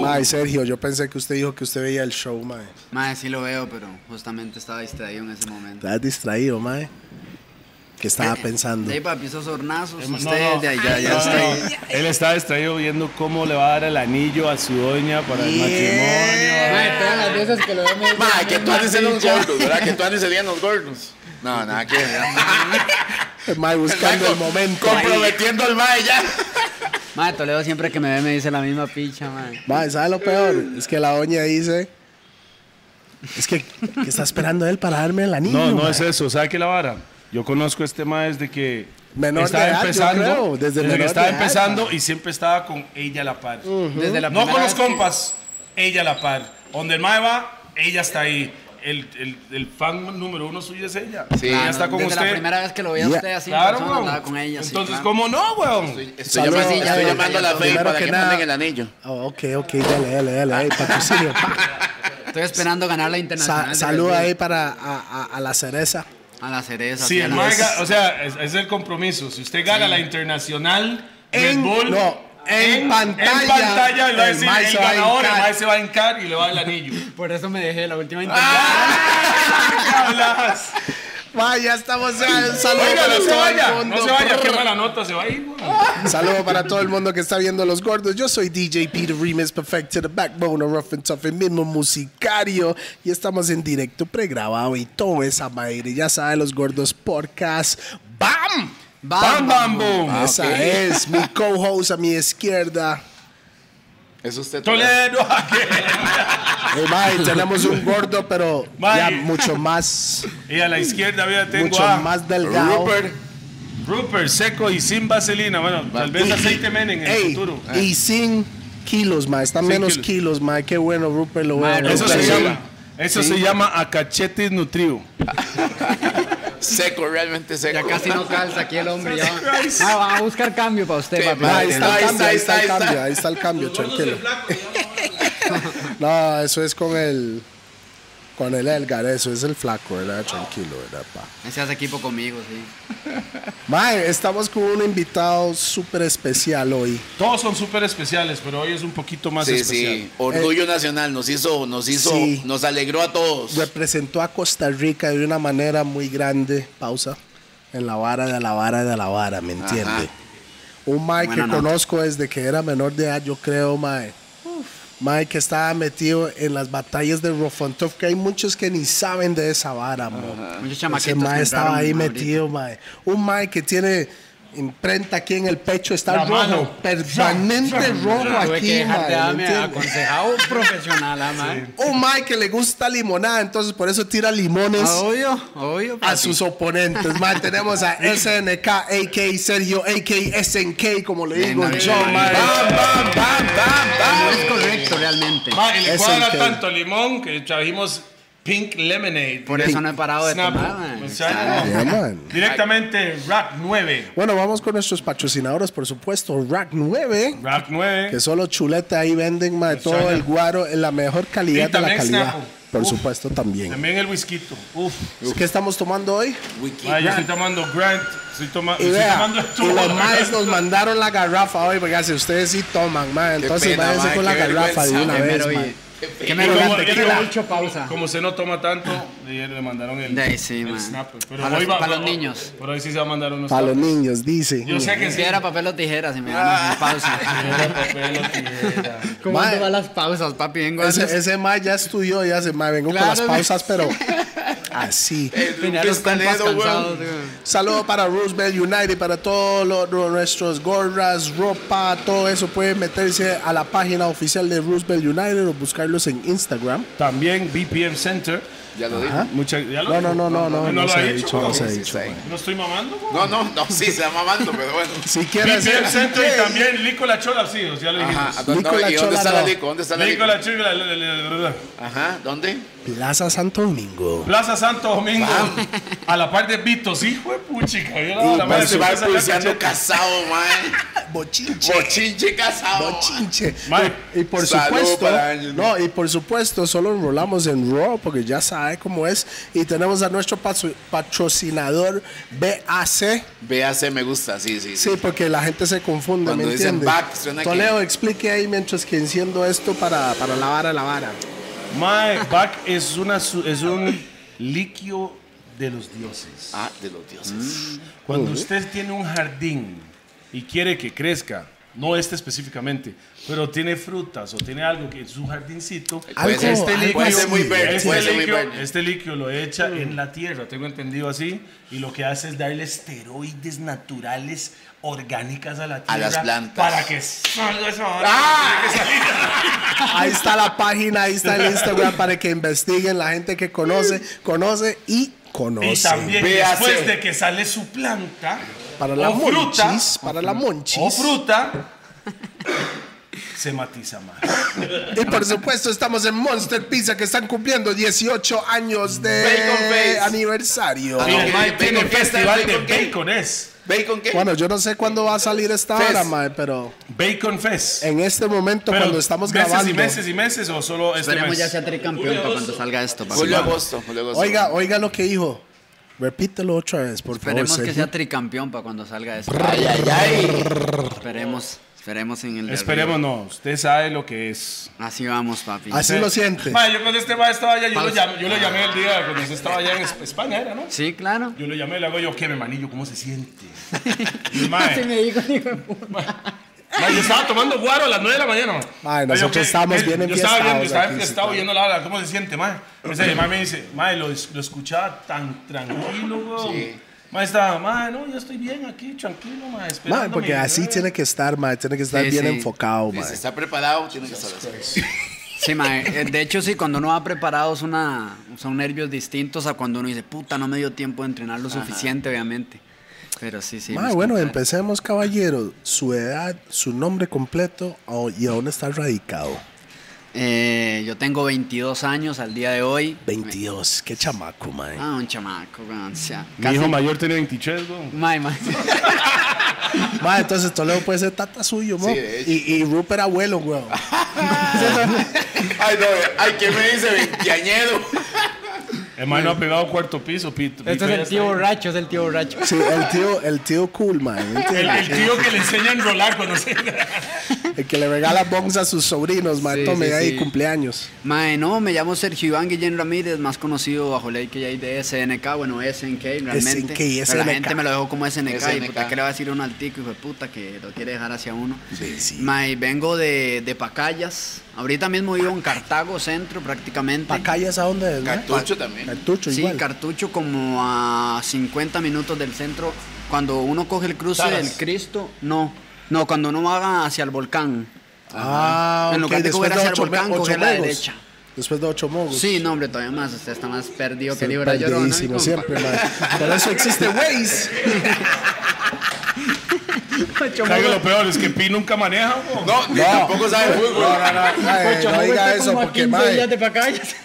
Mae, Sergio, yo pensé que usted dijo que usted veía el show, mae. Mae, sí lo veo, pero justamente estaba distraído en ese momento. Estás distraído, mae. ¿Qué estaba Eh, pensando? Ey, papi, esos hornazos, No, ustedes no. de ahí, ya, ya No, está. no. Él está distraído viendo cómo le va a dar el anillo a su doña para el matrimonio. Mae, todas las veces que lo vemos. Mae, que tú andes en los Ya. gordos, ¿verdad? Que tú andes en los gordos. No, nada que ver. Mae, buscando el Mae, momento. Comprometiendo al mae ya. Mae, Toledo siempre que me ve me dice la misma picha, mae. Mae, ¿sabe lo peor? Es que la doña dice. Es que, ¿qué está esperando él para darme el anillo? No, no mae? es eso. ¿Sabe qué la vara? Yo conozco a este mae desde que Menor de estaba edad, yo empezando. creo, desde desde menor que estaba de edad, empezando y siempre estaba con ella a la par. Desde la No primera con los vez que- compas, ella a la par. Donde el mae va, ella está ahí. El, el, el fan número uno suyo es ella. Sí. ella Claro, está con desde usted. la primera vez que lo vi a Yeah. usted así en Claro, persona, weón. andaba con ella. sí, Entonces, claro. ¿cómo no, weón? Estoy, estoy Saludos. llamando, Sí, ya estoy veo, llamando a la ya fe veo. para Primero que que me nada. manden el anillo. Oh, ok, ok, dale, dale, dale. ahí, patrocinio. Estoy esperando ganar la Sa- internacional. saluda eh. de ahí Brasil. para a, a- a la cereza. A la cereza. Sí, sí, a el la- mae ga- o sea, es, es el compromiso. Si usted gana la internacional, En- Red Bull, no, en pantalla, en pantalla, le va a el decir, mae el, se va a ganador, el hincar. mae se va a hincar y le va a dar el anillo. Por eso me dejé la última Ah. ¿Qué hablas? Mae, ya estamos. ya, Un saludo Oiga, para no se todo el vaya, mundo. no se vaya, qué mala nota, se va a ir, weón. Saludos para todo el mundo que está viendo Los Gordos. Yo soy DJ Peter Remix Perfect to the Backbone of Rough and Tough, el mismo musicario. Y estamos en directo, pregrabado y todo esa madre. Ya saben, Los Gordos Podcast. ¡Bam! Bam, bam, boom. esa es mi co-host a mi izquierda. Es usted. Toledo, Hey, mae, Eh, tenemos un gordo, pero Mae. ya mucho más, Y a la izquierda, mira, tengo mucho a más delgado. Rupert. Rupert seco y sin vaselina. Bueno, tal vez aceite men en el Ey, Ah, futuro. y sin kilos, mae. Está menos kilos. kilos, mae. Qué bueno, Rupert, lo Mae, veo. Eso Rupert, se sí. llama, eso se llama a cachetes nutrivo. Seco, realmente seco. Ya casi no calza aquí el hombre. Ya va. Christ. Ah, va a buscar cambio para usted, Sí, papi. Ma, Ahí ahí está está, ahí el cambio, ahí está está, el ahí cambio, ahí está el cambio, tranquilo. No, eso es con el con el Elgar, eso es el flaco, ¿verdad? Tranquilo, ¿verdad, pa? Ese hace equipo conmigo, sí. Mae, estamos con un invitado súper especial hoy. Todos son súper especiales, pero hoy es un poquito más Sí, especial. sí. Orgullo nacional nos hizo, nos hizo, Sí. nos alegró a todos. Representó a Costa Rica de una manera muy grande, pausa, en la vara de la vara de la vara, ¿me entiende? Ajá. Un Mae que Buena nota. conozco desde que era menor de edad, yo creo, Mae. Mae que estaba metido en las batallas de Rofontov, que hay muchos que ni saben de esa vara, mo. Muchos Ese chamaquitos. mae que estaba ahí entraron metido, mae. Un mae que tiene imprenta aquí en el pecho, está La rojo, mano. permanente rojo ahorita. Tuve aquí, que dejarte mae. ¿me darme entiende? aconsejado profesional, ah, mae. Un mae que le gusta limonada, entonces por eso tira limones Ah, Obvio, obvio. a papi. sus oponentes, mae. Tenemos a SNK, AK Sergio, AK SNK, como le digo Bien, yo, bien, mae. Bam, bam, bam, bam, No bam. es correcto realmente. Ma, y le Es cuadra el que- tanto limón que trajimos Pink Lemonade. Por eso no he parado de Snap. tomar, mae. O sea, Claro. no. Yeah, man. Directamente Rack 9. Bueno, vamos con nuestros patrocinadores, por supuesto. Rack 9, Rack 9. que solo chuleta ahí venden, mae. Todo suena. el guaro, en la mejor calidad Pues Y de la también calidad. Snapple. Por Uf. supuesto, también. También el whisky. Uf. ¿Qué estamos tomando hoy? Wiki. Ma, yo estoy tomando Grant. Estoy, toma- Y estoy vea, tomando y los maes todo. nos mandaron la garrafa hoy, porque si ustedes sí toman, mae, entonces pena, váyanse mae, con la qué garrafa de vergüenza, una Qué vez, mero, mae. y- Qué Y mero como- la y tequila. como- Mucho pausa. Como se no toma tanto, le le mandaron el, De ahí sí, el man. snapper. Pero Para hoy los- va- para los hoy- niños. Por hoy sí se va a mandar unos. Para los snapper. niños, dice. Yo sé que sí. Piedra, papel o tijera, si me ganas en pausa. Piedra, papel o tijera. Ah. ¿Cómo Mae. te van las pausas, papi? Vengo a Ese, ese mae ya estudió, ya se mae, vengo Claro, con las mae. pausas, pero así. Mira los compas cansados, güey. Saludo para Roosevelt United, para todos los- los- nuestros gorras, ropa, todo eso. Pueden meterse a la página oficial de Roosevelt United o buscarlos en Instagram. También BPM Center. Ya lo dije. Mucha- ¿ya lo No, dije? no, no, no, no, no no lo se ha ha dicho, dicho, no ¿no? se ha Sí, sí, dicho. sí. mae. No estoy mamando, güey. No, no, no, sí, se va mamando, pero bueno. Si quieres... BPM Center y también Nicola Chola, sí, ya lo dijimos. Ajá, ¿dó- no, Nicola ¿y Chola dónde está la no. lico? ¿Dónde está la lico? Nicola Chola, la- la- la- la- la- la- Ajá, ¿dónde? Plaza Santo Domingo. Plaza Santo Domingo. A la par de Vitos, hijo de puchica. yo la- la madre Uh, pues Se se va puede sacar pulseando cachete. casado, mae. Bochinche. Bochinche casado. Bochinche. Mae, Y por saludo supuesto, para Ángel. no, y por supuesto, solo enrolamos en Raw porque ya sabe cómo es. Y tenemos a nuestro patro- patrocinador BAC. Véase, me gusta, sí, sí. Sí, porque la gente se confunde, Cuando ¿me dicen entiende? back, suena que- Toledo, explique ahí mientras que enciendo esto para, para la vara, la vara. Mae, Back es, una, su- es un líquido de los dioses. Ah, de los dioses. Cuando usted tiene un jardín y quiere que crezca, no este específicamente, pero tiene frutas o tiene algo que es un jardincito, Puede ser, Algo- algo puede ser así. muy verde. este puede ser muy líquido, verde. este líquido lo echa Mm. en la tierra, tengo entendido así, y lo que hace es darle esteroides naturales orgánicas a la tierra las plantas. Ah. para que salga esa vara. Ahí está la página, ahí está el Instagram para que investiguen la gente que conoce, conoce y conoce. Y también Véase. después de que sale su planta para la o fruta, monchis, para la monchis. o fruta, se matiza más. Y por supuesto estamos en Monster Pizza que están cumpliendo 18 años Bacon de Base. aniversario. Ah, no. el Mike bacon, tiene ¿qué festival está de el bacon, qué? Bacon es. ¿Bacon qué? Bueno, yo no sé cuándo va a salir esta Fest. hora, mae, pero Bacon Fest. en este momento Pero, cuando estamos meses grabando. y meses y meses o solo este Esperemos mes? ya sea tricampeón para cuando salga esto. papá. Julio agosto, julio agosto. Oiga, oiga lo que dijo. Repítelo otra vez, por Esperemos favor. que Sergio. sea tricampeón para cuando salga esto. Ay, ay, ay. Esperemos, esperemos en el. de Esperemos arriba. no, usted sabe lo que es. Así vamos, papi. Así lo siente. Ma, yo cuando este ma estaba allá, yo lo, Pausa. llamé, yo lo llamé el día cuando usted estaba allá en Esp- España, era, ¿no? Sí, claro. Yo lo llamé y le hago yo, ¿qué, mi manillo? ¿Cómo se siente? Y, ma, Así Ah, me dijo, hijo de puta. Ma, yo estaba tomando guaro a las 9 de la mañana. ma. Ay, Ma, yo, nosotros ¿qué? estábamos ¿Qué? bien Yo estaba enfiestados bien, estaba aquí, sí, enfiestado claro. viendo la hora. ¿Cómo se siente, ma? Me dice, ma, me dice, ma, lo, es- lo escuchaba tan tranquilo, güey. Ma, estaba, ma, no, yo estoy bien aquí, tranquilo, ma, Mae, esperando porque mi- así tiene que estar, mae, tiene que estar Sí, bien sí. enfocado, Si mae. se está preparado, tiene que estar así. Sí, mae. eh, De hecho, sí, cuando uno va preparado es una- son nervios distintos a cuando uno dice, puta, no me dio tiempo de entrenar lo suficiente, obviamente. Pero sí, sí. Mae, mis bueno, compadres. empecemos, caballero. Su edad, su nombre completo o- y a dónde está radicado. Eh, yo tengo 22 años al día de hoy. 22, qué chamaco, mae. Ah, un chamaco, weón. O sea, Mi casi- hijo mayor tiene 23, güey. Mae, mae. Mae, entonces Toledo puede ser tata suyo, mo. Sí, de hecho. y, y Rupert abuelo, weón. Ay, no, ay, ¿qué me dice veinteañero? El ma no ha pegado cuarto piso, Pito. Este Pito es ya el está tío ahí. borracho, es el tío borracho. Sí, el tío, el tío cool, mae. ¿me entiende? El, el tío que le enseña a enrolar cuando se... El que le regala bongs a sus sobrinos, mae. Sí, Tome sí, ahí, sí. cumpleaños. Mae, no, me llamo Sergio Iván Guillén Ramírez, más conocido bajo ley que ya hay de SNK, bueno, SNK realmente. SNK, Pero SNK. la gente me lo dejó como SNK, y SNK. puta, ¿qué le va a decir uno al tico, hijo de puta, que lo quiere dejar hacia uno? Sí, sí. Mae, vengo de, de Pacayas, ahorita mismo vivo en Cartago Centro prácticamente. ¿Pacayas a dónde es, mae? Cartucho también. Cartucho, Sí, igual. Cartucho como a 50 minutos del centro. Cuando uno coge el cruce Salas. del Cristo, no. No, cuando uno va hacia el volcán. Ah, En ok, lugar de después coger de hacia el ocho, volcán, me- ocho coger la mogos. derecha. Después de ocho mogos. Sí, no, hombre, todavía más. Usted está más perdido que Estoy libra llorona. mi perdidísimo compa. siempre, mae. Por eso existe Waze. Ocho ¿Sabe que mogos. lo peor es que Pi nunca maneja, güey? No, ni tampoco sabe fútbol. No, no, no, mae, Ocho no mogos diga está eso como a porque, 15 días mae, de Pacayas.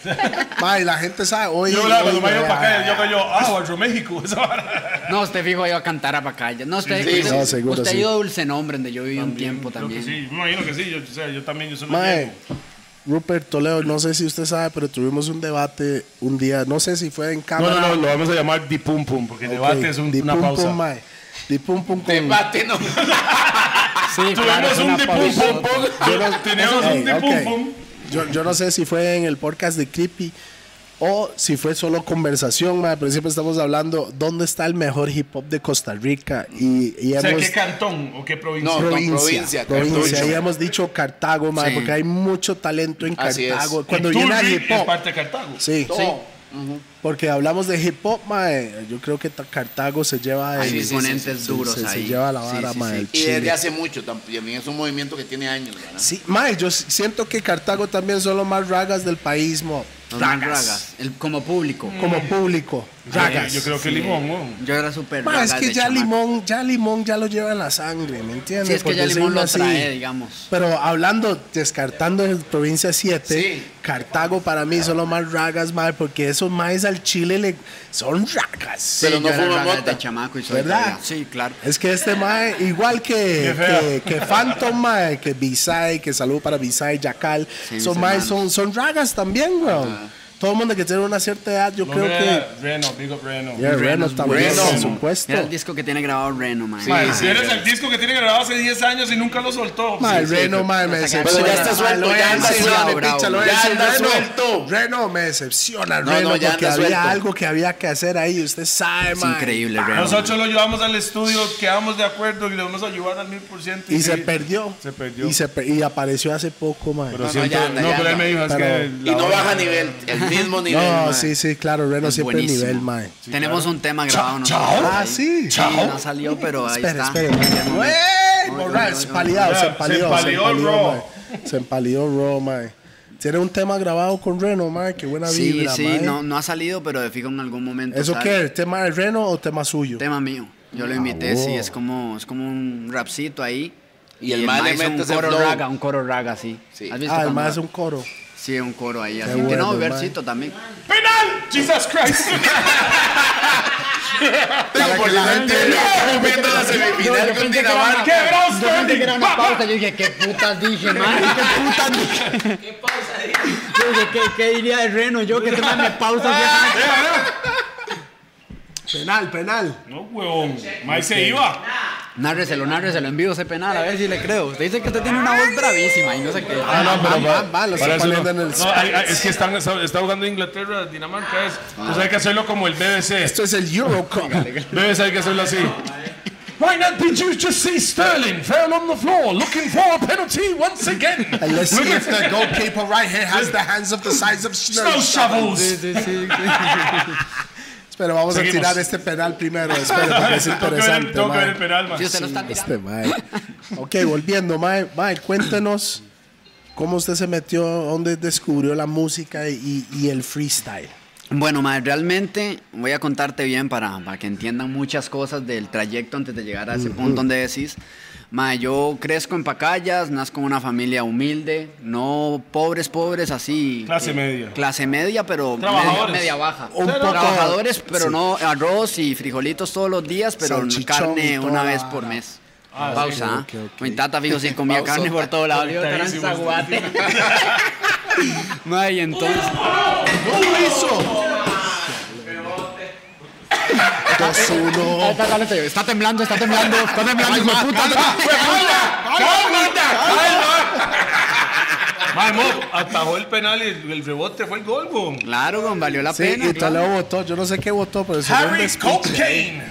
mae, la gente sabe. Hoy, Yo la, hoy, cuando me mae, iba para ah, acá, yo cayó, ah, Guarro México, esa vara. No, usted fijo iba a cantar a Pacayas. No, usted, Sí, usted, no, seguro usted sí. ha ido a Dulce Nombre, donde yo viví un tiempo Creo que también. sí, me imagino que sí, yo, o sea, yo también, yo soy Mae, Rupert Toledo, no sé si usted sabe, pero tuvimos un debate un día, no sé si fue en No, cámara. no, no, lo vamos a llamar Di Pum Pum, porque Ok, debate es un- di una pum, pausa. pum, mae. Di pum pum con- Debate, no. Sí, claro, Tuvimos es un una Di pausa. Pum Pum Pum. Yo no- Teníamos un Ey, Di Pum ok. Pum. Yo, yo no sé si fue en el podcast de Creepy o si fue solo conversación, mae, pero siempre estamos hablando dónde está el mejor hip hop de Costa Rica y, y O sea, hemos- ¿qué cantón o qué provincia? No, no, provincia, provincia, provincia, Cartucho. y hemos dicho Cartago, mae, Sí. porque hay mucho talento en Así es. Cartago. Y Cuando Turri viene a hip es hop, parte de Cartago. sí, No. porque hablamos de hip hop, mae, yo creo que ta- Cartago se lleva Hay el- sí, sí, exponentes duros se, se ahí. lleva la Sí, vara, sí, mae, sí. el Y chile. desde hace mucho también. Es un movimiento que tiene años, ¿verdad? Sí, mae, yo s- siento que Cartago también son los más ragas del país, mo. Los más Ragas. ragas. El, como público. como público. Ragas. Yo creo que limón, weón. Yo era súper Ma, es ragas que de ya chamaco. limón, ya limón ya lo lleva en la sangre, ¿me entiendes? Sí, es que Por ya Limón lo decirlo trae, digamos. Pero hablando, descartando el provincia 7, Sí. Cartago para mí son los más ragas, madre, porque esos maes al chile le, son ragas. Pero Sí, no yo era fuma ragas mota. de chamaco y soy ¿Verdad? todavía. Sí, claro. Es que este mae, igual Qué que, que, feo. que Phantom mae, que Bisay, que salud para Bisay, Yacal, Sí, mis son maes, son, hermanos. son ragas también, weón. Todo el mundo que tiene una cierta edad, yo No, creo mira, que... Reno, big up Reno. Yeah, Reno es también, buenísimo. por supuesto. Era el disco que tiene grabado Reno, man. Sí. Si eres el disco que tiene grabado hace 10 años y nunca lo soltó. Mae, Sí, sí, Reno, pero- mae, me hasta que- Pero decepciona. ya está suelto, Mae, ya lo anda he suelto, enseñado, bravo. picha, lo he Ya enseñado. anda Reno, suelto. Reno, me decepciona, No, Reno, no, ya porque anda había suelto. algo que había que hacer ahí, usted sabe, Es mae. increíble, Reno. Nosotros lo llevamos al estudio, quedamos de acuerdo y le vamos a ayudar al mil por ciento. Y se perdió. Se perdió. Y, se per- y apareció hace poco, mae. Pero no, siento- ya anda, no, ya pero él anda. me dijo, es Pero- que. Y no baja nivel, el mismo nivel. No, mae. sí, sí, claro, Reno Es siempre buenísimo. nivel, mae. Tenemos un tema grabado. Chao. nosotros Ah, ahí. sí. Chao. No salió, pero ahí Espera, está. espera. ¡Ey! Borrar, se empalió, Ya, se empalió. se empalió, bro. mae. Se empalió, bro, mae. Tiene un tema grabado con Reno, mae. Qué buena Sí, vibra, sí, mae. no, no ha salido, pero de fijo en algún momento. ¿Eso sale. qué? Ah, ¿El tema de Reno o tema suyo? Tema mío. Yo lo imité, sí, es como, es como un rapcito ahí. Y el mae le mae hizo mete un ese coro flow. raga, un coro raga, sí. Sí. ¿Has visto ah, el cuando- mae hace un coro. Sí, un coro ahí, así que bueno, no, el mae. versito también. ¡Penal! ¡Jesus Christ! Para que la gente vea viendo la semifinal con Dinamarca. ¡Quebrado Yo standing! era una pausa, yo dije, ¿qué putas dije, man? ¿Qué putas dije? ¿Qué pausa dije? Yo dije, ¿qué, qué diría de Reno? Yo, que tema me pausa. ya. Penal, penal. No, huevón. Mike se iba. Nárreselo, nárreselo, en vivo ese penal, a ver si le creo. Usted dice que usted tiene una voz bravísima y no sé qué. Ah, no, pero va, va, lo Para estoy eso poniendo en no. el... No, ay, ay, es que están, está, está jugando Inglaterra, Dinamarca. Es, Ah. Entonces hay que hacerlo como el BBC. Esto es el Eurocup. BBC hay que hacerlo así. Why not did you just see Sterling fell on the floor looking for a penalty once again? And let's see Look if at the goalkeeper right here has the hands of the size of snow snow. shovels. Sí, sí, sí. Pero vamos Seguimos. a tirar este penal primero, espero, porque es Tengo que ver el- interesante, tengo que ver mae. el penal, man. Si usted lo está tirando. Este mae. Ok, volviendo, mae, mae, cuéntenos cómo usted se metió, dónde descubrió la música y, y el freestyle. Bueno, madre, realmente voy a contarte bien para, para que entiendan muchas cosas del trayecto antes de llegar a ese punto donde decís. Madre, yo crezco en Pacayas, nazco en una familia humilde, no pobres, pobres, así. eh, Clase media. Clase media, pero media, Trabajadores. media baja. Un poco- Trabajadores, pero sí. no arroz y frijolitos todos los días, pero Salchichón y carne toda una la- vez por mes. Pausa. ¿ah? Mi tata, fijo, sí comía Pausa. carne por todo lado. Yo, Ahí era un sí, zaguate. Madre, y entonces. Dos, uno. Está, está, está, está temblando, está temblando, está temblando, hijo de puta. Mae, Mo, atajó el penal y el el rebote fue el gol, weón. Claro, güey, valió la Sí, pena. y claro. Toledo votó, yo no sé qué votó, pero se Harry Cocaine.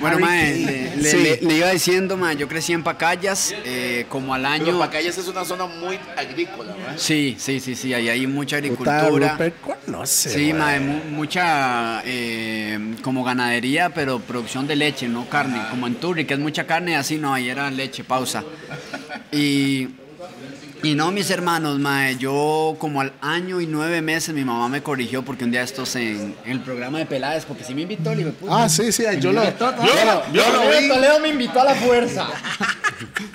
Bueno, Harry mae, Kane. le, le- Sí. le- le iba diciendo, mae, yo crecí en Pacayas, eh, como al Pero año. Pacayas es una zona muy agrícola, ¿verdad? Sí, sí, sí, sí, ahí hay mucha Puta, agricultura. Rupert conoce. Este, Sí, mae. mae, mu- mucha eh, como ganadería, pero producción de leche, no carne. Como en Turri, que es mucha carne, así no, ahí era leche, pausa. Y, y no, mis hermanos, mae, yo como al año y nueve meses mi mamá me corrigió porque un día estos en, en el programa de Peláez, porque sí me invitó, le dije, Ah, sí, sí, yo lo, yo, lo- yo lo vi. Toledo me invitó a la fuerza.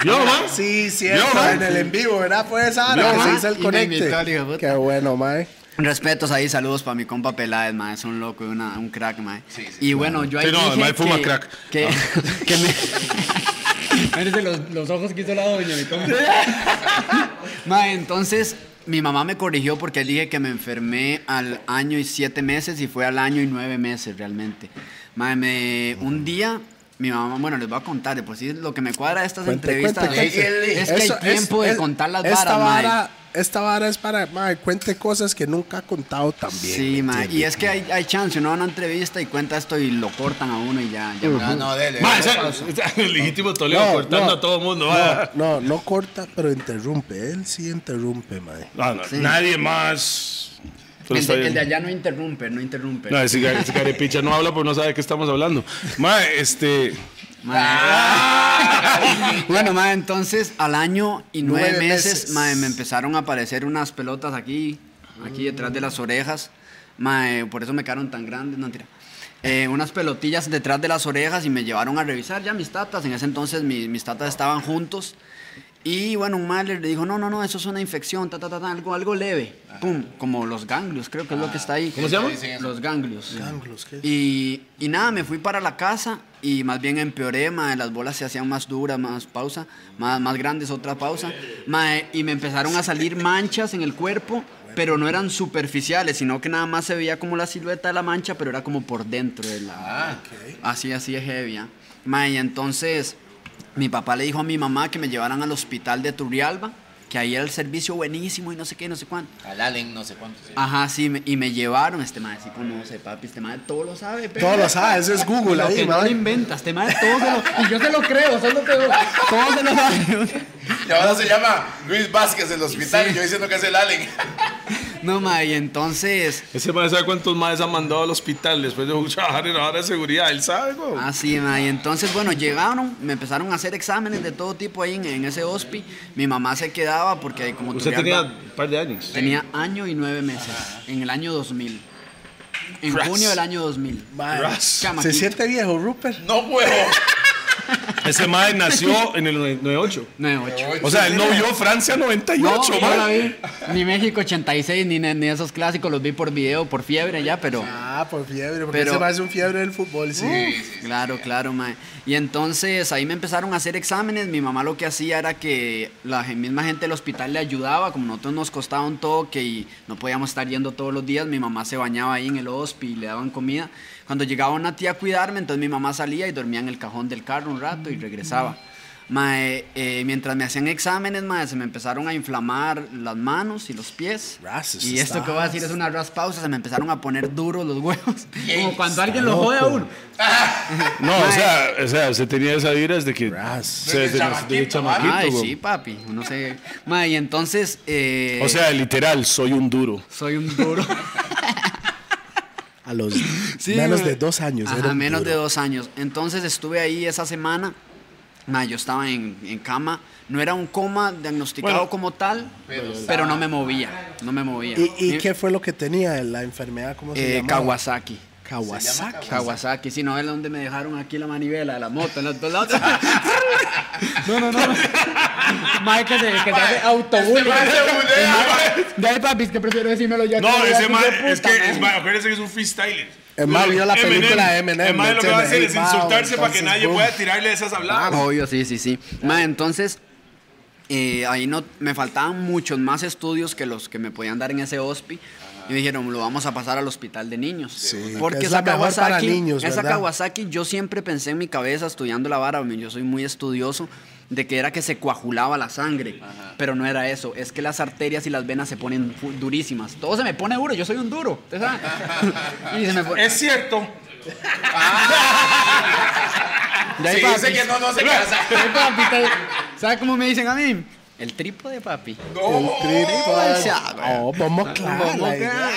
Yo, man. Sí, cierto, Yo, man. en el en vivo, ¿verdad? Fue esa hora Yo, que se man. hizo el Y me invitó, conecte. le digo, puta. Qué bueno, mae. Respetos ahí, saludos para mi compa Peláez, ma, es un loco, y una, un crack, ma. y bueno, yo ahí Sí, no, el dije mae fuma que, crack. Que, que me... Mírese los, los ojos que hizo la doña, mi compa. ma, entonces, mi mamá me corrigió porque dije que me enfermé al año y siete meses y fue al año y nueve meses realmente. Ma, me, un día... Mi mamá, bueno, les voy a contar, de por sí lo que me cuadra de estas Cuente, entrevistas cuente, cuente. es que Eso hay tiempo es- de es- contar las varas, esta mae. vara, Esta vara es para, mae, cuente cosas que nunca ha contado también. Sí, ma. Y es que hay, hay chance, uno va a una entrevista y cuenta esto y lo cortan a uno y ya. ya Ah, no, dele. Mae, ese- ese- el legítimo Toledo No, cortando no. a todo mundo. No, mae. no, no corta, pero interrumpe. Él sí interrumpe, mae. Ah, No, no, Nadie más. Pero el, está de, el de bien. allá no interrumpe, no interrumpe. No, ese, gar- ese carepicha no habla porque no sabe de qué estamos hablando. Mae, este. Bueno, ma, entonces al año y nueve, Ah. Nueve meses, meses. ma, me empezaron a aparecer unas pelotas aquí, aquí detrás de las orejas. Mae, por eso me quedaron tan grandes, no mentira. Eh, unas pelotillas detrás de las orejas y me llevaron a revisar ya mis tatas. En ese entonces mi- mis tatas estaban juntos. Y bueno, un mal le dijo, no, no, no, eso es una infección, ta, ta, ta, ta, algo, algo leve. Pum, como los ganglios, creo que es lo que está ahí. Ah. ¿Cómo se llama? Los ganglios. Ganglios, ¿qué es? Y, y nada, me fui para la casa y más bien empeoré, mae, las bolas se hacían más duras, más pausa, más, más grandes, otra pausa. mae, y me empezaron a salir manchas en el cuerpo, pero no eran superficiales, sino que nada más se veía como la silueta de la mancha, pero era como por dentro de la... Así, así es heavy. ¿ah? Mae, y entonces mi papá le dijo a mi mamá que me llevaran al hospital de Turrialba, que ahí era el servicio buenísimo y no sé qué, no sé cuánto. Al Allen, no sé cuánto. sí. Ajá, sí, me- y me llevaron este mae, así como, no sé, papi, este mae todo lo sabe, pero... Todos lo saben, eso es Google Lo ahí, que no lo man. inventas, este mae todo se lo... Y yo se lo creo, solo te lo... Todo se lo sabe. Y ahora se llama Luis Vázquez el hospital. Y yo diciendo que es el Allen. No, mae, y entonces... Ese mae sabe cuántos maes han mandado al hospital después de trabajar en la hora de seguridad. Él sabe, güey. Así, ma, y entonces, bueno, llegaron, me empezaron a hacer exámenes de todo tipo ahí en, en ese hospi. Mi mamá se quedaba porque como Usted tenía Turrialba- un par de años. Tenía año y nueve meses, en el año 2000. En Crass. junio del año 2000. Man, Chamaquito. Se siente viejo, Rupert. No huevo. Ese mae nació en el 98. 98. O sea, él no vio Francia No, 98, yo mae. la vi. Ni México 86, ni, ni esos clásicos, los vi por video, por fiebre ya, pero... Ah, por fiebre, porque Pero- se me hace un fiebre del fútbol, sí. Claro, claro, mae. Y entonces ahí me empezaron a hacer exámenes. Mi mamá lo que hacía era que la gen- misma gente del hospital le ayudaba, como nosotros nos costaba un toque y no podíamos estar yendo todos los días. Mi mamá se bañaba ahí en el hospi y le daban comida. Cuando llegaba una tía a cuidarme, entonces mi mamá salía y dormía en el cajón del carro un rato y regresaba. Mae, eh, mientras me hacían exámenes, mae, se me empezaron a inflamar las manos y los pies. Ras, eso y esto está- que voy a decir es una raspausa, se me empezaron a poner duros los huevos. Como cuando alguien lo jode a uno. No, o sea, o sea, se tenía esa vibra desde que. Ras. se- desde, desde Ay, chamaquito, sí, güey. papi. No sé. Ma, y entonces. eh, O sea, literal, soy un duro. Soy un duro. A los Sí, menos güey. de dos años. Ajá, era un menos duro. de dos años. Entonces estuve ahí esa semana. Ma, yo estaba en, en cama. No era un coma diagnosticado Bueno, como tal, pero, no me movía. No me movía. ¿Y, y Mi- qué fue lo que tenía la enfermedad? ¿Cómo se eh, llamaba? Kawasaki. Kawasaki. Kawasaki, sí, no es donde me dejaron aquí la manivela de la moto, en la, la otra. No, no, no. Mike que se, que se hace autobús. De ahí, papi, es que prefiero decírmelo ya. No, que ese hijo mae, de es puta, que, es mae. mae, acuérdense que es un freestyler. El mae vio la Eminem, película de Eminem, El mae lo que va a hacer es entonces, wow, insultarse para que entonces, nadie boom. pueda tirarle esas Ah, habladas. obvio, sí, sí, sí. Ma, entonces, eh, ahí no, me faltaban muchos más estudios que los que me podían dar en ese hospi. Y me dijeron, lo vamos a pasar al hospital de niños. que Porque es esa la mejor para Kawasaki, niños, esa ¿verdad? Kawasaki, yo siempre pensé en mi cabeza, estudiando la vara, yo soy muy estudioso, de que era que se coagulaba la sangre. Pero no era eso, es que las arterias y las venas se ponen fu- durísimas. Todo se me pone duro, yo soy un duro, ¿ustedes saben? y se me pone- Es cierto. De ahí Sí, para dice aquí. que no, no se casa. Ay, papi, te- ¿Sabe cómo me dicen a mí? El trípode, papi. El Ay, trip, Oh, ya, güey. Oh, vamos claro. Vamos, la idea. güey.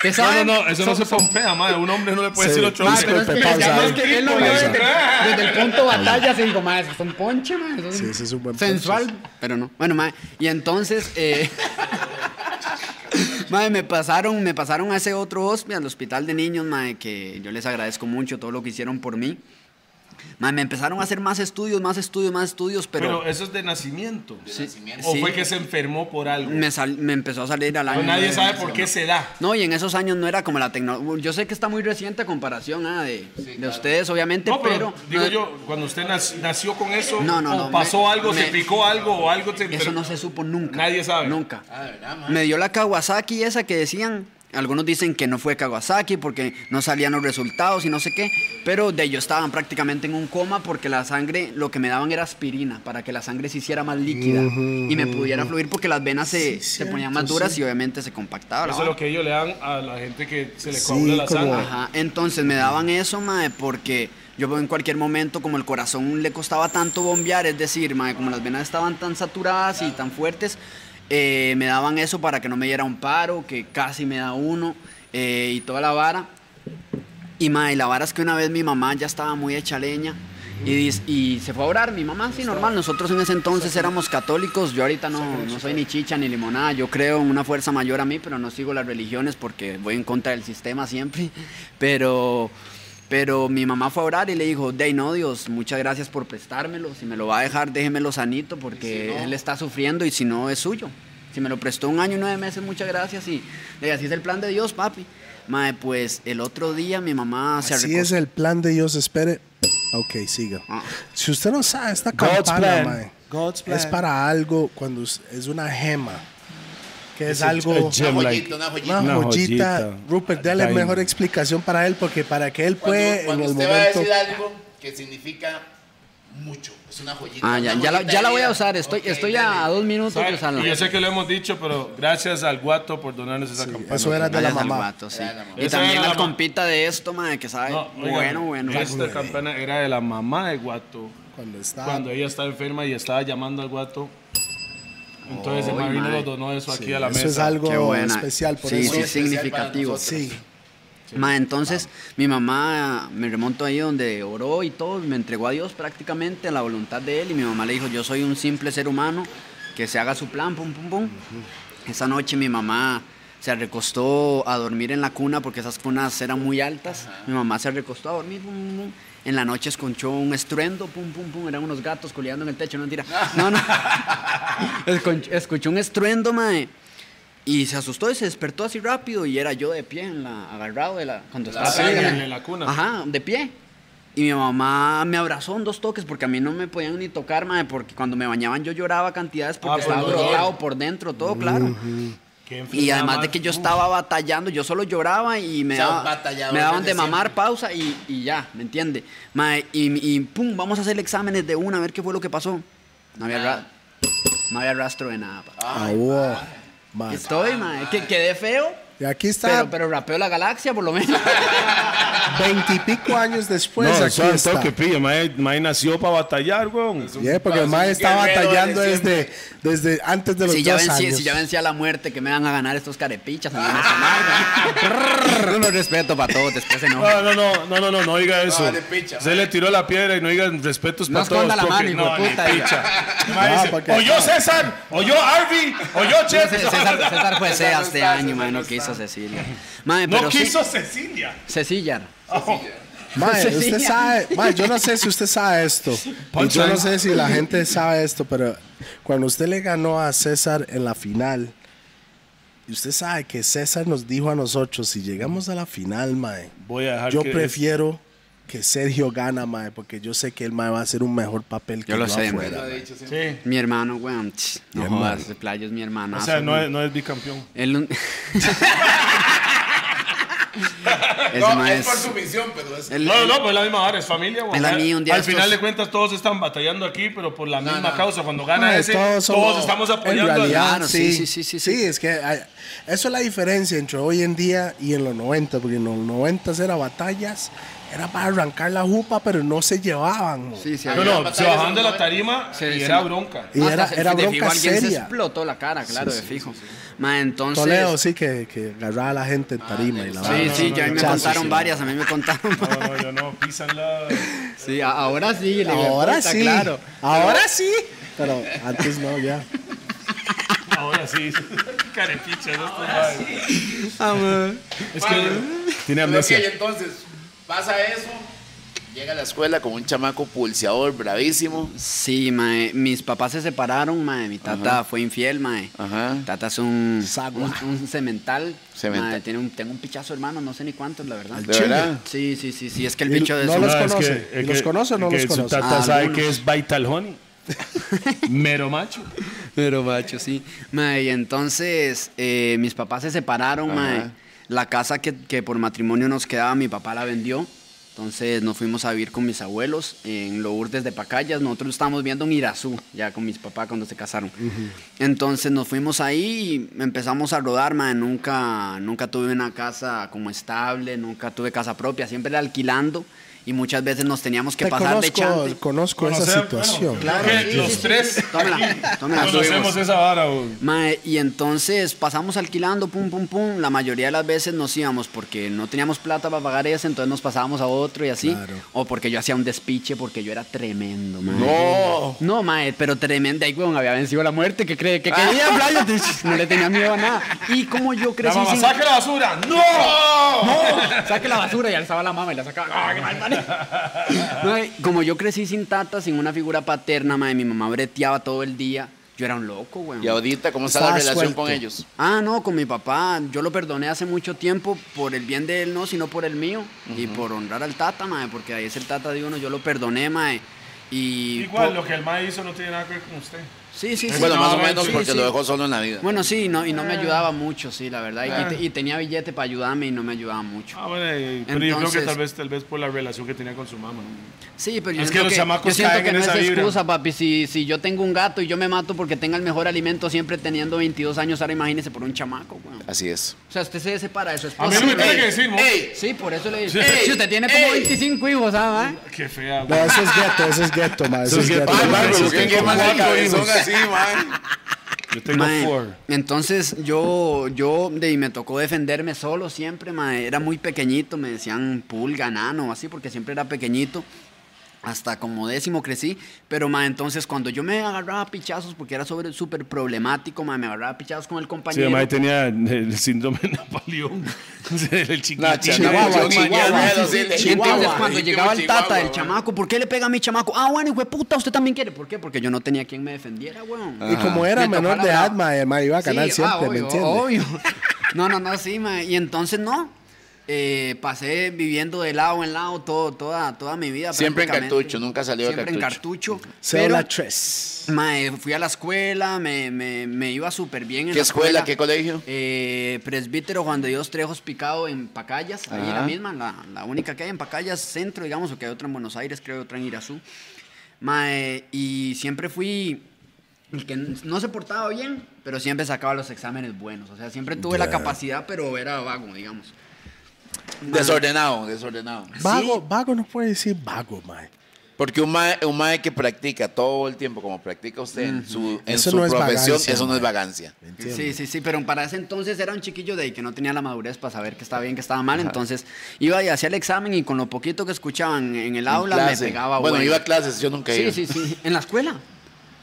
¿Qué No, no, saben? no, eso no Son- se pompea, mae. Un hombre no le puede Sí. decir otro Ma, hombre. pero es que, Disculpe, pausa, digamos que eh. él lo vio Pausa. desde, desde el punto de batalla, se dijo, "Mae, eso es un ponche, mae, eso Sí, ese es un buen Sensual, ponche". pero no. Bueno, mae, y entonces, eh, mae, me pasaron, me pasaron a ese otro hospital, al hospital de niños, mae, que yo les agradezco mucho todo lo que hicieron por mí. Mae, me empezaron a hacer más estudios, más estudios, más estudios, Pero eso es de nacimiento. ¿O sí. fue que se enfermó por algo? me, sal- me empezó a salir al año. Pues nadie nueve sabe meses. por qué se da. No, y en esos años no era como la tecnología. Yo sé que está muy reciente a comparación ah, de, de ustedes, obviamente, No, pero. pero, digo no- yo, cuando usted nac- nació con eso, No, no, o no, pasó me- algo, se me- picó algo o algo. se- Eso pero- no se supo nunca. Nadie sabe. Nunca. Ah, de verdad, man. Me dio la Kawasaki esa que decían. Algunos dicen que no fue Kawasaki porque no salían los resultados y no sé qué. Pero de ellos estaban prácticamente en un coma porque la sangre, lo que me daban era aspirina para que la sangre se hiciera más líquida y me pudiera fluir porque las venas se, se ponían más duras y obviamente se compactaba. Eso la es vara. lo que ellos le dan a la gente que se le Sí, coagula la como- sangre. Ajá, entonces me daban eso, mae, porque yo en cualquier momento, como el corazón le costaba tanto bombear, es decir, mae, como las venas estaban tan saturadas y tan fuertes, eh, me daban eso para que no me diera un paro, que casi me da uno, eh, y toda la vara. Y mae, la vara es que una vez mi mamá ya estaba muy hecha leña Y, dis- y se fue a orar, mi mamá, sí, normal. Nosotros en ese entonces éramos católicos. Yo ahorita no, no soy ni chicha ni limonada. Yo creo en una fuerza mayor a mí, pero no sigo las religiones porque voy en contra del sistema siempre. Pero, pero mi mamá fue a orar y le dijo: Dey, no, Dios, muchas gracias por prestármelo. Si me lo va a dejar, déjemelo sanito porque él está sufriendo y si no, es suyo. Si me lo prestó un año y nueve meses, muchas gracias. Y de así es el plan de Dios, papi. Mae, pues el otro día mi mamá se Así recostó- es eh. el plan de Dios, espere. Ok, siga. Ah. Si usted no sabe, esta God's campana, plan. mae, God's es plan. para algo cuando es es una gema, que es, algo... Una like- joyita, una joyita. Una Una joyita. joyita. Rupert, dale Time. mejor explicación para él, porque para que él Cuando, puede cuando en el usted va a momento... decir algo que significa mucho, es una joyita. Ah, ya, una ya, la, joyita ya la de voy a vida. usar. Estoy, Ok, estoy dale. a, a dos minutos de usarla. Y yo sé que lo hemos dicho, pero gracias al guato por donarnos esa campana. eso era de la Gracias al mamá. guato, sí. Era la mamá. Y Esa también era la al mamá. compita de esto, madre, que sabe. No, Este oigan, bueno, bueno. Este Esta campana era de la mamá de Guato. Cuando estaba... Cuando ella estaba enferma y estaba llamando al Guato. Entonces el Oy, Marino mae. nos donó eso aquí Sí, a la eso mesa. es algo Qué buena. especial, por sí, eso... Este sí, es especial significativo. para Sí. Ma, entonces mi mamá me remonto ahí donde oró y todo, y me entregó a Dios prácticamente a la voluntad de él y mi mamá le dijo, yo soy un simple ser humano, que se haga su plan, pum, pum, pum. Esa noche mi mamá se recostó a dormir en la cuna porque esas cunas eran muy altas. Mi mamá se recostó a dormir, pum, pum, pum. En la noche escuchó un estruendo, pum, pum, pum. Eran unos gatos coleando en el techo, no mentira. No, no. Escon- Escuchó un estruendo, mae. Y se asustó y se despertó así rápido y era yo de pie, en la, agarrado de la... Cuando estaba sí, en en la cuna. Ajá, Ah, de pie. Y mi mamá me abrazó en dos toques porque a mí no me podían ni tocar, mae, porque cuando me bañaban yo lloraba cantidades porque Ah, por estaba dolor. brotado por dentro, todo claro. Qué Y enfermedad además más- de que yo estaba batallando, yo solo lloraba y me, O sea, daba- batallador me daban desde de mamar siempre. pausa y, y ya, ¿me entiende? Mae, y, y pum, vamos a hacer exámenes de una, a ver qué fue lo que pasó. No había, ra- no había rastro de nada. pa. Ah, wow. Man. Estoy, mae, que quedé feo, Y aquí está, pero, pero rapeo la galaxia por lo menos. veintipico años después, no, aquí son está. toque, pilla. Mae, mae nació para batallar, weón. Yeah, porque el mae está guerrero batallando de desde, desde antes de los si, ya dos vencí, años. si ya vencí a la muerte, que me van a ganar estos carepichas. me van a tomar, ¿no? no los respeto para todos, después se No, enojan. no, no, no, no, no, no diga eso. vale, picha, Se le tiró la piedra y no digan respetos No para todos. esconda la porque- mano, hijo no, de ni puta, diga. picha. El No, mae dice, porque- o yo César, o yo Harvey, o yo Chef. César, César fue César no este está, año, César mae, no no quiso está. Cecilia. Mae, No pero sí- quiso Cecilia. Cecilia. Mae, Sí. usted sabe, mae, yo no sé si usted sabe esto. Y yo no Punchline. sé si la gente sabe esto, pero cuando usted le ganó a César en la final, y usted sabe que César nos dijo a nosotros, si llegamos a la final, mae, Voy a dejar yo que- prefiero que Sergio gana, mae, porque yo sé que el mae va a hacer un mejor papel que Yo yo, lo sé, afuera. Lo mae. he dicho siempre. Sí. Mi hermano, weón. tch, No jodas, ese playo es mi hermano. O sea, no es, no es bicampeón. Él un- Ese No, mae es por es- sumisión, pero es. él- No, no, no, pues la misma hora, es familia, güey. Es la mía, un día Al estos- final de cuentas, todos están batallando aquí, pero por la misma no. causa. Cuando gana Mae, ese, Pues todos todos, somos- estamos En apoyando. al- realidad, Claro, sí, sí, sí, sí, sí, Sí, sí. es que ay, eso es la diferencia entre hoy en día y en los 90, porque en los 90 era batallas, era para arrancar la jupa, pero no se llevaban. mo. Sí, sí, No, había- no, se bajaban de la tarima Sí, y sí. era bronca. Y era, Hasta se- era de fijo bronca alguien se seria. explotó la cara, claro, de fijo. Mae, entonces. Toledo sí que, que agarraba a la gente en tarima y la Ah, Sí, vara. sí, ya a mí me Chazo, contaron sí. varias, a mí me contaron No, no, yo no, pisan la. Sí, a- ahora sí. le Ahora importa, sí, Claro. ahora sí, pero antes no, ya. Ahora sí. Carepicha, ¿no? Ah, Es que tiene Pero ok, entonces, pasa eso. Llega a la escuela con un chamaco pulseador, bravísimo. Sí, mae. Mis papás se separaron, mae. Mi tata fue infiel, mae. Ajá. Tata es un. Sagua. Un, un cemental. Cemental. mae, tiene un, tengo un pichazo, hermano, no sé ni cuántos, la verdad. ¿De verdad? Sí, sí, sí, sí. Es que el Y picho de no su- los Ah, es conoce. que- es ¿Y los que- conoce o no es que los conoce? Su tata Ah, sabe algunos. que es Vital Honey. Mero macho. Pero macho, sí. Mae, y entonces eh, mis papás se separaron, mae. La casa que, que por matrimonio nos quedaba, mi papá la vendió. Entonces nos fuimos a vivir con mis abuelos en Lourdes de Pacayas. Nosotros estábamos viendo en Irazú, ya con mis papás cuando se casaron. Entonces nos fuimos ahí y empezamos a rodar, mae. Nunca, nunca tuve una casa como estable, nunca tuve casa propia, siempre la alquilando. y muchas veces nos teníamos que Te pasar de conozco, chante. conozco esa Conocer, situación. bueno, Claro, creo que sí, Eh, los sí, sí. tres Tómela, tómela, Ah, subimos. conocemos esa vara, güey. Mae, y entonces pasamos alquilando, pum, pum, pum. La mayoría de las veces nos íbamos porque no teníamos plata para pagar ese, entonces nos pasábamos a otro y así. O porque yo hacía un despiche porque yo era tremendo, mae. No. No, mae, pero tremendo. Ahí, weón, había vencido la muerte. que cree? que quería? playa? No le tenía miedo a nada. Y como yo La crecí mamá, sin... saque la basura. ¡No! Saque la basura y alzaba la mama y la sacaba. ¡Ah, qué mal, madre! Mae, Como yo crecí sin tata, sin una figura paterna, mae, mi mamá breteaba todo el día. Yo era un loco, weón. Y ahorita, ¿cómo está la Estaba relación suelto. con ellos? Ah, no, con mi papá. Yo lo perdoné hace mucho tiempo por el bien de él, no, sino por el mío. Y por honrar al tata, mae, porque ahí es el tata de uno. Yo lo perdoné, mae. Y Igual, po- lo que el mae hizo no tiene nada que ver con usted. Sí, sí, sí. Bueno, no, más o mae, menos sí, porque sí. lo dejó solo en la vida. Bueno, sí, no, y no Ah. me ayudaba mucho, sí, la verdad. Y- Y, te- y tenía billete para ayudarme y no me ayudaba mucho. Ah, bueno, eh, pero yo creo Entonces- que tal vez, tal vez por la relación que tenía con su mamá. Sí, pero yo Es que siento los chamacos yo siento caen que en no esa es vibra. excusa, papi. Si, si yo tengo un gato y yo me mato porque tenga el mejor alimento siempre teniendo 22 años, ahora imagínese por un chamaco, weón. Así es. O sea, usted se separa de su A mí esposa. no me tiene ey, que decir, ¿no? ey, Sí, por eso le digo. Ey, si usted tiene como ey. 25 hijos, ah, ¿sabes? Qué fea, No, güey. eso es gueto, eso es gueto, ma. Eso es gueto. Ay, ma, Bárbaro, eso es Ah, qué- gueto. qué mala cuatro cabezón hijos. así, man. Yo tengo Mae, four. Entonces yo, yo de, y me tocó defenderme solo siempre, mae. era muy pequeñito, me decían pulga, nano, así, porque siempre era pequeñito. Hasta como décimo crecí, pero mae, entonces cuando yo me agarraba a pichazos, porque era sobre- súper problemático, mae, me agarraba a pichazos con el Sí, compañero. además tenía el síndrome de Napoleón. el No, chiquitín. Chihuahua, Chihuahua, Chihuahua. Chihuahua, sí, sí, sí, Chihuahua. Entonces, Chihuahua. cuando Sí, llegaba el Chihuahua, tata del man. chamaco, ¿por qué le pega a mi chamaco? Ah, bueno, hijo de puta, usted también quiere. ¿Por qué? Porque yo no tenía quien me defendiera, weón. Y como era Me menor tocaba de la- edad, ma, el ma iba a ganar Sí, ah, siempre, ¿me obvio, entiendes? obvio. No, no, no, sí, mae. Y entonces no. Eh, pasé viviendo de lado en lado todo, toda, toda mi vida. Siempre en prácticamente. cartucho, nunca salió de Siempre en cartucho. Cédula Pero, 3. mae, fui a la escuela, me, me, me iba súper bien. en ¿Qué la escuela? ¿Qué colegio? Eh, presbítero Juan de Dios Trejos Picado en Pacayas, ahí la misma, la, la única que hay en Pacayas centro, digamos, o que hay otra en Buenos Aires, creo, otra en Irazú. Mae, y siempre fui el que no se portaba bien, pero siempre sacaba los exámenes buenos. O sea, siempre tuve la capacidad, pero era vago, digamos. Desordenado, desordenado. Vago, vago no puede decir vago, ma. Porque un mae, un mae que practica todo el tiempo, como practica usted en su, en Eso su no es profesión, vagancia, eso no es mae. vagancia. Sí, sí, sí, pero para ese entonces era un chiquillo de ahí que no tenía la madurez para saber que estaba bien, que estaba mal. Entonces iba y hacía el examen y con lo poquito que escuchaban en el aula Clase. me pegaba. bueno, bueno. iba a clases, yo nunca iba. Ah. Sí, sí, sí. En la escuela.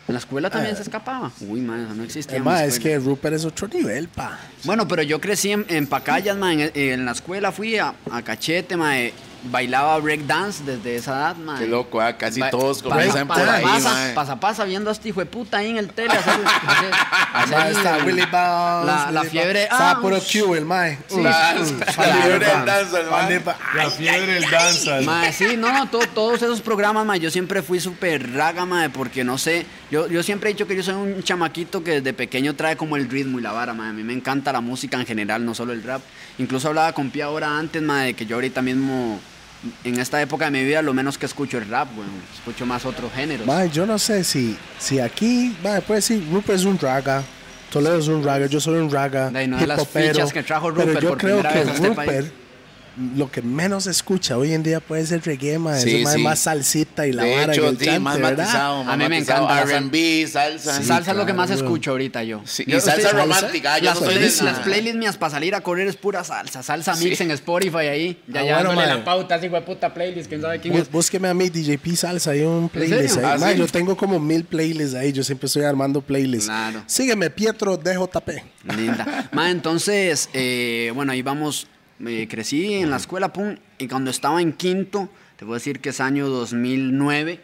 En la escuela también se escapaba. Uy, man, eso no existía. Eh, en ma, la es escuela. que Rupert es otro nivel, pa. Bueno, pero yo crecí en, en Pacayas, man. En, en la escuela fui a, a Cachete, man. eh, Bailaba break dance desde esa edad, man. Qué loco, ah, casi todos Pasa, comienzan por ahí, pasa, mae. pasa, pasa, viendo a este hijo de puta ahí en el tele. hacer- hacer- Ma, hacer está la- Willy Bounce. Ah, La, la Willy fiebre. Bounce. Estaba ah, puro Q, el ma. sí. La fiebre del danza, el mae. La fiebre del danza. Mae, sí, no, no, to- todos esos programas, mae, yo siempre fui súper raga, mae, porque no sé, yo, yo siempre he dicho que yo soy un chamaquito que desde pequeño trae como el ritmo y la vara, mae, a mí me encanta la música en general, no solo el rap. Incluso hablaba con Pia ahora antes, mae, de que yo ahorita mismo, en esta época de mi vida, lo menos que escucho es rap, weón, escucho más otros géneros. Ma, yo no sé si, si aquí, ma, puede decir Rupert es un raga. Toledo es un raga, yo soy un raga. De ahí, no de las hipopero, fichas que trajo Pero Rupert yo por creo primera que vez a este Rupert, lo que menos escucha hoy en día puede ser reggae, ma. Sí, Ese ma es sí. más salsita y la de vara y hecho, el sí, chante, más ¿verdad? matizado, más A mí me matizado. encanta la R&B, salsa. salsa es lo que claro, más weón. escucho ahorita yo. Sí, Yo- y salsa ustedes- romántica, ah, yo las, no soy de playlists, nada. las playlists mías para salir a correr es pura salsa. Salsa mix en Spotify ahí. Ya Ah, ya bueno, dándole madre. la pauta, así de puta playlist, quién sabe quién Bú- es. Búsqueme a mí DJP Salsa, hay un playlist ahí. serio? Ah, Ma, ¿sí? Yo tengo como mil playlists ahí, yo siempre estoy armando playlists. Claro. Sígueme, Pietro DJP. Linda. Ma, entonces, eh, bueno, ahí vamos. eh, crecí en la escuela, pum. Y cuando estaba en quinto, te puedo decir que es año 2009.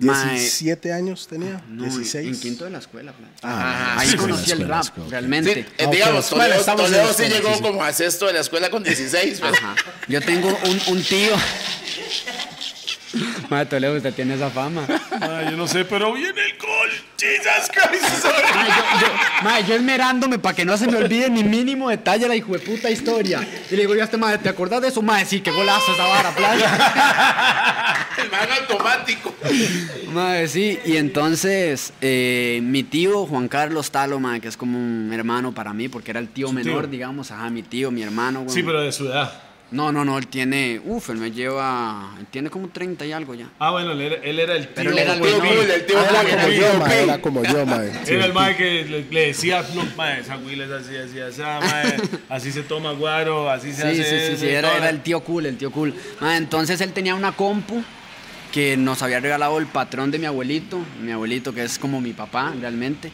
ma, eh, 17 años tenía, no, en- 16. En quinto de la escuela. plan. Ah, ahí sí, fue en la conocí el escuela, rap, escuela, ok. Sí, realmente. eh, Ok, digamos, escuela, Toledo, estamos en la Toledo sí escuela, llegó sí, sí. como a sexto de la escuela con 16. pues. Ajá. Yo tengo un, un tío. Madre Toledo, usted tiene esa fama. Ay, yo no sé, pero viene el gol. Jesus Christ. Madre, yo, yo, madre, yo esmerándome para que no se me olvide ni mínimo detalle la hijueputa historia. Y le digo yo a este madre, ¿te acordás de eso? Madre, sí, qué golazo esa vara, playa. El man automático. Ah, Madre, sí. Y entonces, eh, mi tío Juan Carlos Talo, madre, que es como un hermano para mí, porque era el tío menor, digamos. Ajá, mi tío, mi hermano, güey. Sí, pero de su edad. No, no, no, él tiene. Uf, él me lleva. Él tiene como 30 y algo ya. Ah, bueno, él era, él era el tío. Pero él era el Tío menor. Bull, el tío Ah, Bull, era como el yo, tío mae, Bull. era como yo, mae. Sí. Era el mae que le, le decía, no, mae, esa huila es así, así, así, ah, mae, así se toma guaro, así se Sí, sí, hace. sí, eso sí, y era, todo". era el tío cool, el tío cool. Ah, entonces él tenía una compu que nos había regalado el patrón de mi abuelito, mi abuelito que es como mi papá realmente,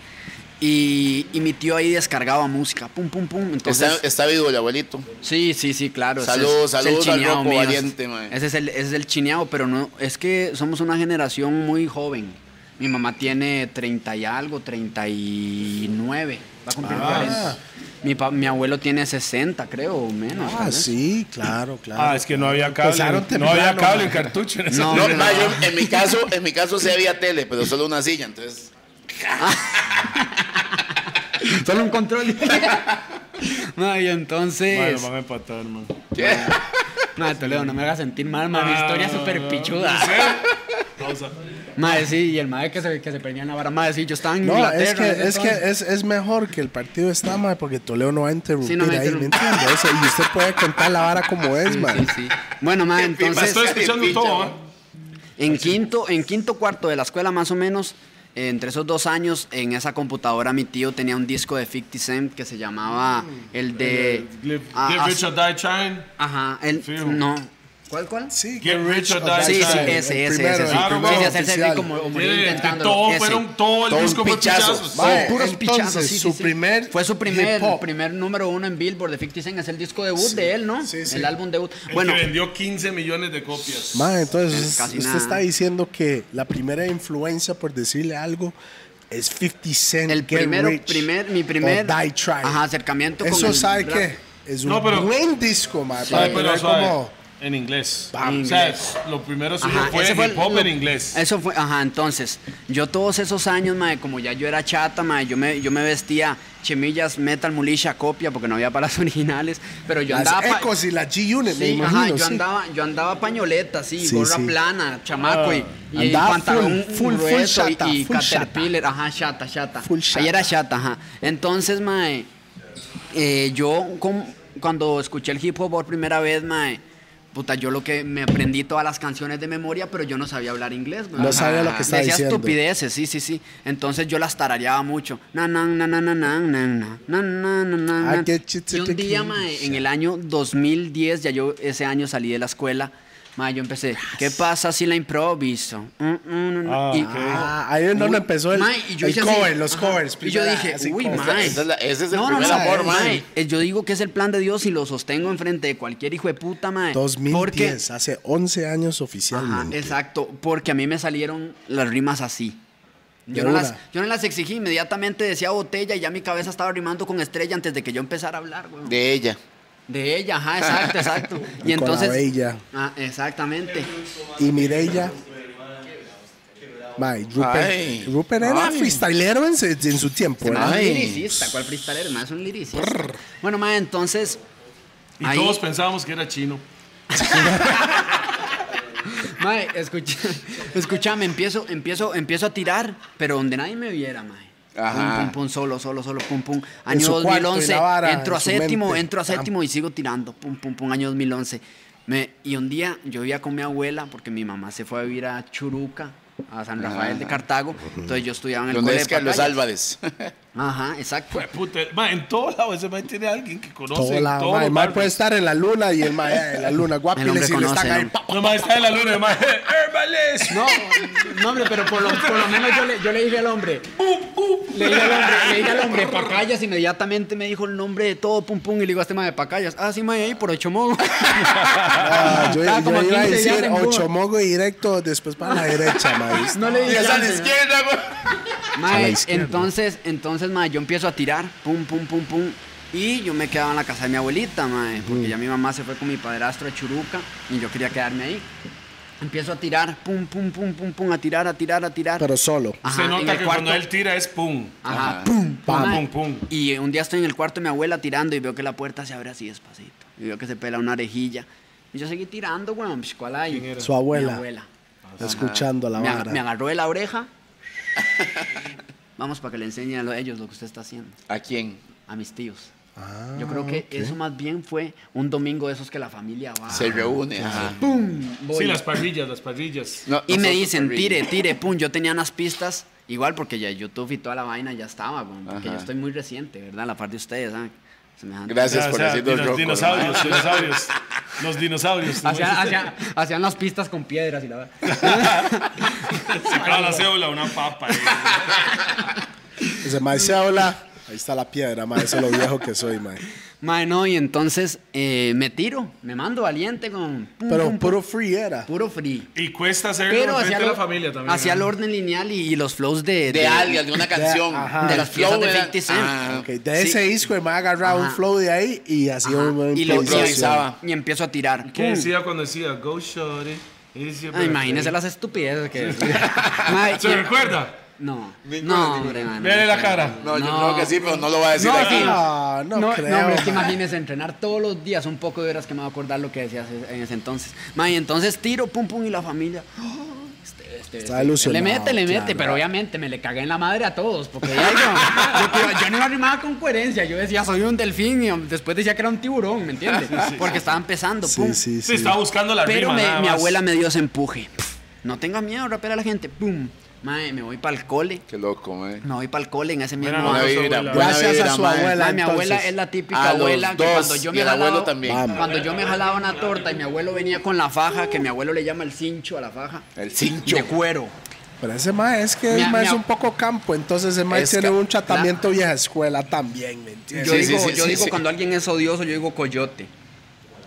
y, y mi tío ahí descargaba música, pum, pum, pum. Entonces, Está, está vivo el abuelito. Sí, sí, sí, claro. ese Saludos, es- ese es saludos al chineado Rocco mío, Valiente, mae. Ese es el, ese es el chineado, pero no, es que somos una generación muy joven. Mi mamá tiene 30 y algo, 39. Va a Ah. cumplir 40. Mi, pa- mi abuelo tiene 60, creo, o menos. tal Ah, vez. sí, claro, claro. Ah, es que no había cable. Empezaron no había temprano, cable mae. en cartucho en ese No, No, hombre, mae, no. yo- en mi caso, en mi caso sí había tele, pero solo una silla, entonces. Solo un control. no, y entonces. Mae, lo van a empatar, man. Madre, Toledo, no me hagas sentir mal, madre. Mi historia es súper pichuda. Pausa. Madre, sí, y el madre que se, que se perdía en la vara. Madre, sí, yo estaba en No, Inglaterra. es que, en ese es, que entonces. es, es mejor que el partido está, mae, porque Toledo no va a interrumpir Sí, no me ahí, ¿me interrumpe. entiendes? Eso, y usted puede contar la vara como es, mae. Sí, sí. Bueno, madre, entonces. Estoy escuchando todo, ¿eh? En quinto, en quinto cuarto de la escuela, más o menos, entre esos dos años, en esa computadora mi tío tenía un disco de 50 Cent que se llamaba el de... Get Ah, get ah, rich or die trying. ajá, el... Fijo. No. ¿Cuál, cuál? Sí, Sí, Get rich or Ah, die sí, ese, trying. el ese, ese, ese. primero, sí. el Claro, Sí, bueno, hacerse rico oficial. como- o morir Sí, intentándolo, todo, ese. fueron, todo el Todos disco fue pichazos. pichazos. Mae, Mae, puros entonces, pichazos, sí, sí, su sí. primer Fue su primer, hip hop. primer número uno en Billboard de 50 Cent. Es el disco debut de él, ¿no? sí, sí. El álbum debut. El Bueno, que vendió 15 millones de copias. Mae, entonces Es casi usted nada. está diciendo que la primera influencia, por decirle algo, es 50 Cent. el Get primero, Rich primer, mi o primer... Die Trying. Ajá, acercamiento con Eso el sabe rap. que es un No, pero- buen disco, mae. para Ay, pero tener suave, como- En inglés. Bam. O sea, lo primero suyo Ajá, fue ese hip fue el- hop lo- en inglés. Eso fue, ajá, entonces, yo todos esos años, mae, como ya yo era chata, mae, yo me, yo me vestía chemillas, metal, mulisha, copia, porque no había palas originales, pero yo andaba... Las pa- Ecos y las G-Unit, me Sí, imagino. ajá, yo sí. andaba, yo andaba pañoleta, sí, Sí, gorra sí. Ah, plana, chamaco y, y Andaba pantalón full, full, full, full grueso y- chata, y, full chata. caterpillar, ajá, chata, chata. Full Ahí chata. era chata, ajá. Entonces, mae, eh, yo com- cuando escuché el hip hop por primera vez, mae, puta, yo lo que me aprendí todas las canciones de memoria, pero yo no sabía hablar inglés, mae. No sabía lo que Ajá. estaba Decía diciendo. estupideces, sí, sí, sí. Entonces yo las tarareaba mucho. Na, na, na, na, na, na, na, na, na, na, na, na, I na. get you to Y the un día, king. mae, en el año 2010, ya yo ese año salí de la escuela, mae, yo empecé, ¿qué pasa si la improviso? Mm, mm, mm, y- Ah, ahí es donde Uy, empezó el, mae, y yo el hice así, cover, los ajá. covers. Y yo primera, dije, así uy, como- mae. Esa es la- ese es el No, no, primer no, amor, esa mae. es. Eh, Yo digo que es el plan de Dios y lo sostengo enfrente de cualquier hijo de puta, mae. 2010, hace 11 años Porque, ajá, oficialmente. exacto, porque a mí me salieron las rimas así. De Yo no, las, una. yo no las exigí, inmediatamente decía botella y ya mi cabeza estaba rimando con estrella antes de que yo empezara a hablar, güey. De ella. De ella, ajá, exacto, exacto. Y Y con la entonces. bella. Ah, exactamente. Y Mireya. Mae, Ay. Rupert, Rupert era freestylero en, su- en su tiempo. Más ¿verdad? un liricista, ¿cuál freestyler? Más un liricista. Bueno, mae, entonces. Y ahí- todos pensábamos que era chino. Mae, escucha, escúchame, empiezo, empiezo, empiezo a tirar, pero donde nadie me viera, mae. Ajá. Pum, pum, pum, solo, solo, solo, pum, pum. En Año su cuarto, en la 2011, vara, entro a en su séptimo, mente. entro a séptimo y sigo tirando, pum, pum, pum, año 2011. Me, y un día yo vivía con mi abuela, porque mi mamá se fue a vivir a Churuca, a San Rafael de Cartago, entonces yo estudiaba en el Donde colegio es Carlos Álvarez. Ajá, exacto. Pues, puta, ma, en todo lado ese mae tiene a alguien que conoce. Todo en la, todos mae, los el mae pues- barrios. puede estar en la luna y el mae en la luna guapo y El le hombre está conoce, cayendo. ¿no? pa- No, mae, está en la luna, mae. Herbales. No, no, hombre, pero por lo, por lo menos yo le, yo le dije al hombre. Le dije al hombre, le dije al hombre, Pacayas, inmediatamente me dijo el nombre de todo, pum pum, y le digo a este man de Pacayas, ah, sí, man, ahí por ocho mogo. Ah, yo Estaba yo como iba a 15 días decir en Cuba. ocho mogo y directo, después para la derecha, mae. No le dije. Es a la chance, izquierda, güey. Mae, A la izquierda. entonces, entonces, mae, yo empiezo a tirar, pum, pum, pum, pum. Y yo me quedaba en la casa de mi abuelita, mae, porque ya mi mamá se fue con mi padrastro a Churuca y yo quería quedarme ahí. Empiezo a tirar, pum, pum, pum, pum, pum, a tirar, a tirar, a tirar. Pero solo. Ajá, Se en nota el que cuarto- cuando él tira es pum. Ajá. pam. Mae, Pum, pum. Y un día estoy en el cuarto de mi abuela tirando y veo que la puerta se abre así despacito. Y veo que se pela una orejilla. Y yo seguí tirando, weón. Psh, ¿Cuál hay? Su abuela. Mi abuela. Escuchando la me, aga- me vara. agarró de la oreja. Vamos para que le enseñe a lo- ellos lo que usted está haciendo. ¿A quién? A mis tíos. Yo Ah, creo que eso más bien fue un domingo de esos que la familia va. Se reúne. ajá. Voy. Sí, las parrillas, las parrillas. No, y me nosotros dicen, horrible. tire, tire, pum. Yo tenía unas pistas, igual porque ya YouTube y toda la vaina ya estaba, weón, porque Ajá. yo estoy muy reciente, ¿verdad? A La parte de ustedes, ¿saben? Semejante. Gracias O sea, por o sea, decirnos dinos- roco, dinosaurios, mae. dinosaurios. Los dinosaurios. ¿no? Hacían, hacían- hacían las pistas con piedras y la verdad. Sacaba la cédula, una papa. eh. Ese mae se habla. Ahí está la piedra, mae. Eso es lo viejo que soy, mae. Mae, no, y entonces eh, me tiro, me mando valiente con pum, Pero pum, puro free era. puro free. Y cuesta hacerlo Pero Pero hacia, de el- la familia también. hacia el ¿no? orden lineal y, y los flows de, De alguien, de una canción. ajá. de El las piezas de flow era- 50 Cent. Ah, Ok, de ese Sí. disco, el mae agarraba un Ajá. flow de ahí y hacía Ajá, un y lo improvisaba. Y empiezo a tirar. ¿Qué Pum. decía cuando decía go shorty? Y decía, Ah, imagínese las estupideces que decía. Mae, Ah, ¿Se y- recuerda? No. No, hombre, mae, no. Véale la cara. No, yo creo que sí, pero no lo voy a decir No, aquí. sí. Ah, no creo, hombre, es que ma. imagínese entrenar todos los días un poco de horas que me va a acordar lo que decías en ese entonces. Ma, y entonces tiro, pum, pum, y la familia. ¡oh! Este, este, Está este. ilusionado, Le mete, le mete, claro. pero obviamente me le cagué en la madre a todos. Porque ya yo, yo, quiero- yo no me arrimaba con coherencia. Yo decía, soy un delfín y um, después decía que era un tiburón, ¿me entiendes? Porque estaba empezando, pum. Sí, sí, Sí, sí. estaba buscando la Pero rima. me- nada mi más. abuela me dio ese empuje. Pff, No tenga miedo, rapera a la gente. Pum. Mae, me voy para el cole. Qué loco, eh. mae. Me voy para el cole en ese mismo Buena Buena Buena vibra, abuela. buena Gracias a vibra, su mae. abuela. Ma, mi abuela entonces. es la típica A los abuela que dos, cuando yo y me el jalaba- abuelo también. Vamos. Cuando yo me jalaba una torta y mi abuelo venía con la faja, que mi abuelo le llama el cincho a la faja. El cincho. De cuero. Pero ese mae es que Mi- el mae mi es ab- un poco campo, entonces ese mae Es tiene ca- un tratamiento vieja escuela también, ¿me entiendes? Yo Sí, sí, digo, sí, yo sí, digo sí. cuando alguien es odioso, yo digo coyote.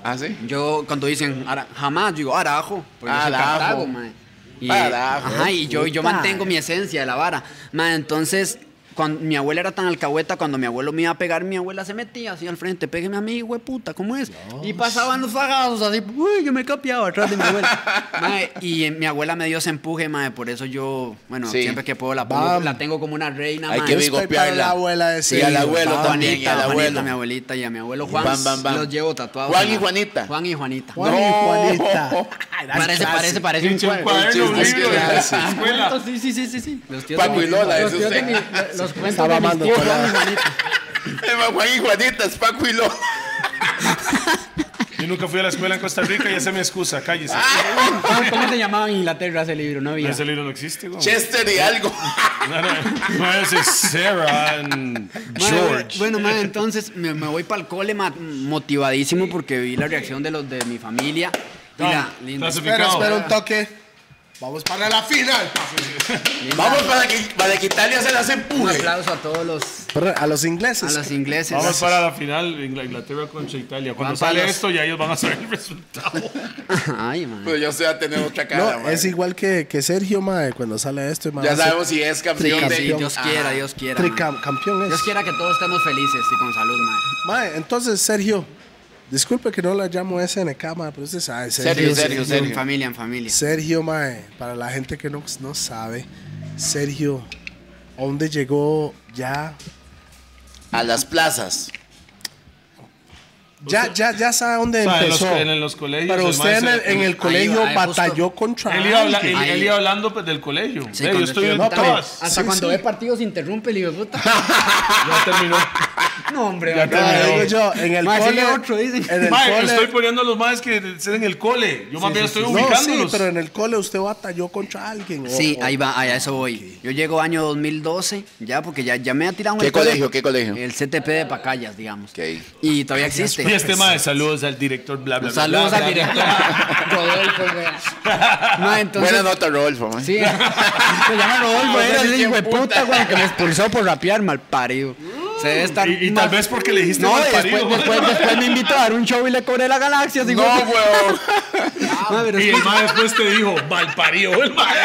Ah, sí. Yo cuando dicen ara- jamás, yo digo arajo. Porque yo soy Arajo. Cartago, mae. Y, Arajo. ajá, y yo, yo Puta. mantengo mi esencia de la vara. Mae, entonces, cuando mi abuela era tan alcahueta, cuando mi abuelo me iba a pegar, mi abuela se metía así al frente, pégame a mí, güey, puta, ¿cómo es? Y pasaban los fagazos así, uy, yo me capeaba atrás de mi abuela. Mae, y eh, mi abuela me dio ese empuje, mae, por eso yo, bueno, Sí. siempre que puedo la pongo- Bam. la tengo como una reina, Hay mae. que Yo estoy para bigopearla. la abuela de y ese al hijo, abuelo pa. también, y al Ah, Juanita, Juanita, abuelo. mi abuelita y a mi abuelo Juan. Bam, bam, bam. Los llevo tatuados. Juan en y la- Juanita. Juan y Juanita. Juan y No. Ah, Juanita. Parece, parece, parece Pinche un un cuaderno, un un libro de libro. la escuela. cuento. Sí, sí, sí, sí, sí. Los tíos Paco de- y Lola, los es tíos de usted. mi- los cuentos Estaba de mis amando tíos, por Juan y ahí. Juanita. Eva, Juan y Juanita, es Paco y Lola. Yo nunca fui a la escuela en Costa Rica y esa es mi excusa, cállese. Ah, Ah, ¿Cómo- ¿Cómo se llamaba en Inglaterra ese libro? No había. Ese libro no existe, güey. Chester y algo. No, no, no, ese es Sarah and Madre, George. Bueno, madre, entonces me, me voy para el cole ma- motivadísimo porque vi la reacción de los de mi familia. Y la, Tom, linda, Espera, espera Clasificado. un toque. Vamos para la final. Vamos para, que, para quitarle a hacer las un empuje. aplauso a todos los, Pero A los ingleses. a los ingleses. Vamos para la final Ingl- Inglaterra contra Italia. Cuando Van sale palos. esto ya ellos van a saber el resultado. Ay, madre. Pero Pues yo sé a tener otra cara, No, mae. es igual que, que Sergio, mae, cuando sale esto. Mae, Ya hace sabemos si es campeón Tricampeón. de... Ah, Sí, Dios Ajá. quiera, Dios quiera. madre. Tricampeón es. Dios quiera que todos estemos felices y con salud, madre. Mae, entonces, Sergio, disculpe que no la llamo SNK, mae, pero usted sabe, Sergio, Sergio. Sergio, En Sergio. familia, en familia. Sergio, mae, para la gente que no, no sabe, Sergio, ¿a dónde llegó ya? A las plazas. Ya, ya, ya sabe dónde O sea, en los- empezó. en los colegios, Pero el usted en mae el, se- en el ahí colegio va, ahí batalló justo. contra. Él iba, habla- alguien. él- Ahí. él iba hablando pues, del colegio. Sí, Ve, yo cuando estoy estoy- en No, pero- todas. Hasta Sí, cuando sí. ve partidos interrumpe el hijo de puta. Ya terminó. No, hombre. Ya No, terminó. digo yo, en el Mae, sigue cole. otro, dicen. En el Mae, cole. estoy poniendo a los más que están en el cole. Yo más bien estoy no, ubicándolos. sí, pero en el cole usted batalló contra alguien. o- Sí, o- ahí va, ahí a eso voy. Yo llego año 2012, ya, porque ya, ya me ha tirado en ¿Qué el cole. colegio, qué colegio? El CTP de Pacayas, digamos. Ok. Y todavía existe. Y pues, este mae, saludos al director, bla, bla, bla. Saludos bla, al bla, bla, director Rodolfo. Herrera. Mae, entonces, Buena nota, Rodolfo, mae. Sí, Pues se llama Rodolfo, No era sé el quién hijo de puta. puta, güey, que me expulsó por rapear, mal parido. Se debe estar. Uh, Y, y más- tal vez porque le dijiste No, y mal después, parido. después, después me invitó a dar un show y le cobré la galaxia. así, No, güey. weón. No, pero Y es el mae después te dijo, mal parido el mae.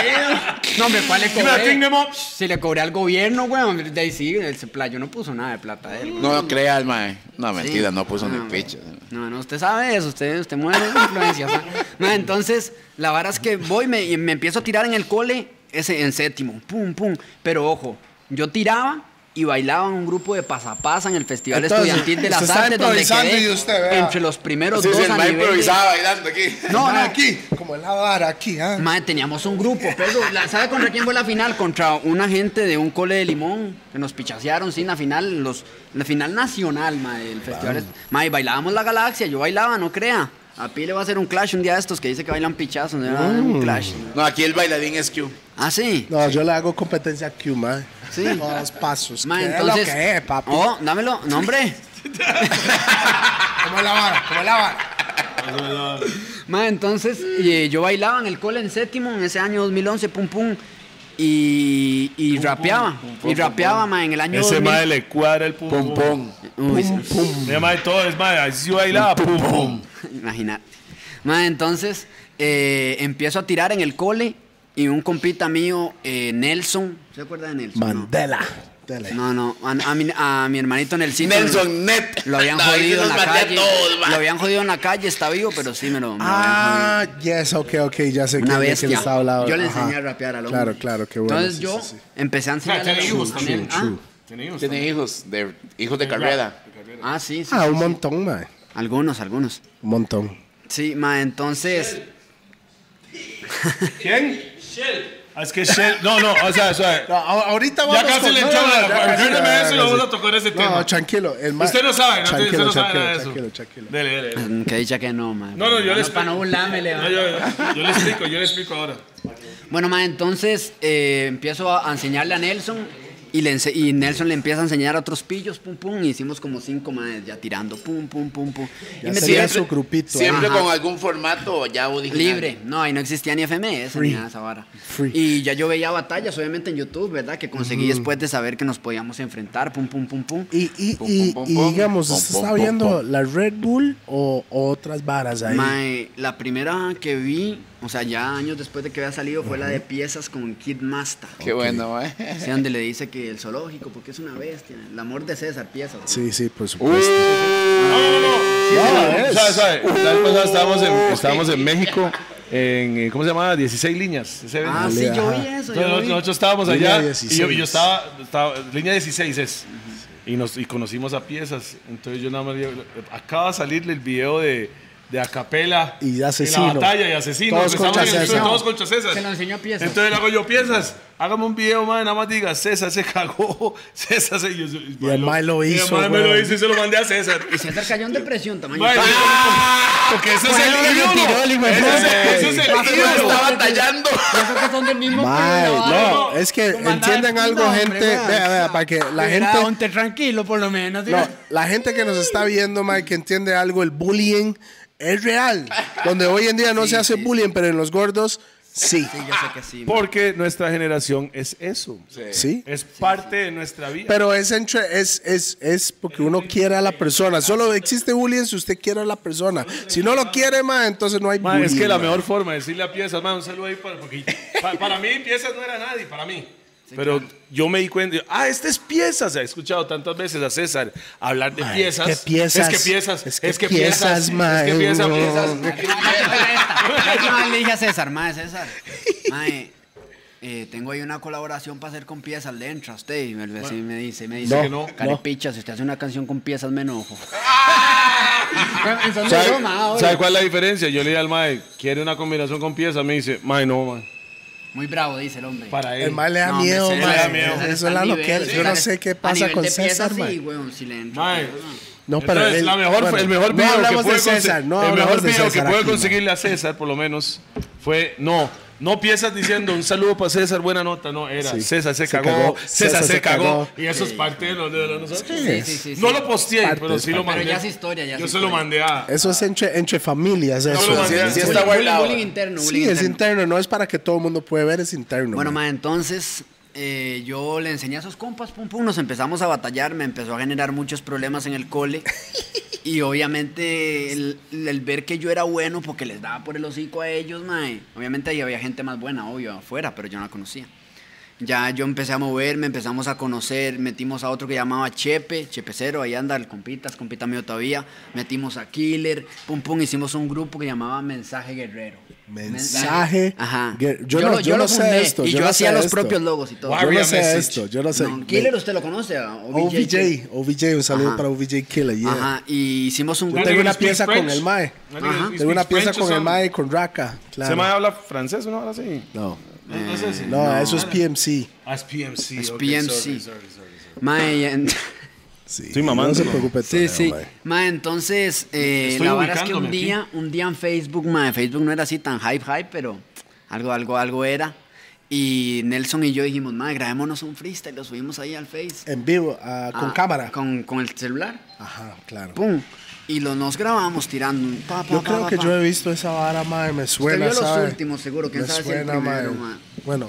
que- no, hombre, ¿cuál le Mira, King cobré? Nemo. Si le cobré al gobierno, güey, de ahí sí, el playo no puso nada de plata de él. güey. No creas, mae. No, Sí. mentira, no puso ni No, pecho. No, no, usted sabe eso, usted, usted muere de influencia. ¿sabe? No, entonces, la vara es que voy, me, y me empiezo a tirar en el cole, ese, en séptimo, pum, pum. Pero ojo, yo tiraba y bailaban un grupo de pasapasa en el Festival Entonces, Estudiantil de las se está Artes, donde improvisando quedé y usted, vea. entre los primeros Así es, dos el a mae nivel de- improvisaba bailando aquí. No, no, aquí, como la vara aquí, ah. Madre, teníamos un grupo, pero la- ¿sabe contra quién fue la final? Contra una gente de un cole de limón que nos pichasearon, sí, en la final, los, la final nacional, madre, del festival. Madre, bailábamos la galaxia, yo bailaba, no crea. A Pi le va a hacer un clash un día de estos que dice que bailan pichazos, le va a hacer Mm. un clash. No, aquí el bailarín es Q. Ah, sí. No, yo le hago competencia a Q, mae. Sí. Todos pasos. Madre, ¿Qué es entonces. lo que es, papi? Oh, dámelo, no, hombre. Como la vara, como la vara. Madre, entonces eh, yo bailaba en el cole en séptimo en ese año 2011, pum pum. Y, y rapeaba, y rapeaba, madre, en el año Ese 2000. mae le cuadra el pum pum. Pum. Uy, sí. Ese mae todo es mae, así bailaba pum pum. Imagínate. Mae, entonces eh, empiezo a tirar en el cole y un compita mío, eh, Nelson. ¿Se acuerda de Nelson? No. Mandela. Dele. No, no, a, a mi, a mi hermanito Nelsito. Nelson Net. Lo habían La vida jodido en nos la maté a calle. todos, mae. lo habían jodido en la calle, está vivo, pero sí me lo, me lo habían jodido. Ah, yes, ok, ok, ya sé Una quién es bestia. que le está hablando. yo le Ajá. enseñé a rapear al hombre. Claro, claro, qué bueno. Entonces sí, yo sí, sí. empecé a enseñarle a tiene los hijos hijos también. Ah, Tiene hijos, de, hijos de carrera. ah, sí, sí. Ah, un montón, mae. Algunos, algunos. Un montón. Sí, ma, entonces... ¿Quién? Ah, Es que Shell. No, no, o sea, o sea. ahorita Ya casi le echó la. Perdóneme eso y lo vamos a No, tocar ese tema. tranquilo. El mae- Usted no sabe, ¿no? Usted- Tranquilo, usted no sabe tranquilo, nada de eso. tranquilo, tranquilo. Dele, dele, dele. Mm, Que dicha que no, ma. No, no, yo Para no le explico. burlarme, le va. No, yo, yo- yo le explico, yo le explico ahora. Bueno, ma, entonces eh, empiezo a a enseñarle a Nelson y, le ense- y Nelson le empieza a enseñar a otros pillos, pum, pum, y hicimos como cinco más ya tirando, pum, pum, pum, pum. Ya y me sería tiré su grupito. ¿eh? Siempre Ajá. con algún formato ya original. libre, no, ahí no existía ni FMS ni nada de esa vara. Free. Y ya yo veía batallas, obviamente en YouTube, ¿verdad? Que conseguí después de saber que nos podíamos enfrentar, pum, pum, pum, pum. Y, y, Pum, y, pum, pum, y pum. digamos, Pum, ¿se pum, está pum, viendo la Red Bull o o otras varas ahí? Mae, eh, la primera que vi, o sea, ya años después de que había salido, fue la de piezas con Kid Masta. Qué bueno, eh. Sí, donde le dice que el zoológico, porque es una bestia. El amor de César, piezas. Sí, sí, Uh. por supuesto. Ah, No, ¿Sabes? ¿Sabes? La vez pasada estábamos en, estábamos en México, en, eh, ¿cómo se llamaba? 16 líneas. Ese evento. Ah, sí, yo vi Ajá. eso. Yo Entonces, nosotros, vi. nosotros estábamos Línea allá y yo, 16. y yo estaba, estaba- línea 16 es. Y, nos, y conocimos a piezas. Entonces yo nada más digo, acaba de salirle el video de, de Acapela Y de Asesino. la batalla y asesino. Todos Empezamos contra en el estudio, César. todos contra César. Se lo enseñó a piezas. Entonces le hago yo piezas. Hágame un video, madre, nada más diga, César se cagó, César se... yo- Y el mae lo y el hizo, mae me lo weón. hizo y se lo mandé a César. Y César cayó en depresión, tamaño. Mae, ah, Porque ese es Por eso el le tiró el hijo ídolo. de Ese es puta. el- ese es el Yo ídolo. estaba batallando. Eso que son del mismo Mae, culo, no, ¿vale? es que Son bandadas entiendan de algo, hombre, gente, weón. vea, vea, para que la Mira, gente- ponte tranquilo, por lo menos. No, mira. la gente que nos está viendo, Mike, que entiende algo, el bullying es real. Donde hoy en día no se hace bullying, pero en los gordos, sí. Sí, yo sé que sí. ma. Porque nuestra generación es eso. Sí. Es parte de nuestra vida. Pero es, entre, es, es, es porque uno quiere a la persona. Solo existe bullying si usted quiere a la persona. Si no lo quiere, ma, entonces no hay Ma, bullying. es que la ma. mejor forma de decirle a Piezas, ma, un saludo ahí para, porque pa- para mí Piezas no era nadie, para mí. Pero yo me di cuenta, yo, ah, este es Piezas. He escuchado tantas veces a César hablar de piezas. que Piezas, Es que Piezas. es que es que Piezas, Piezas. ma, Es que Piezas. no. Piezas. La última vez le dije a César, mae, César, mae, eh, tengo ahí una colaboración para hacer con piezas, le entra a usted. Y me, así me dice, me dice, No, que no, no. carepicha, si usted hace una canción con piezas, me enojo. ¿Sabe, sabe cuál es la diferencia? Yo le dije al Mae, quiere una combinación con piezas. Me dice, Mae, no, Mae. Muy bravo, dice el hombre. Para El él. mal le da No, hombre, miedo, César, ma. César está Eso es la al nivel, loquera. Yo César no es- sé qué a pasa nivel con de piezas, César, ma. Sí, weón, si le entra. Mae. No, pero Entonces, él- la mejor, bueno, el mejor no video que hablamos pude de César, conse- no el hablamos mejor de video que César pude aquí, conseguirle a César, por lo menos, fue no. No piezas diciendo un saludo para César, buena nota, no, era Sí. César se, Se cagó, cagó, César se, cagó. cagó. Y eso es parte de lo de lo- nosotros. Sí, sí, sí, sí. No lo posteé, Parte, pero sí es lo parte. mandé. Pero ya es historia, ya es Yo se historia. lo mandé a. Eso es entre, entre familias, lo eso. mandé a- Sí, sí Bullying, está bullying, guardado. bullying interno, Sí, bullying es interno, no es para que todo el mundo puede ver, es interno. Bueno, ma. ma, entonces eh, yo le enseñé a sus compas, pum, pum, nos empezamos a batallar, me empezó a generar muchos problemas en el cole. y obviamente el, el ver que yo era bueno porque les daba por el hocico a ellos, mae. Obviamente ahí había gente más buena, obvio, afuera, pero yo no la conocía. Ya yo empecé a moverme, empezamos a conocer, metimos a otro que llamaba Chepe, Chepecero, ahí anda el compitas, compita mío todavía, metimos a Killer, pum pum, hicimos un grupo que llamaba Mensaje Guerrero. Mensaje Ajá. Guer- yo no- lo- yo no lo sé fundé, esto, Y yo yo, no hacía sé los esto. propios logos y todo. Yo no Warrior sé message. esto, yo no sé. No, Killer usted lo conoce, a OBJ, OBJ. OBJ, un saludo Ajá. para OBJ Killer, yeah. Ajá, y hicimos un Yo grupo. tengo una Speak pieza con French. el Mae. Ajá. Tengo una pieza con el Mae y con Raka, ¿Se me claro. habla francés no? Ahora sí. No, No sé si. no, eso es PMC. Ah, es PMC. Es ok, PMC. sorry, sorry, sorry. Mae, y en- Sí, Estoy mamando. No se preocupe, Sí, Toneo, sí. mae. Ma, entonces, eh, Estoy la verdad es que un ubicándome aquí. día, un día en Facebook, ma, Facebook no era así tan hype, hype, pero algo, algo, algo era. Y Nelson y yo dijimos, ma, grabémonos un freestyle, lo subimos ahí al Face. En vivo, ah, con Ah, cámara. Con, con el celular. Ajá, claro. Pum. Y lo, nos grabamos tirando. un pa, pa, Yo pa, creo pa, que pa. yo he visto esa vara, mae, me suena, vio los ¿sabe? últimos, seguro, quién me sabe si el suena, mae. primero, mae. Bueno,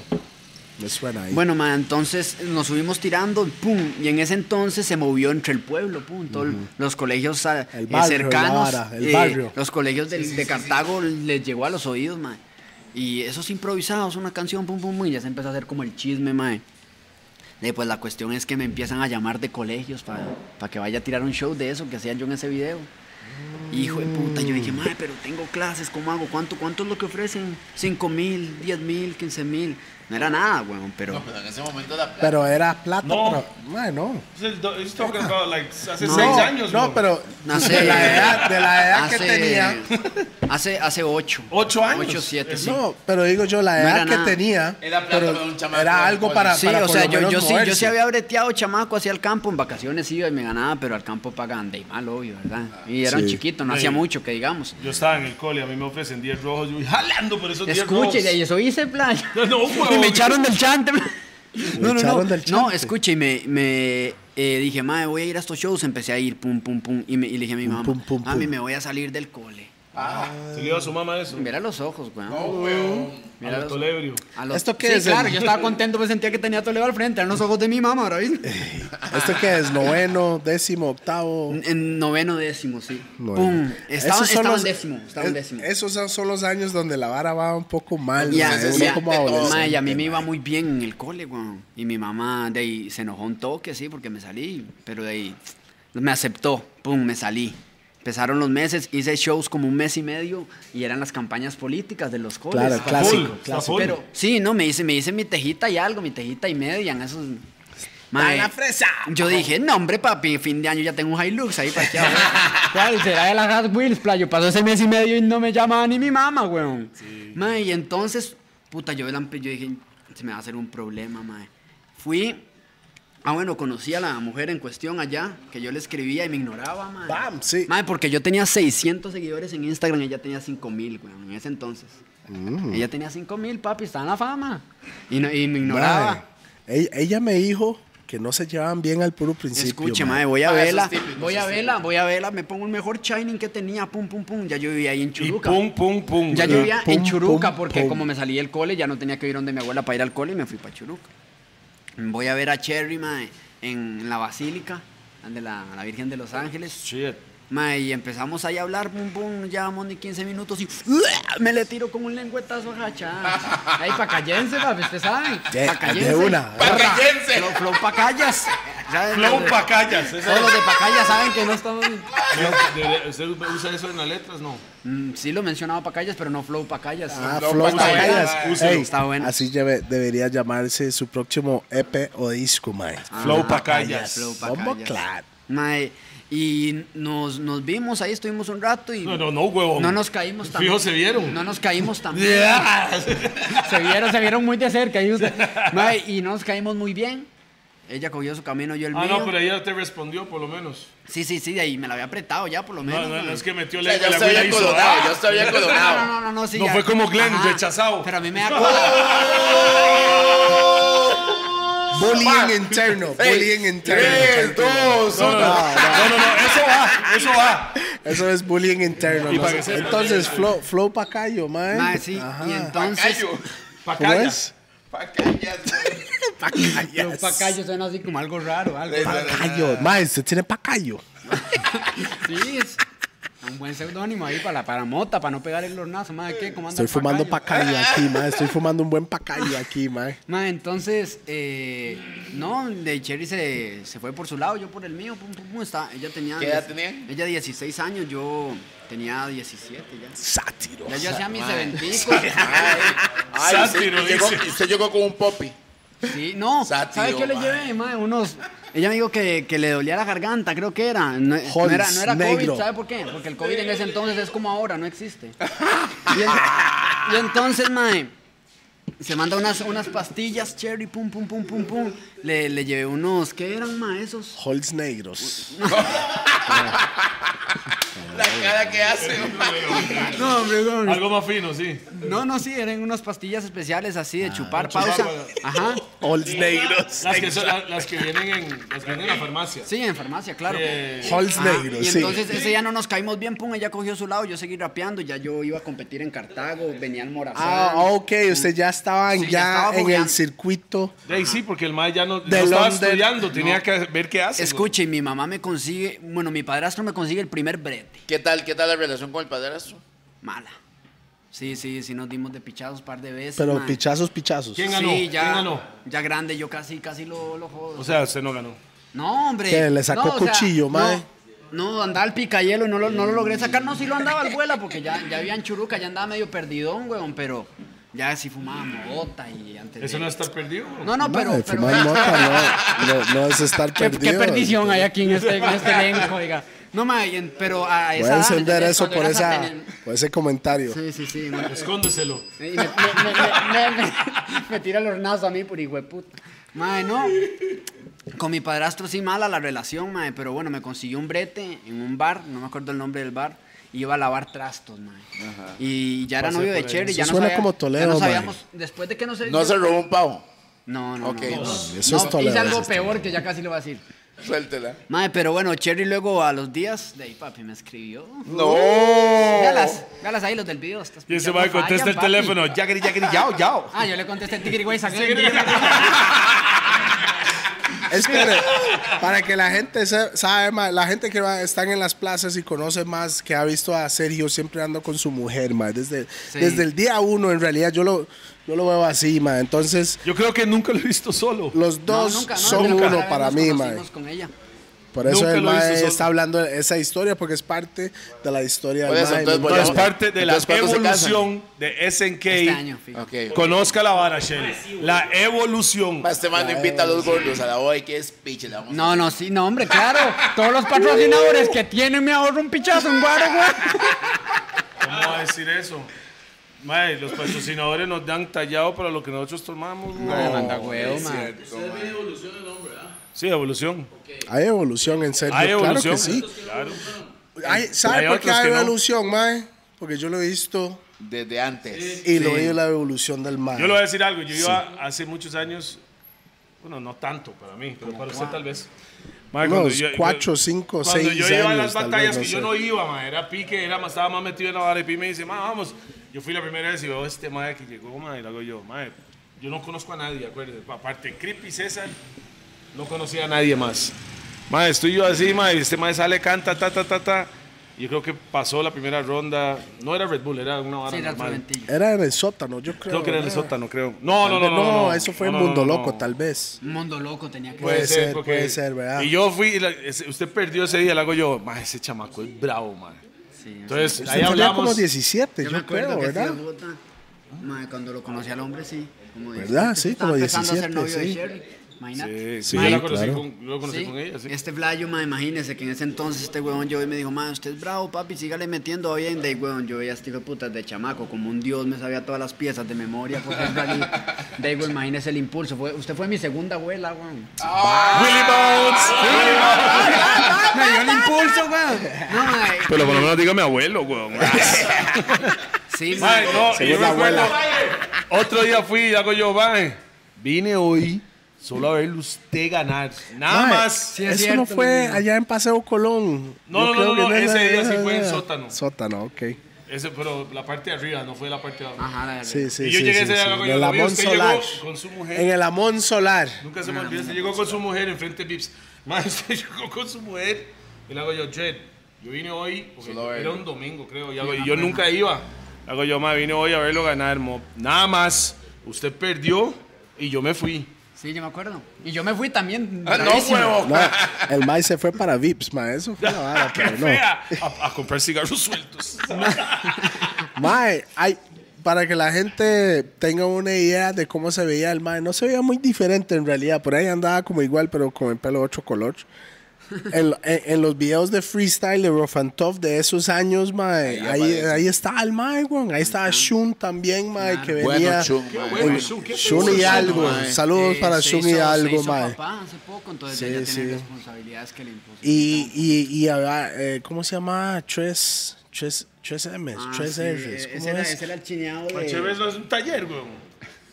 me suena ahí. Bueno, ma, entonces nos subimos tirando, pum, y en ese entonces se movió entre el pueblo, pum, todos los colegios ah, El eh, barrio, cercanos, eh, la vara, el barrio. los colegios del- de Cartago les llegó a los oídos, ma. Y esos improvisados, una canción, pum, pum, pum, y ya se empezó a hacer como el chisme, ma. Eh, pues la cuestión es que me empiezan a llamar de colegios para que vaya a tirar un show de eso que hacía yo en ese video. Hijo de puta, yo dije, madre, pero tengo clases, ¿cómo hago? ¿Cuánto, cuánto es lo que ofrecen? ¿Cinco mil, diez mil, quince mil? No era nada, weón, pero... No, pero en ese momento la plata. Pero era plata, No. pero, mae, no. He's talking about like hace No, seis años. no, bro. pero Hace- de la edad, de la edad que hace- tenía. Hace, hace ocho. Ocho años. Ocho, siete, sí. No, pero digo yo, la No edad era que nada. tenía Era plata pero para un chamaco era algo alcohólico. para, Sí, para o por sea, lo yo, menos yo, sí, yo moverse. sí había breteado chamaco hacia el campo, en vacaciones iba y me ganaba, pero al campo pagan de mal, obvio, ¿verdad? Y era un Sí. chiquito, no Sí. hacía mucho, que digamos. Yo estaba en el cole, a mí me ofrecen 10 rojos, yo voy jalando por esos 10 rojos. Escuche, y eso hice, playa. No, no, Y huevón. me echaron del chante. bla. No, no, no. echaron del No, chante. escuche, y me, me eh, dije, madre, voy a ir a estos shows. Empecé a ir, pum, pum, pum. Y, me, y le dije a mi mamá, pum, pum, mami, pum". me voy a salir del cole. Se le dio a su mamá eso. Mira los ojos, weón. Mira al los- tolebrio. a los- ¿Esto qué sí, es, claro, el- yo estaba contento, me sentía que tenía Toledo al frente, eran los ojos de mi mamá, ahora viste. ¿Esto qué es? Noveno, décimo, octavo. En, en noveno décimo, sí. Noveno. Pum. Esos Estaba, son estaba en los- décimo, estaba en es- décimo. Esos son- son los años donde la vara va un poco mal. Y a, mae, uno y a- como eh, adolescente, ma, y a mí me iba mae. muy bien en el cole, weón. Y mi mamá de ahí se enojó un toque, sí, porque me salí. Pero de ahí me aceptó, pum, me salí. Empezaron los meses, hice shows como un mes y medio y eran las campañas políticas de los coles. Claro, pa- claro. Clásico, Full, está clásico. full. Pero sí, no, me hice, me hice mi tejita y algo, mi tejita y media en esos. Mae, Yo dije, no, hombre, papi, fin de año ya tengo un Hilux ahí parqueado. ¿Cuál será de las Hot Wheels, playo? Pasó ese mes y medio y no me llamaba ni mi mamá, weón. Mae, y entonces, puta, yo, el- yo dije, se me va a hacer un problema, mae. Fui, ah, bueno, conocí a la mujer en cuestión allá, que yo le escribía y me ignoraba, mae. Bam, sí. Mae, porque yo tenía 600 seguidores en Instagram y ella tenía 5000, weón, en ese entonces. Mm. Ella tenía 5000, papi, estaba en la fama. Y, no- y me ignoraba. Mae, Ella, ella me dijo que no se llevaban bien al puro principio. Escuche, mae. mae, voy a Ah, eso es verla, típico, voy eso a es verla, voy a verla, me pongo el mejor shining que tenía, pum, pum, pum, ya yo vivía ahí en Y Churuca. pum, pum, pum. ya yo ¿verdad? vivía Pum, en Churuca pum, porque pum. como me salí del cole ya no tenía que ir donde mi abuela para ir al cole y me fui para Churuca. Voy a ver a Cherry, mae, en la Basílica, de la, la Virgen de los Ángeles. Shit. Mae, y empezamos ahí a hablar, pum, pum, no llevamos ni 15 minutos y me le tiro con un lengüetazo a Jachá. Ahí, pacayense, papi, pues, usted sabe. De- Pacayense. de una. ¡Pacayense! Flow, flow pacayas. ¿Saben? Flow pacayas. Todos esa- los de Pacaya saben que no estamos. Debería- ¿Usted usa eso en las letras? No. Mm, sí, lo mencionaba Pacayas, pero no Flow Pacayas. Ah, No, Flor está buena, Pacayas. úselo. Ey, Está buena. Así lleve- debería llamarse su próximo EP o disco, mae. Ah, Flow pacayas. Flow Vamos, Pacayas. claro. Mae, y nos, nos vimos ahí, estuvimos un rato y. No, no, no, huevón. No nos caímos tan Fijo, se vieron. No nos caímos tan Yeah. Se vieron, se vieron muy de cerca. Y, usted- Mae, y no nos caímos muy bien. Ella cogió su camino, yo el Ah, mío. no, pero ella te respondió por lo menos. Sí, sí, sí, de ahí me la había apretado ya, por lo menos. No, no, no, mae. es que metió O la sea, y yo la se güila había hizo. colonado, yo se había No, no, colonado. no, no, no, sí, No ya. fue como Glenn, rechazado. Pero a mí me da cosa. Bullying interno, bullying interno. Tres, dos, uno. No, no, no, eso va, eso va. Eso es bullying interno. Y ¿no? para que sepa- Entonces, Flow, flow Pacayo, mae. Mae, sí, Ajá. y entonces. Ah, ¿Cómo Pues, Pacayas. es? Pacayas. Los pacayos suena así como algo raro, algo. Pacayo. Mae, usted tiene Pacayo. Sí, es- Un buen seudónimo ahí para la paramota, para no pegar el hornazo. Madre, ¿qué? ¿Cómo anda Estoy el fumando pacayo? pacayo aquí, mae. Estoy fumando un buen pacayo aquí, mae. Mae, entonces, eh, no, de Cherry se, se fue por su lado, yo por el mío. Pum, pum, pum, está- ella tenía ¿Qué edad diez- tenía? Ella 16 años, yo tenía 17 ya. Sátiro. Ya yo hacía mis madre. eventicos. Ay, ay, Sátiro, usted, llegó, dice. usted llegó con un popi. Sí, no. Sátiro, ¿Sabes qué le mae. llevé, mae? Unos. Ella me dijo que, que le dolía la garganta, creo que era. No, no Holmes, era, no era negro. COVID, ¿sabe por qué? Porque el COVID en ese entonces es como ahora, no existe. Y, en- y entonces, mae, se manda unas, unas pastillas, cherry, pum, pum, pum, pum, pum. Le, le llevé unos, ¿qué eran, mae, esos? Holz negros. La cara que hace. mae. No, hombre, no. Algo más fino, sí. No, no, sí, eran unas pastillas especiales así de chupar, pausa. Ajá. Holz negros. Las que, son- la- las que vienen en, las que vienen en la farmacia. Sí, en farmacia, claro. Eh, Holz Ah, negros, y sí. entonces ese día no nos caímos bien, pum, ella cogió su lado, yo seguí rapeando, ya yo iba a competir en Cartago, venía al Morazán. Ah, ok. Usted ya estaban Sí, ya ya, estaba en el fogueando. circuito. de ahí sí, porque el mae ya no, no De estaba Londres. estudiando, tenía que ver qué hace. güey. Escuche, y mi mamá me consigue, bueno, mi padrastro me consigue el primer brete. ¿Qué tal, qué tal la relación con el padrastro? Mala. Sí, sí, sí, nos dimos de pichados par de veces. Pero mae. pichazos, pichazos. ¿Quién ganó? Sí, ya, ¿Quién ganó? ya grande, yo casi, casi lo, lo jodo. O sea, usted no ganó. no, hombre. ¿Qué, le sacó No, o sea, cuchillo, no, mae? No, andaba al picayelo y no lo, no lo logré sacar. No, sí lo andaba al vuela porque ya, ya había en Churuca, ya andaba medio perdidón, weón, pero ya sí fumaba mota y antes Eso de- no es estar perdido. güey. No, no, pero. Mae, pero- fumar mota no, no, no es estar ¿Qué, perdido. qué perdición hay aquí en este, en este elenco, oiga. No, ma, y en- pero a esa Voy a edad, encender eh, eso cuando por, eras a esa, tener- por ese comentario. Sí, sí, sí. ma. Escóndeselo. Y me, me, me- me- me- me tira el hornazo a mí por hijo de puta. Mae, no. Con mi padrastro sí mala la relación, mae, pero bueno, me consiguió un brete en un bar, no me acuerdo el nombre del bar, y iba a lavar trastos, mae. Y ya era Pasé novio de por ahí. Cherry, Eso ya no suena sabía- como ya Toledo, mae. no sabíamos, después de que no se No se robó un pavo. No, no, Ok, no, no. eso es No, Toledo, Hice algo eso es peor que ya casi lo va a decir. Suéltela. Mae, pero bueno, Cherry luego a los días de ahí, papi, me escribió. No. Galas, galas ahí los del video. estás Y ese escuchando, mae contesta fallan, el papi. teléfono. Ya que ya que yao, yao. Ah, yo le contesté el tigre, güey, saqué el video. Espere, para que la gente se, sabe más, la gente que va- están en las plazas y conoce más, que ha visto a Sergio siempre ando con su mujer, ma, desde, Sí. desde el día uno, en realidad, yo lo, yo lo veo así, ma. Entonces, Yo creo que nunca lo he visto solo. los No, dos nunca, no, son nunca. uno Una para vez nos mí, ma. conocimos con ella. Por eso Nunca el lo hizo ma solo. está hablando de esa historia, porque es parte de la historia Por del eso, ma. Pues, entonces, Entonces, Es volvamos- parte de la Entonces, ¿cuándo se evolución de SNK. Este año, fijo. Ok. Conozca la vara, Shelly. La evolución. Ma, Este man no invita a los gordos a la boda y que es piche. La vamos a- No, no, sí, no, hombre, claro. Todos los patrocinadores que tienen me ahorro un pichazo, un guaro, güey. ¿Cómo va a decir eso? Mae, los patrocinadores nos dan tallado para lo que nosotros tomamos. güey. manda huevo, man. Sí, evolución. hay evolución en Sergio, Hay evolución. claro que sí. Claro. Hay- ¿Sabe Hay por qué otros hay que no. evolución, ma? Porque yo lo he visto Desde antes. y lo veo la evolución del ma. Yo le voy a decir algo. Yo iba hace muchos años, bueno, no tanto para mí, pero para usted tal vez. Mae, Unos cuando yo- cuatro, cinco, cuando seis yo iba a años, las tal batallas vez, que yo no no iba, mae, era pique, era, más- estaba más metido en la vara. Y Pi me dice, mae, vamos. Yo fui la primera vez y veo este mae que llegó, mae, y lo hago yo, mae. Yo no conozco a nadie, acuérdense. Aparte, de Creepy César, no conocía a nadie más. Mae, estoy yo así, mae, y este mae sale, canta, ta, ta, ta, ta. Y Yo creo que pasó la primera ronda. No era Red Bull, era una vara Sí, era normal. Florentillo. Era en el sótano, yo creo. Creo que era en el ¿verdad? sótano, creo. No, no, no, no. no. eso fue No, en no, Mundo no, Loco, no. tal vez. Un mundo loco tenía que Puede ser, ser. puede ser, ¿verdad? Y yo fui, y la- ese- usted perdió ese día, le hago yo, ma, ese chamaco es bravo, man. Sí, Entonces, Usted ahí tenía hablamos. como 17, yo, Yo me acuerdo creo, que ¿verdad? ¿verdad? Mae, cuando lo conocí al hombre, sí. Como ¿Verdad? 17, Sí, estaba como empezando a ser 17, novio sí. de Shirley, imagínate. Sí, sí, Mae, yo la conocí, claro. con, yo la conocí sí, con ella, sí. Este playo, mae, imagínese que en ese entonces este huevón yo y me dijo, mae, usted es bravo, papi, sígale metiendo bien. De ahí, huevón, yo veía a este hijo de puta de chamaco, como un dios, me sabía todas las piezas de memoria. Por ejemplo, ahí. de ahí, huevón, imagínese el impulso. Fue, usted fue mi segunda abuela, huevón. Willy Bones. Me dio el impulso, huevón. No, eh. mae. Pero por lo menos dígame abuelo, weón. Sí, mae. Mae, no, Según yo la me acuerdo. Otro día fui y hago yo, mae. Vine hoy solo a verle usted ganar. Nada Mae, más. Sí, es eso cierto, no fue Lino. allá en Paseo Colón. No, Yo no, creo no, que no, era- ese día sí fue en era- sótano. Sótano, ok. Ese, pero la parte de arriba, no fue la parte de abajo. Ajá, la verdad. Sí, sí, Y yo sí, llegué sí, ese día, sí. loco, En yo el lo vi, Amón usted Solar. llegó con su mujer. En el Amón Solar. Nunca se me olvida, se llegó con su mujer enfrente de Vips. Mae, usted llegó con su mujer. Y le hago yo, Jed, Yo vine hoy, porque Solo a verlo. era un domingo, creo. Y hago- y yo nunca iba. Hago yo, ma, vine hoy a verlo ganar, mo. Nada más. Usted perdió y yo me fui. Sí, yo me acuerdo. Y yo me fui también. Ah, no, bravísimo. huevo. No, el Mae se fue para Vips, Mae. Eso fue la vara, ¡Qué pero no. fea! A, a comprar cigarros sueltos. Mae, hay- para que la gente tenga una idea de cómo se veía el Mae, no se veía muy diferente en realidad. Por ahí andaba como igual, pero con el pelo otro color. En, lo- en- en los videos de freestyle de Rough and Tough de esos años, mae, ahí, ahí, aparece. está el mae, weón. Ahí está Shun también, mae, que Bueno, venía. Shun, mae. bueno, El- Shun, ¿qué Shun pasó, y Shun, algo. mae? Saludos Eh, para se Shun y hizo- se algo, hizo mae. papá hace poco, entonces Sí, ya tiene sí. responsabilidades que le impusieron. Y, y, y había, eh, ¿cómo se llama? Tres, tres, tres M's, Ah, tres sí, R's. eh, ¿Cómo Ese era, es? ese era el chineado de... Chévere, no es un taller, weón.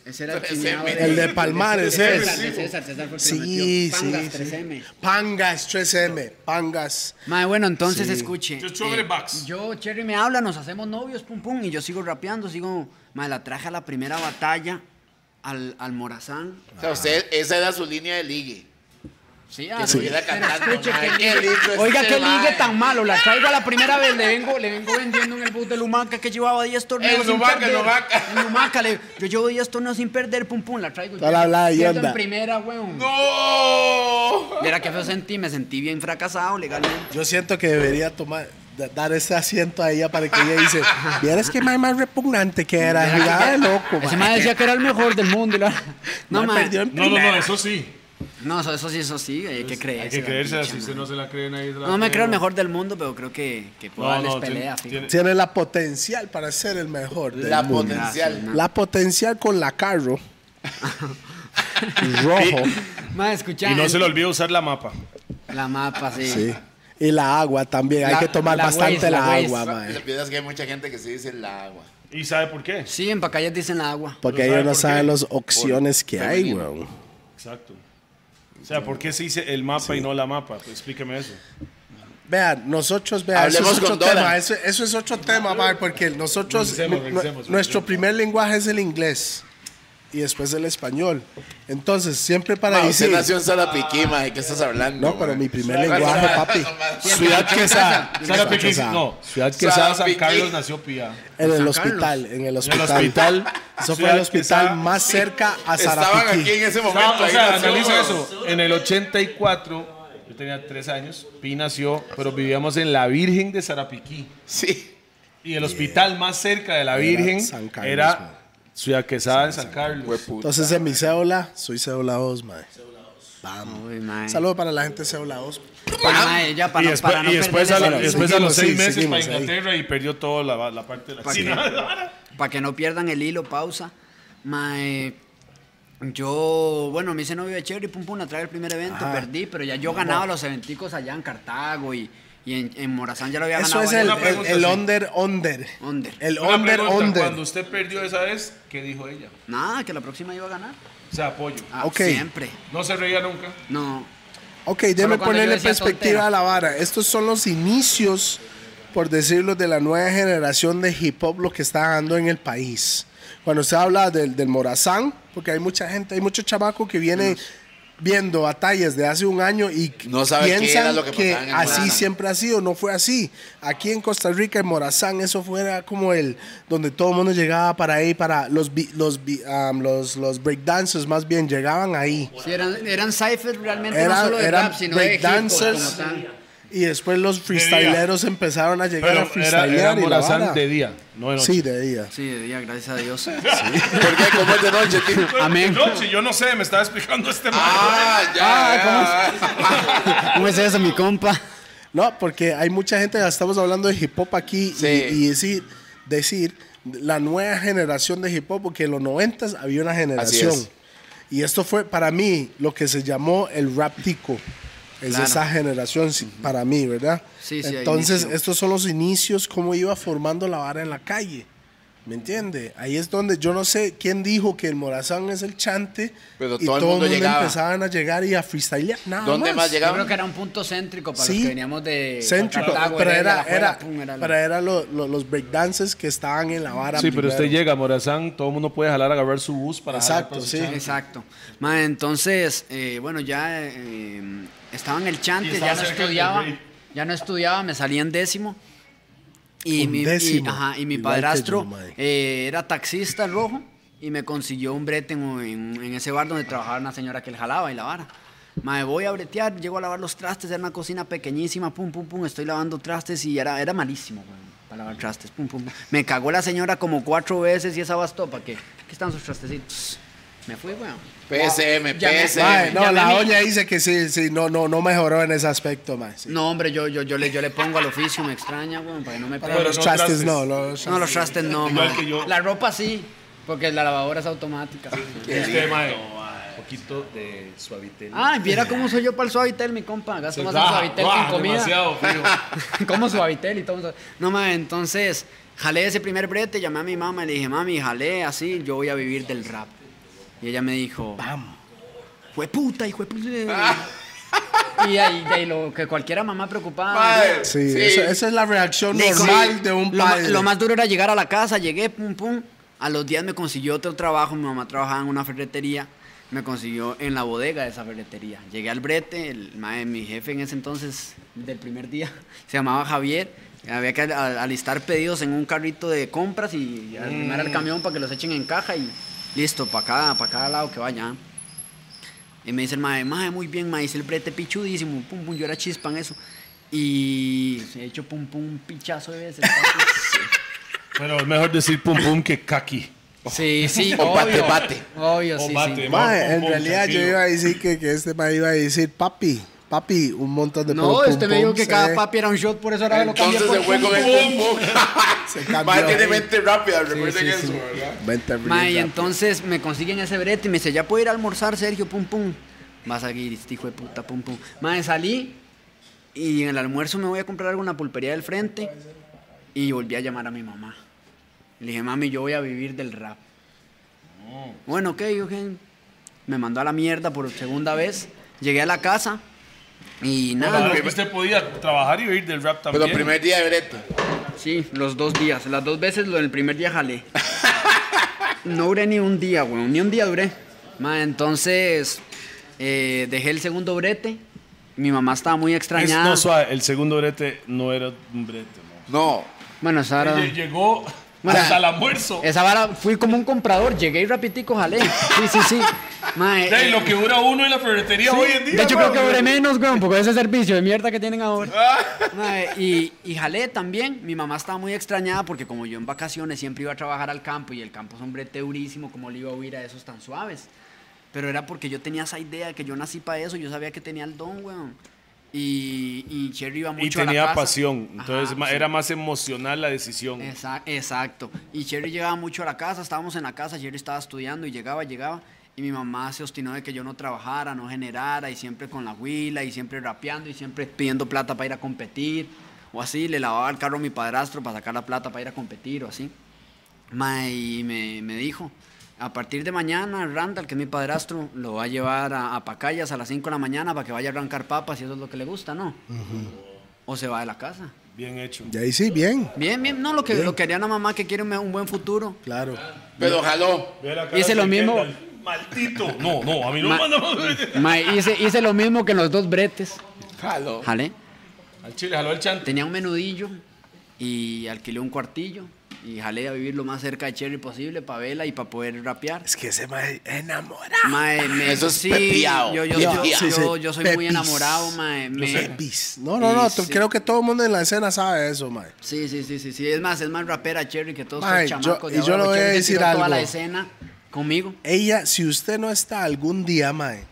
Ese era el ¿eh? Ese chineado me- de... El de Palmares, César, es. de César, César fue el que lo Sí, metió. sí, Pangas, sí. 3M. Pangas, 3M, pangas. Mae, bueno, entonces Sí. escuche. eh, Yo, chévere, Bax. yo, Cherry me habla, nos hacemos novios, pum pum, y yo sigo rapeando, sigo. Mae, la traje a la primera batalla al, al Morazán. O sea, usted, esa era su línea de ligue. Sí, Que ah, sí. estuviera cantando. escuche, mae, qué qué lindo es Oiga, este qué ligue mae. tan malo, la traigo a la primera vez, le vengo, le vengo vendiendo en el bus de Lumaca que llevaba 10 torneos. En sin Eh, Lumaca, en perder. Lumaca. En Lumaca, le- yo llevo 10 torneos sin perder, pum pum, la traigo. y Toda la pierdo- hablada de pierdo Yonda. en primera, weón. ¡No! Mira qué feo sentí, me sentí bien fracasado legalmente. Yo siento que debería tomar, da- dar ese asiento a ella para que ella dice, vieras que mae más repugnante que era, jugada de loco, Ese mae. mae decía que era el mejor del mundo. y la- No, Mae mae. perdió en No, no, no, primera. eso sí. No, eso, eso sí, eso sí, hay que creerse. Pues, Hay que la creérsela. picha, Si usted man. no se la cree, nadie se la No me cree, creo el weón. mejor del mundo, pero creo que, que puedo No, darles no, pelea. tiene- fijo. tiene- Tiene la potencial para ser el mejor del La mundo. potencial. La potencial con la carro. rojo. Mae, escucha. Y no el- se le olvide usar la mapa. La mapa, sí. Sí. Y la agua también, hay La- que tomar la bastante Waze, la, la Waze. agua, Y mae. la piedra es que hay mucha gente que se dice la agua. ¿Y sabe por qué? Sí, en Pacayas dicen la agua. Porque ¿Pero ellos sabe no por saben las qué? opciones que hay, femenino. weón. Exacto. O sea, ¿por qué se dice el mapa y no la mapa? Pues explíqueme eso. Vean, nosotros, vean, Hablemos eso es con otro Dora. tema, eso, eso es otro tema, mae, porque nosotros, Regresemos, nu- nu- regresemos, nuestro regresemos. primer lenguaje es el inglés y después el español. Entonces, siempre para Ma, decir, usted nació en Salapiquí, ma, ¿de qué estás hablando? no, pero ma? mi primer lenguaje, papi, Ciudad Ciudad Quesada. Ciudad Quesada. Quesada. No, Ciudad Quesada, Quesada, San Piquí. Carlos nació Pía. en el San hospital, en el hospital. hospital. Eso fue Ciudad el hospital Quesada. más cerca a Estaban aquí Zarapiquí. en ese momento. No, o ahí sea, nació, analiza ma. eso. En el 84, yo tenía tres años, Pi nació, pero vivíamos en la Virgen de Sarapiquí. Sí. Y el hospital más cerca de la Virgen San Carlos, man. era Ciudad Quesada de San Carlos. Hueputa. Entonces, en mi cédula, soy cédula 2, mae. Vamos. Uy, mae. Saludos para la gente de cédula 2. Bueno, mae, ya para, Y no- después, para no y después a perder la- ese- después a los Seguimos, seis sí, meses para seguimos ahí. Inglaterra y perdió toda la, la parte de la ¿Para Sí, qué? Para que no pierdan el hilo, pausa. Mae, yo, bueno, me hice novio de Cherry, pum pum, la traje el primer evento, perdí, pero ya yo ganaba los eventicos allá en Cartago y, y en, en Morazán ya lo había Eso ganado. es el, varias Una el, veces. el sí. under, under. Under. El Una under, pregunta, under. Cuando usted perdió esa vez, ¿qué dijo ella? Nada, que la próxima iba a ganar. O sea, apoyo. Ah, Ok. Siempre. No se reía nunca. No. Ok, Solo déjame cuando yo ponerle decía perspectiva tontera. a la vara. Estos son los inicios, por decirlo, de la nueva generación de hip hop, lo que está dando en el país. Cuando se habla del, del Morazán, porque hay mucha gente, hay muchos chamacos que vienen viendo batallas de hace un año y No sabe qué era piensan lo que pasaba en el así Morazán. siempre ha sido, no fue así. Aquí en Costa Rica, en Morazán, eso fuera como el donde todo el mundo llegaba para ahí, para los bi- los bi- um, los, los breakdancers más bien llegaban ahí Sí, eran, eran cyphers realmente no eran, solo de eran rap, sino de hip hop como breakdancers tal. y después los freestyleros empezaron a llegar a Pero era, freestylear era y la vara. Morazán de día, no de noche. Sí, de día. Sí, de día, gracias a Dios. ¿Por qué? ¿Cómo es de noche, tío? Amén. Noche, yo no sé, me estaba explicando este Ah, ya. ¿Cómo es eso, mi compa? No, porque hay mucha gente, ya estamos hablando de hip hop aquí Sí. y, y decir, decir la nueva generación de hip hop, porque en los 90 había una generación. es. Y esto fue para mí lo que se llamó el rap tico. Es Claro. esa generación sí, para mí, ¿verdad? Sí, sí, hay Entonces, inicio. estos son los inicios, cómo iba formando la vara en la calle. ¿Me entiende? Ahí es donde yo no sé quién dijo que el Morazán es el chante. Pero y todo el mundo llegaba. empezaban a llegar y a freestylear. Nada ¿Dónde más Yo creo llegamos? que era un punto céntrico para Sí. los que veníamos de Céntrico, Cartago, pero Heredia, era, La Juela, era, pum, era la- pero era lo- lo- los breakdances que estaban en la vara. Sí, pero primero. usted llega a Morazán, todo el mundo puede jalar, agarrar su bus para jalar Exacto, para su sí. chance. Exacto. Ma, entonces, eh, bueno, ya eh, estaba en el chante, Y ya estaba no cerca del estudiaba. rey. Ya no estudiaba, me salía en décimo. Y Un mi, y- décimo. ajá, y mi Igual que padrastro yo, mae. eh, era taxista el rojo y me consiguió un brete en, en- en ese bar donde trabajaba una señora que le jalaba y la vara. Mae, voy a bretear, llego a lavar los trastes, era una cocina pequeñísima, pum, pum, pum, estoy lavando trastes y era, era malísimo, güey, para lavar trastes, pum, pum, pum. Me cagó la señora como cuatro veces y esa bastó, ¿para qué? Aquí están sus trastecitos. Me fui, güey. PSM, PSM. Mae, no, Llamé a la mi- doña dice que sí, sí, no, no, no mejoró en ese aspecto, mae. sí. No, hombre, yo, yo, yo, le, yo le pongo al oficio, me extraña, güey, para que no me Pero pegue. los no trastes trastes. no, los No, los trastes no, Igual mae. que yo. La ropa sí, porque la lavadora es automática. Este, mae, poquito de suavitel. ¡Ah, Ay, viera cómo soy yo para el suavitel, mi compa. Gasto más en suavitel que en comida. Demasiado, fijo. como suavitel y todo. No, mae, entonces jalé ese primer brete, llamé a mi mamá y le dije, mami, jalé así, yo voy a vivir del rap. Y ella me dijo, vamos. Fue puta, hijo de puta. Y ahí, de ahí lo que cualquiera mamá preocupada. ¿no? Mae, Sí, eso- esa es la reacción Le- normal sí. de un lo, ma- padre. lo más duro era llegar a la casa, llegué, pum, pum. A los días me consiguió otro trabajo, mi mamá trabajaba en una ferretería, me consiguió en la bodega de esa ferretería. Llegué al brete, el, mae, mi jefe en ese entonces, del primer día, se llamaba Javier. Había que al- al- alistar pedidos en un carrito de compras y arrimar Mm. el camión para que los echen en caja y listo, para cada, para cada lado que ¿ah? vayan. Y me dice el mae, mae, muy bien, mae, hice el brete pichudísimo, pum, pum, yo era chispa en eso. Y se ha hecho pum, pum, un pichazo de veces. papi. Pero es mejor decir pum pum que kaki. Sí, sí, O bate, obvio. bate. Obvio, O sí, bate, sí. mae, Mae, pum, en pum, realidad yo tranquilo. iba a decir que, que este mae iba a decir, papi, papi, un montón de No, pum, este pum, me dijo pum, que se- cada papi era un shot, por eso ahora lo cambié Entonces se por fue pum, con el pum. pum pum. Mae cambió tiene ahí. mente rápida, sí, recuerden sí. eso, ¿verdad? Vente, Ma, y brinda. entonces me consiguen ese brete y me dice, ya puedo ir a almorzar, Sergio, pum, pum. Vas a ir, este hijo de puta, pum, pum. Ma, salí y en el almuerzo me voy a comprar alguna pulpería del frente y volví a llamar a mi mamá. Le dije, mami, yo voy a vivir del rap. Bueno, ok, ok. Me mandó a la mierda por segunda vez. Llegué a la casa y nada. Para los- ver que usted podía trabajar y vivir del rap también. Pero primer día de brete. Sí, los dos días. Las dos veces lo del primer día jalé. No duré ni un día, weón. Ni un día duré. Ma, entonces eh, dejé el segundo brete. Mi mamá estaba muy Es- extrañada. no, suave, el segundo brete no era un brete, mo. No. bueno, esa vara, Lle- Llegó Bueno, hasta el almuerzo. esa vara fui como un comprador. Llegué y rapidito jalé. Sí, sí, sí. Ma, eh, De ahí, lo que dura uno en la ferretería sí. hoy en día. de hecho, creo mo. que duré menos, weón, porque ese servicio de mierda que tienen ahora. Ah. Ma, eh, y, y jalé también. Mi mamá estaba muy extrañada porque como yo en vacaciones siempre iba a trabajar al campo y el campo es un brete durísimo, ¿cómo le iba a huir a esos tan suaves? Pero era porque yo tenía esa idea, que yo nací para eso, yo sabía que tenía el don, weón. Y, y Cherry iba mucho Y a la tenía casa. pasión, entonces Ajá, ma- sí. era más emocional la decisión. Esa- Exacto. Y Cherry llegaba mucho a la casa, estábamos en la casa, Cherry estaba estudiando y llegaba, llegaba. Y mi mamá se obstinó de que yo no trabajara, no generara, y siempre con la huila, y siempre rapeando, y siempre pidiendo plata para ir a competir, o así. Le lavaba el carro a mi padrastro para sacar la plata para ir a competir, o así. Ma, y me, me dijo, a partir de mañana Randall, que es mi padrastro, lo va a llevar a, a Pacayas a las 5 de la mañana para que vaya a arrancar papas, si eso es lo que le gusta, ¿no? O se va de la casa. Bien hecho. Y ahí sí, bien, Bien, bien, no, lo que, lo que haría una mamá que quiere un, un buen futuro. claro. Pero jaló. Ve la cara Hice lo de mismo. Kendall, Maldito. No, no, a mí no me Ma- mandamos. Ma, hice, hice lo mismo que en los dos bretes. Jaló. Jale. Al chile, jaló el chante. Tenía un menudillo y alquilé un cuartillo y jalé a vivir lo más cerca de Cherry posible para vela y para poder rapear. Es que ese mae enamorado. Mae, me- Eso es sí, pepiao. yo, yo, Pepiao. yo- Sí, sí. yo- yo soy muy Pepis. enamorado, mae. me- Pepis. No, no, no, Y to- sí. creo que todo el mundo en la escena sabe eso, mae. Sí, sí, sí, sí, sí. Es más, es más rapera Cherry que todos Mae, estos chamacos. yo- de y yo ahora, le voy a Cherry se decir tiró toda la algo. escena conmigo. Ella, si usted no está algún día, mae,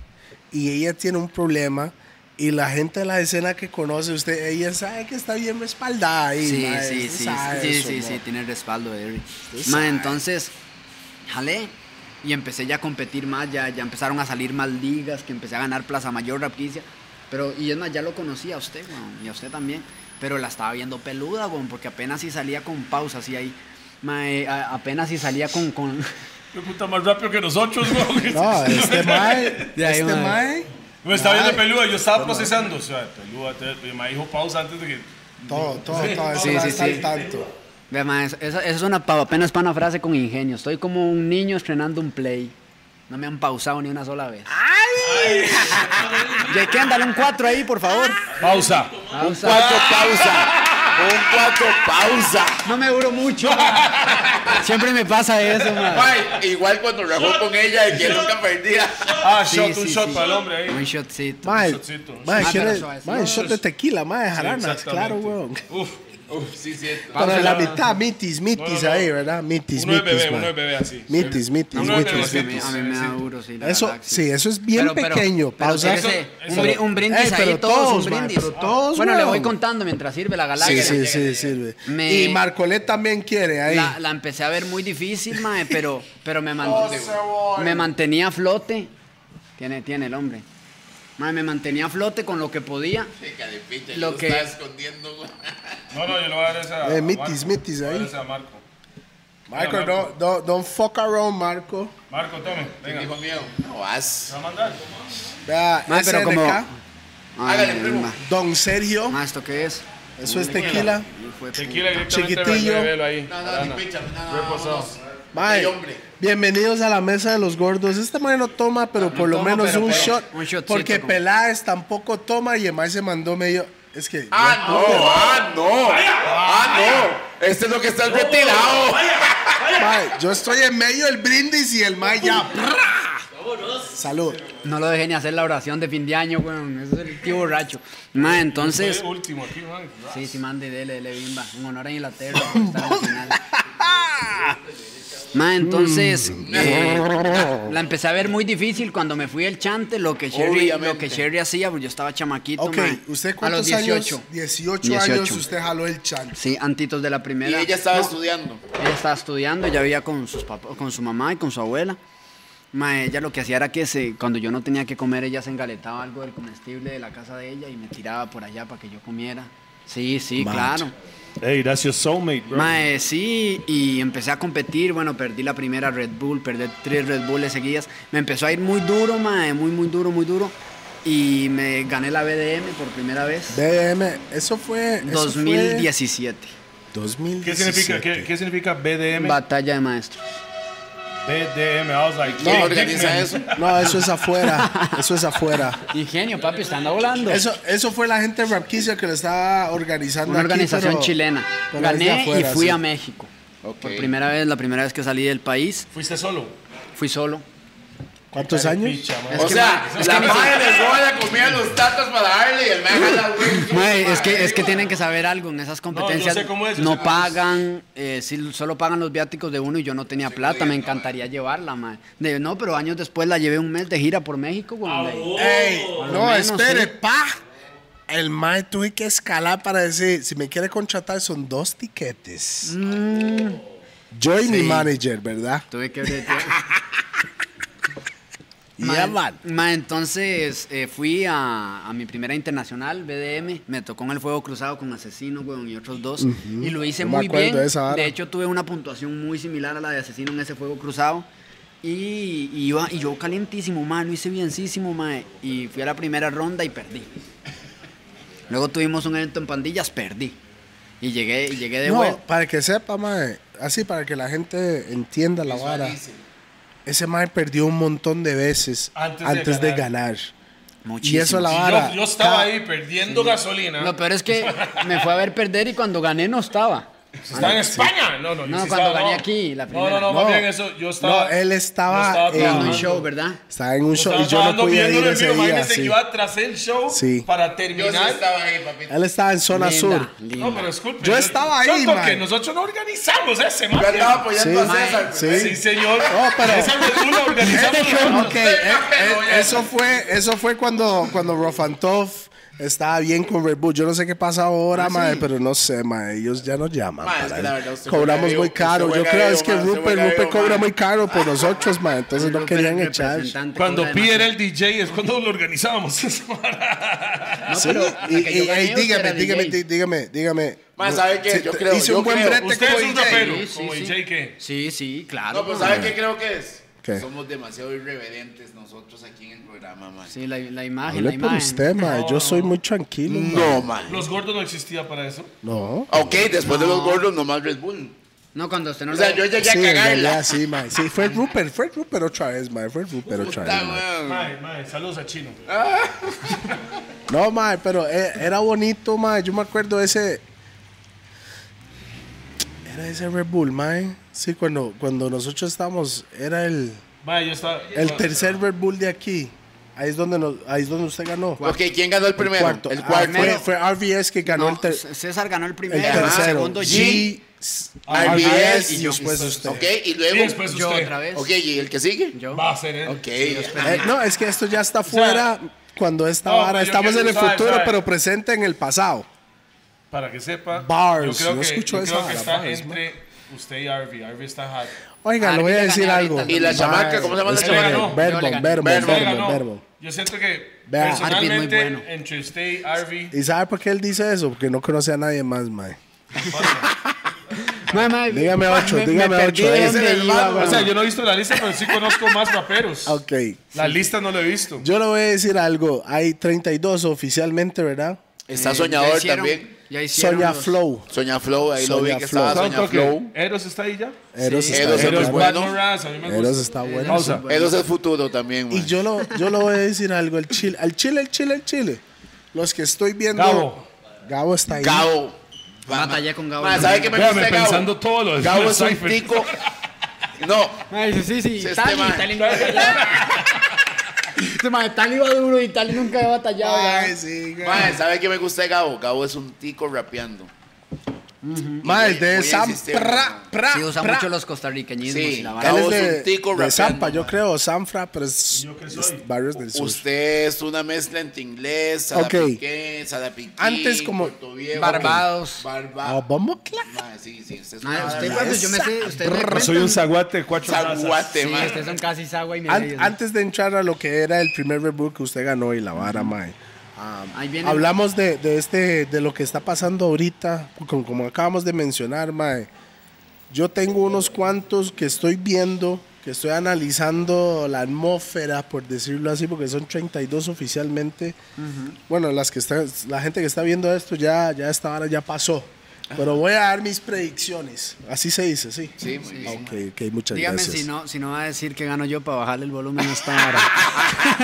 y ella tiene un problema, y la gente de la escena que conoce usted, ella sabe que está bien respaldada ahí, Sí, mae, sí, usted sí, sabe sí, eso, sí, sí, mae. tiene el respaldo de Eric. Usted Ma, sabe. entonces, jalé y empecé ya a competir más, ya, ya empezaron a salir más ligas, que empecé a ganar Plaza Mayor, Rapicia, pero, y es más, ya lo conocía a usted, weón, y a usted también, pero la estaba viendo peluda, weón, porque apenas si salía con pausas y ahí, ma, eh, a- apenas si salía con... con Me puta más rápido que nosotros, güey. No, este mae, De ahí, este mae. Este mae, Me estaba viendo peluda, yo estaba procesando. O sea, peluda, te- me dijo pausa antes de que. todo, todo, todo, eso Sí, no sí, está sí. al tanto. Vea, ma, esa, esa- esa es una pa- apenas para una frase con ingenio, estoy como un niño estrenando un play, no me han pausado ni una sola vez. Yequen, dale un 4 ahí, por favor. Pausa. Cuatro pausa. Un cuatro pausa. No me duró mucho. ma. Siempre me pasa eso, man. Mae, igual cuando rajó con ella de que nunca perdía. Ah, Sí, shot, un sí, shot sí. para el hombre ahí. Un shotcito. Mae, shotcito, un mae, shot. ¿quiere- Ah, pero suave, mae, ¿no? shot de tequila, mae, jaranas, exactamente. claro, weón. Uf, Uf, sí, cierto. Para la no, no. mitad, mitis, mitis No, no, no. ahí, ¿verdad? Mitis, uno es bebé, mitis, uno es mae. bebé así. Mitis, mitis, Uno de mitis. bebé, Sí, a mí, mitis. a mí me da duro, sí. la Eso, verdad, sí, eso es bien Pero- pero- pequeño. pero Pausa. espérese, Eso- un, bri- eso- un brindis Ey, eh, pero ahí, todos, todos, un mae, brindis. pero todos, bueno, le voy weón. contando mientras sirve la Sí, galaxia. sí, sí, sirve. Me- Y Marcolet también quiere ahí. La, la empecé a ver muy difícil, mae, pero, pero me, man- Oh, me mantenía a flote. Tiene, tiene el hombre. Mae, me mantenía a flote con lo que podía. Lo Lo que- que está escondiendo, güey. No, no, yo le voy a dar esa. Eh, a mitis, Marco. mitis Le voy a ahí. dar esa a Marco. Marco, Mira, Marco. no, no, don't fuck around, Marco. Marco, tome. Venga. Hijo ¿Me mío, no vas. va a mandar? Vea, Mae, pero SNK, como- Ay, Hágale, primo. mae. Don Sergio, Mae, ¿esto qué es? eso es tequila. Hijo de Tequila directamente. Chiquitillo. bebelo ahí. No, no, Arana. ni pincha. No, no, Reposado. vámonos. Mae, Ey, hombre. bienvenidos a la mesa de los gordos. Este mae no toma, pero por lo toma, menos pero- un pero- shot. un shotcito porque como- Peláez tampoco toma y el mae se mandó medio. Es que. Ah, no, ah, no. Ah, no. Este es lo que está retirado. Mae, yo estoy en medio del brindis y el mae ya. ¡prra! Salud. No lo dejé ni hacer la oración de fin de año, weón. Eso es el tío borracho. Mae, entonces. Soy último aquí, man. Sí, sí, mande, dele, dele, bimba. Un honor a Inglaterra por estar en la final. Ma, entonces, eh, la, la empecé a ver muy difícil cuando me fui al chante, lo que Sherry, lo que Obviamente. Sherry hacía, porque yo estaba chamaquito, Ok, ma. ¿usted A cuántos los 18. años? 18, años 18. usted jaló el chan. Sí, antitos de la Y primera. ella estaba No, estudiando. Ella estaba estudiando, ella vivía con, sus papás, con su mamá y con su abuela. Ma, ella lo que hacía era que se, cuando yo no tenía que comer, ella se engaletaba algo del comestible de la casa de ella y me tiraba por allá para que yo comiera. Sí, sí, claro. Hey, that's your soulmate, Mae, sí, y empecé a competir. Bueno, perdí la primera Red Bull, perdí tres Red Bulls seguidas. Me empezó a ir muy duro, mae, muy, muy duro, muy duro. Y me gané la BDM por primera vez. BM, eso fue. eso fue 2017. 2017. ¿Qué significa, qué, qué significa BDM? Batalla de maestros. BDM, I was like, ¿Quién hey, organiza Dickman. eso? No, eso es afuera. Eso es afuera. Ingenio, papi, está anda volando. Eso, eso fue la gente de Rapquicia que lo estaba organizando. Una aquí, organización pero- chilena. pero es de Gané afuera, y fui sí. a México. Por Ok. primera vez, la primera vez que salí del país, ¿Fuiste solo? fui solo. ¿Cuántos años? Picha, man. Es O que, sea, mae, es la que ni madre les roba la comida a los tatas para darle y el man jala, güey. Mae, es que, es que tienen que saber algo en esas competencias. sé cómo es, yo no sé cómo pagan, eh, sí, solo pagan los viáticos de uno y yo no tenía plata. Me encantaría llevarla, mae. De- no, pero años después la llevé un mes de gira por México, güey. Ah, oh, Ey, Por lo no, menos, espere, sí. pa. El mae tuve que escalar para decir, si me quiere contratar son dos tiquetes. Yo y mi manager, ¿verdad? Tuve que bretear. Ya, Mae, man. mae, entonces eh, fui a, a mi primera internacional, BDM. Me tocó en el fuego cruzado con Asesino, güey, y otros dos. Y lo hice Yo me muy acuerdo bien. de esa vara. De hecho, tuve una puntuación muy similar a la de Asesino en ese fuego cruzado. Y, y iba- y yo calientísimo, mae, lo hice bienísimo, mae. Y fui a la primera ronda y perdí. Luego tuvimos un evento en pandillas, perdí. Y llegué, y llegué de No, vuelta. para que sepa, mae. Así, para que la gente entienda la vara. Ese mae perdió un montón de veces Antes de antes, de, ganar. ganar. Y Muchísimo. eso la Sí, vara. yo, yo estaba cada- ahí perdiendo gasolina. Lo peor es que me fue a ver perder y cuando gané no estaba. Estaba en Ah, España. No, no, yo No, sí cuando estaba, gané no. aquí, la No, primera. no, no, más No. bien eso. Yo estaba. No, él estaba Yo en- Dando trabajando. un Ajá. show, ¿verdad? Estaba en un show y yo no trabajando podía ir viéndolo en ese vivo, día. imagínese, sí. yo atrasé el show Sí. para Yo sí terminar. estaba ahí, papito. Él estaba en zona Linda, sur. linda. No, pero disculpe. Yo estaba ahí, Yo porque man. nosotros no organizamos ese, man. Yo andaba apoyando Sí, a César. sí. güey. Sí, señor. No, pero- Esa reunión la organizamos. nosotros. Ok, eh, eh, eso fue, eso fue cuando, cuando Rofantov estaba bien con Red Bull. Yo no sé qué pasa ahora, mae, pero no sé, mae. Ellos ya nos llaman. Ah, Mae, es para que la ir. verdad, usted Cobramos juega muy vivo, caro. usted Yo juega creo vivo, es que mae, usted Rupert, juega Rupert vivo, cobra mae. muy caro por nosotros, mae. Entonces no Pero querían el echar. representante Cuando cobra Pi era demasiado. el DJ es cuando lo organizábamos. esa vara. No, Ah, Sí, pero y, la que yo y- gané, ey, usted dígame, era dígame, DJ. di- dígame, dígame. Mae, ¿sabe qué? Sí, Yo te- creo, hice yo un buen creo. brete Usted Este como es un DJ. rapero. Sí, sí, como sí. DJ que. Sí, sí, claro. No, pero ma. ¿sabe qué creo que es? ¿Qué? Somos demasiado irreverentes nosotros aquí en el programa, man. Sí, la, la imagen, Hable la por imagen. usted, mae. Yo soy muy tranquilo. mae. man. Los gordos no existía para eso. No. Ok, después de los gordos, nomás Red Bull. No, cuando usted no O sea, lo- yo llegué sí, a en realidad, cagarla. sí, mae. Sí, fue Rupert, fue Rupert otra vez, mae. Fue Rupert otra vez. Puta, mae. weón. Mae, mae, saludos a Chino. No, mae, pero eh, era bonito, mae. Yo me acuerdo ese. Era ese Red Bull, mae. Sí, cuando, cuando nosotros estábamos, era el, Mae, yo estaba. el tercer Red Bull de aquí. Ahí es donde, nos, ahí es donde usted ganó. Ok, ¿quién ganó el primero? Cuarto. El Ah, cuarto. fue, fue RVS que ganó No, el, ter- C- César ganó el primero, el el, tercero. segundo G. Ah, RVS RVS, y después usted. Ok, y Y luego. después Yo usted. otra vez. Ok, ¿y el que sigue? Yo. Va a ser él. Ok. Eh, no, es que esto ya está fuera cuando esta no, pues vara. yo Estamos quiero- en el sabe, futuro, sabe. pero presente en el pasado. Para que sepa. Bars, Yo creo yo que, escucho yo esa vara, creo que pues, está bars, entre usted y Harvey. Harvey está hard. Oiga, le voy a Argentina decir ganó algo. ahorita. Y la Mae, chamaca, ¿cómo se llama la espere, chamaca? No, Verbo, yo le gané. verbo, Verbo, verbo, Oiga, no, verbo. Yo siento que Vea, Harvey es muy personalmente bueno. entre usted y Harvey. ¿Y sabe por qué él dice eso? Porque no conoce a nadie más, mae. Mae, mae, Dígame mae, ocho, me- me dígame perdí ocho, de ese dónde es el iba, malo. weón. O sea, yo no he visto la lista, pero sí conozco más raperos. Ok. La lista no la he visto. Yo le voy a decir algo. Hay 32 oficialmente, ¿verdad? Está Eh, ya soñador hicieron- también. Ya hicieron Soña los- Flow. Soña Flow, ahí lo Soña vi que estaba Flow. Soña Tanto que Flow. Eros está ahí ya. Eros Sí, está Eros es bueno. bueno. Moraz, a mí me gusta. Eros está bueno. Pausa. Bueno. Edos es futuro también, Y man. yo lo, yo lo voy a decir algo. El Chile, al Chile, el Chile, el Chile. Los que estoy viendo. Gabo. Gabo está ahí. Gabo. Batallé con Gabo. Ma, ¿Sabe qué me Véame gusta de Gabo? pensando todo lo de Gabo es un Cypher. tico. No, Mae, sí, sí, sí. Este Tali, mae. Tali nunca Este mae, Tali va duro y Tali nunca había batallado. Ay, ya. sí, güey. ma, ¿sabe qué me gusta de Gabo? Gabo es un tico rapeando. Mae, Voy a de Sam insistir, Pra, ¿no? pra, Sí, usa pra. mucho los costarriqueñismos Sí, y la Él vara. Gabo es es de, un tico de rapeando, Zampa, yo mae. creo, Sanfra, pero es yo qué es soy? barrios del sur. Usted es una mezcla entre inglés, salapiquén, salapiquín, Antes como- Puerto Viejo, Barbados. Ah, Barbados. vamos, claro. sí, sí, usted es Mae, una usted, barba- cuando yo me sé, usted me cuenta. Soy un zaguate de cuatro razas. Zaguate, Sí, ma. ustedes son casi sagua y An- medio. antes de entrar a lo que era el primer Red Bull que usted ganó y la vara, mae. Ahí viene. Hablamos de, de este, de lo que está pasando ahorita, como, como acabamos de mencionar, mae. Yo tengo unos cuantos que estoy viendo, que estoy analizando la atmósfera, por decirlo así, porque son 32 oficialmente. Bueno, las que está, la gente que está viendo esto ya, ya esta hora ya pasó. Pero voy a dar mis predicciones. Así se dice, sí. Sí, muy bien. Ok, ok, muchas Dígame gracias. si no, si no va a decir que gano yo para bajarle el volumen a esta hora.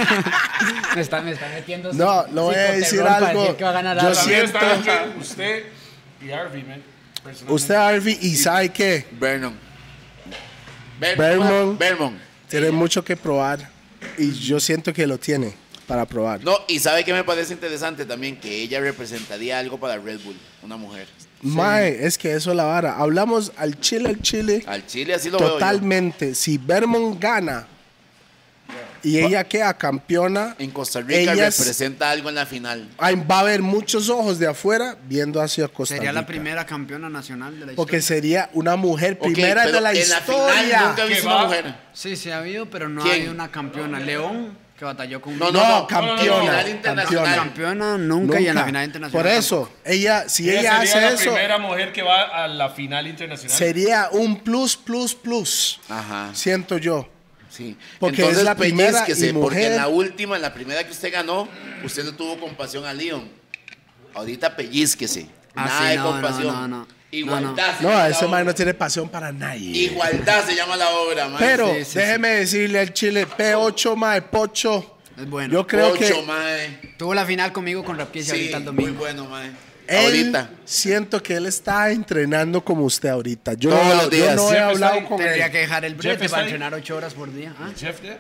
me, está, me está metiendo. No, lo voy a psicoterror decir para algo. decir que va a ganar Yo algo. sí- También está entre usted y Harvey, man. Personalmente. Usted, Harvey, y sabe qué, Vernon. Vernon. Vernon. Vernon. tiene mucho que probar y yo siento que lo tiene para probar. No, y sabe que me parece interesante también que ella representaría algo para Red Bull, una mujer. Mae, es que eso es la vara. Hablamos al Chile, al Chile, Al Chile así lo veo. totalmente. Si Vermont gana y ella queda campeona, yo. En Costa Rica ellas- representa algo en la final. ay, va a haber muchos ojos de afuera viendo hacia Costa Sería la Rica. primera campeona nacional de la Porque historia. sería una mujer Ok, primera pero de la en la historia. final nunca he visto Que va- una mujer. Sí, se ha habido, pero no ha ¿Quién? habido una campeona. León, que batalló con. No, no, No, no, campeona, En la final internacional. Campeona nunca, y en la final internacional. Por eso, ella, si ella, Ella sería hace la eso, primera mujer que va a la final internacional. sería un plus, plus, plus. Ajá. Siento yo. Sí. Porque Entonces, es la primera pellizquese, y Porque mujer. en la última, en la primera que usted ganó, usted no tuvo compasión a Leon. Ahorita pellizquese. Ah, Nada sí, de no, compasión. no, no, no. Igualdad. se No, llama ese la man no obra. tiene pasión para nadie. Igualdad se llama la obra, man. Pero Sí, sí, sí. déjeme decirle al Chile, P8, mae, Pocho. Es bueno. Yo creo Ocho, que mae. Tuvo la final conmigo con Rapquis Sí, ahorita el muy domingo. bueno, man. él, Ahorita. siento que él está entrenando como usted ahorita. Yo, Todos no- los yo días. no he Jeff está hablado ahí, con Tendría él. que dejar el brete Jeff está para ahí. entrenar ocho horas por día. ¿ah? Jeff, ¿eh?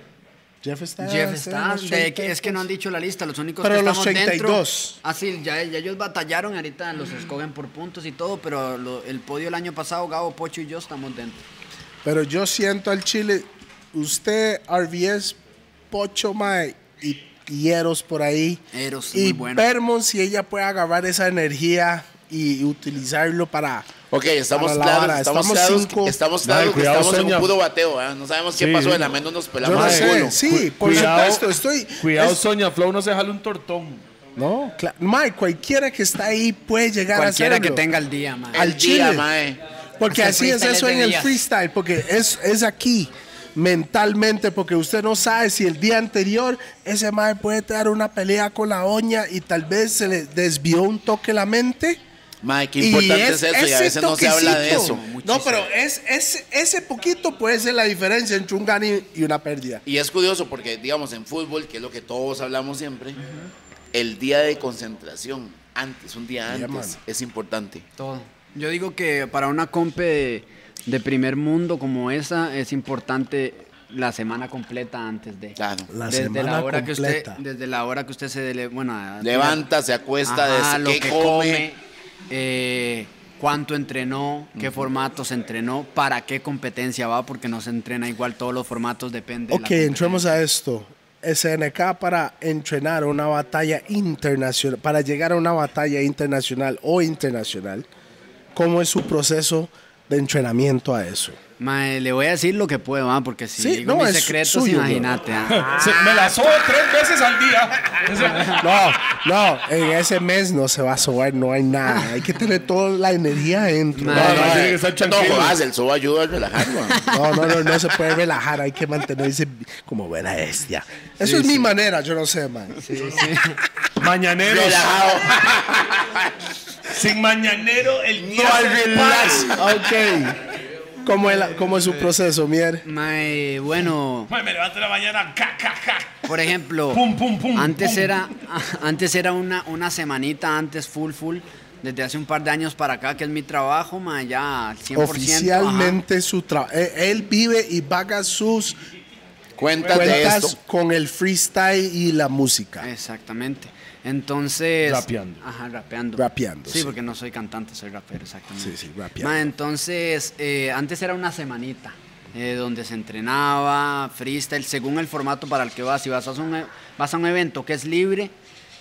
Jeff está. Jeff sí, está. en los de que- es que no 32. han dicho la lista. Los únicos Pero que los estamos 32. dentro. Ah, sí, ya, ya ellos batallaron. Ahorita los escogen por puntos y todo. Pero lo- el podio el año pasado, Gabo, Pocho y yo estamos dentro. Pero yo siento al Chile, usted, RBS, Pocho, mae, y, y Eros por ahí. Eros, y muy bueno. Vermont, si ella puede agarrar esa energía y utilizarlo para. Ok, estamos Para la claros, vara, estamos, estamos claros, cinco. que- estamos Mae, claros que cuidado, estamos en Sonia. un puro bateo, ¿eh? no sabemos qué Sí. pasó, de la menos nos Yo pelamos no el sé, culo. sí, por supuesto, estoy. Cuidado, es- Soña Flow no se jale un tortón. No, claro. Mae, cualquiera que está ahí puede llegar Cualquiera a hacerlo. que tenga el día, man. Ah, al El día, chile. mae. Porque Hasta el así es freestyle eso es de en el días. freestyle, porque es, es aquí mentalmente, porque usted no sabe si el día anterior ese mae puede dar una pelea con la oña y tal vez se le desvió un toque la mente Mae, qué importante es, eso y a ese veces no se habla de toquecito. eso. No, pero es, es- ese poquito puede ser la diferencia entre un gane y una pérdida. Y es curioso porque, digamos, en fútbol, que es lo que todos hablamos siempre, el día de concentración, antes, un día Ya, antes, mano. es importante. Todo. Yo digo que para una compe de, de primer mundo como esa es importante la semana completa antes de. Claro. La desde semana la hora completa. que usted, desde la hora que usted se dele- bueno, a- Levanta, se acuesta, Ajá, desde lo qué que come. come, eh, cuánto entrenó, qué formatos entrenó, para qué competencia va, porque no se entrena igual todos los formatos depende. de la Ok, entremos a esto. SNK para entrenar una batalla internacional, para llegar a una batalla internacional o internacional, ¿cómo es su proceso de entrenamiento a eso? Mae, le voy a decir lo que puedo, ah, porque si Sí, digo no, mis es secretos, suyo, bro. imagínate. ah. Se- me la sobo tres veces al día. O sea, No, no, en ese mes no se va a sobar, no hay nada. Hay que tener toda la energía dentro. Madre. No, no, Mae, tiene que estar tranquilo. No jodas, el sobo ayuda a ¿ah? relajar, man. No, no, no, no se puede relajar, hay que mantenerse como buena bestia. Eso es mi manera, yo no sé, man. Mañaneros. Relajado. Sin mañanero, el día al se relax. Ok. ¿Cómo es, la- cómo es su proceso, Mier? Mae, bueno, Mae, me levanto en la mañana, ca, ca, ca. por ejemplo, Pum, pum, pum, antes pum. era, antes era una, una semanita antes, full, full, desde hace un par de años para acá, que es mi trabajo, mae, ya al 100%. ajá. Oficialmente su trabajo. Él, él vive y paga sus Cuéntate esto. cuentas con el freestyle y la música. Eh, Exactamente. Entonces. Rapeando. Ajá, rapeando. Rapeando, Sí, sí. porque no soy cantante, soy rapero, exactamente. Sí, sí, rapeando. Ma, entonces, eh, antes era una semanita eh, donde se entrenaba, freestyle, según el formato para el que vas. Si vas a un, e- vas a un evento que es libre,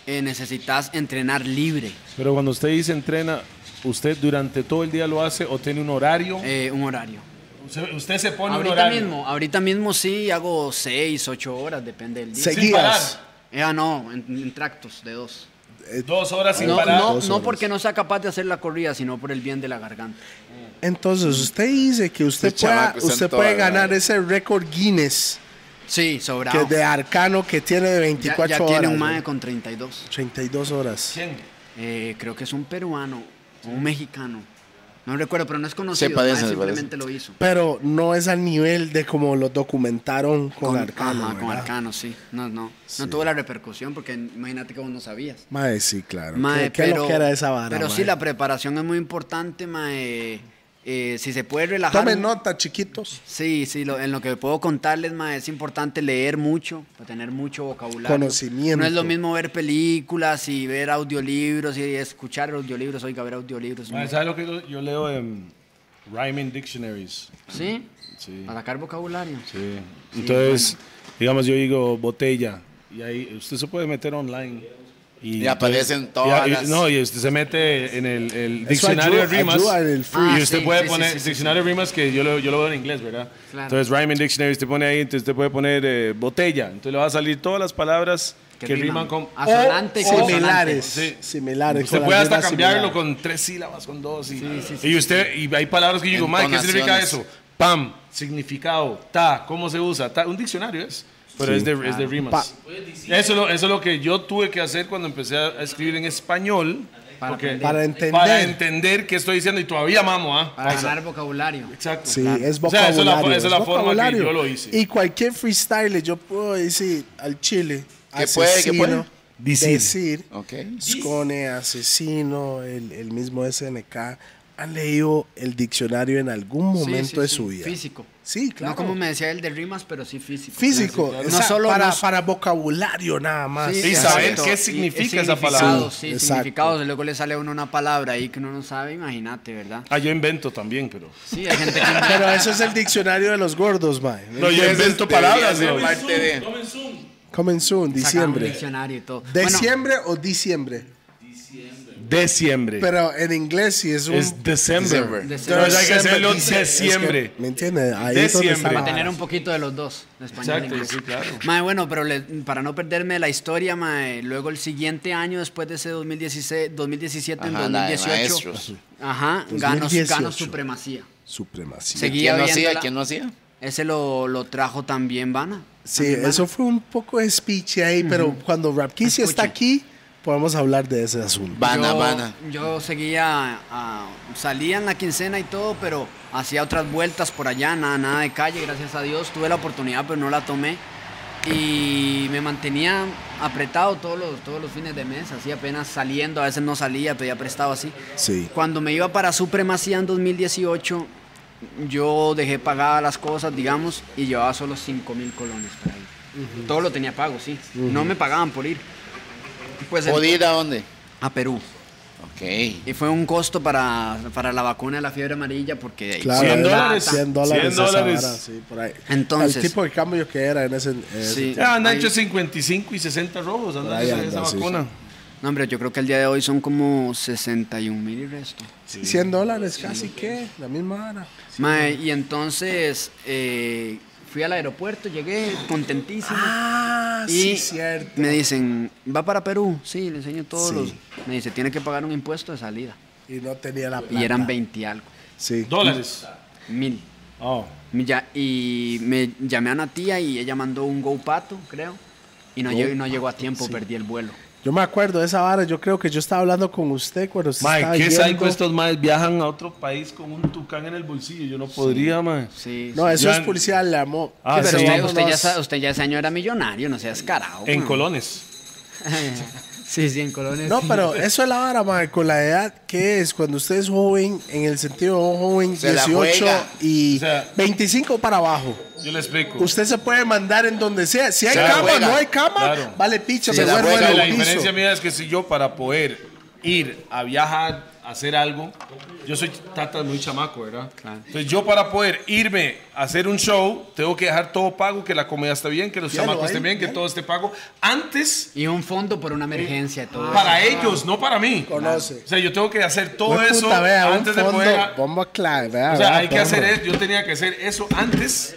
eh, necesitas entrenar libre. Pero cuando usted dice entrena, ¿usted durante todo el día lo hace o tiene un horario? eh, un horario. Usted, usted se pone un Ahorita horario. mismo, ahorita mismo sí hago 6, 8 horas, depende del día. Seguidas. Sin parar. Eh, ah, no, en, en tractos de dos. Dos horas sin No, parar. no, Dos no horas. porque no sea capaz de hacer la corrida, sino por el bien de la garganta. Entonces, usted dice que usted, Este pueda- chamaco está en usted toda puede la- ganar ese récord Guinness Sí, que sobrado. es de Arcano que tiene de ya 24 ya tiene horas. un mae güey. con 32. 32 horas. ¿Quién? Eh, creo que es un peruano o un mexicano. No recuerdo, pero no es conocido. Se parece, mae, se parece. simplemente lo hizo. Pero no es al nivel de como lo documentaron con, Con- Arcano. ajá, con ¿verdad? Arcano, sí. No, no. No tuvo la repercusión porque imagínate que vos no sabías. Mae, sí, claro. Mae, ¿Qué, qué pero, lo que era esa vara? Pero mae? sí, la preparación es muy importante, mae. Eh, si se puede relajar. Tomen nota, chiquitos. Sí, sí, lo- en lo que puedo contarles, ma, es importante leer mucho, para tener mucho vocabulario. Conocimiento. No es lo mismo ver películas y ver audiolibros y escuchar audiolibros, oiga, ver audiolibros. Ma, ¿no? ¿Sabe lo que yo, yo leo en Rhyming Dictionaries? ¿Sí? Sí. Ah. Para sacar vocabulario. Sí. Entonces, digamos, yo digo botella. Y ahí usted se puede meter online. Y, Y aparecen entonces- y- todas y- las- No, y usted se mete en el, el Eso diccionario ayuda- de rimas. ayuda en el free. Ah, y usted sí, puede sí, sí, poner sí, sí, diccionario de rimas que yo lo, yo lo veo en inglés, ¿verdad? Claro. Entonces, Rhyming Dictionary, te pone ahí, entonces te puede poner eh, botella. Entonces le va a salir todas las palabras que, riman con. Asonante y consonante. Oh, Este, similares. Sí. Similares. Usted con puede las hasta letras cambiarlo similares. con tres sílabas, con dos. Y, y usted, y hay palabras que yo digo, Mike, ¿qué significa Entonaciones. eso? Pam, significado, ta, ¿cómo se usa? Ta, un diccionario es, pero es, de, es de rimas. Eso es, lo, eso es lo que yo tuve que hacer cuando empecé a escribir en español. Para porque- aprender. Para entender. Para entender qué estoy diciendo y todavía mamo, ¿ah? Para O sea, ganar vocabulario. Exacto. Sí, Claro. Este es O sea, esa es la- vocabulario. esa es la forma que vocabulario. yo lo hice. Y cualquier freestyle yo puedo decir al chile. ¿Qué puede, qué puede? asesino, Decir. Decir. Ok. Scone, asesino, el, el mismo SNK. ¿Han leído el diccionario en algún Sí, momento sí, de sí. su vida? Físico. Sí, claro. No como me decía el de rimas, pero sí físico. Físico. Claro, sí, claro. o sea, No solo para, nos- para vocabulario nada más. Sí, Y exacto. saber qué Y- y significa esa significados, palabra. Sí, Exacto. significados. Y luego le sale a uno una palabra ahí que uno no sabe, imagínate, ¿verdad? Ah, yo invento también, pero. Sí, hay gente que... Pero eso es el diccionario de los gordos, mae. No, yo invento Debería palabras, ser güey. parte este de- Tomen zoom. Comenzó soon, Sacaban un diciembre. diccionario y todo. ¿Diciembre o diciembre? Diciembre. Pero en inglés sí es un... es December. December. December. Entonces hay que hacerlo diciembre. diciembre. Es que, ¿Me entiendes? Ahí es donde está Diciembre. la Bueno, para tener vara. un poquito de los dos, de español e Exacto, inglés. sí, claro. Mae, bueno, pero le- para no perderme la historia, mae, luego el siguiente año, después de ese 2016, 2017, en Ajá, la de 2018, maestros. ajá, gano, 2018. gano supremacía. Supremacía. Seguí. ¿Quién no viéndola. hacía? ¿Quién no hacía? Ese lo, lo trajo también Vana. Sí, eso fue un poco de speech ahí, pero cuando Rapkicia Escuche. está aquí, podemos hablar de ese asunto. Vana, yo, vana. Yo seguía, a- salía en la quincena y todo, pero hacía otras vueltas por allá, nada, nada de calle, gracias a Dios. Tuve la oportunidad, pero no la tomé. Y me mantenía apretado todos los, todos los fines de mes, así apenas saliendo, a veces no salía, pedía prestado así. Sí. Cuando me iba para Supremacía en 2018, yo dejé pagadas las cosas, digamos, y llevaba solo 5 mil colones para ir. Todo lo tenía pago, sí. No me pagaban por ir. Pues ¿Puedo ir a dónde? a Perú. Ok. Y fue un costo para, para la vacuna de la fiebre amarilla porque... Claro, 100 era dólares. 100 dólares. 100 esa dólares. vara, sí, por ahí. Entonces- El tipo de cambio que era en ese. en ese Sí. tiempo. Ya han Ahí- hecho 55 y 60 robos. Andan Ahí esa, anda, esa sí, vacuna. sí. No, hombre, yo creo que el día de hoy son como 61 mil y resto. 100 dólares casi que, la misma vara. Mae, y entonces eh, fui al aeropuerto, llegué contentísimo. Ah, y me dicen, ¿va para Perú? Sí, le enseño todos Sí. los... Me dice, tiene que pagar un impuesto de salida. Y no tenía la plata. Y eran 20 algo, Sí. Dólares. mil. Ah. Oh. Ya- y me llamé a una tía y ella mandó un GoPato, creo. Y no, llegó, no llegó a tiempo, perdí el vuelo. Yo me acuerdo de esa vara. Yo creo que yo estaba hablando con usted cuando usted Mae, estaba ¿qué yendo. psycho estos maes viajan a otro país con un tucán en el bolsillo? Yo no podría, mae. Sí, No, eso Ya- es publicidad, le amo. Ah, Sí, pero sí. usted, no, usted ya, sa- usted ya ese año era millonario, no sea descarado. En man. colones. sí, sí, en colones. No, sí. pero eso es la vara, mae, con la edad que es cuando usted es joven, en el sentido de un joven, Se la 18 juega. y O sea- 25 para abajo. Yo le explico. Usted se puede mandar en donde sea. Si hay Se la cama, juega. no hay cama, Claro. vale picha, Se me la duermo juega. en la el piso. diferencia mía es que si yo para poder ir a viajar, a hacer algo, yo soy tata muy chamaco, ¿verdad? Claro. Entonces yo para poder irme a hacer un show, tengo que dejar todo pago, que la comida esté bien, que los Claro, chamacos ahí, estén bien, que todo esté pago, antes Y un fondo por una emergencia y todo. para Ah. ellos, no para mí. Conoce. O sea, yo tengo que hacer todo Hue eso puta, vea, un antes de fondo, Ah, poder... bomba clave, vea, O sea, vea, hay que hacer perro. eso, yo tenía que hacer eso antes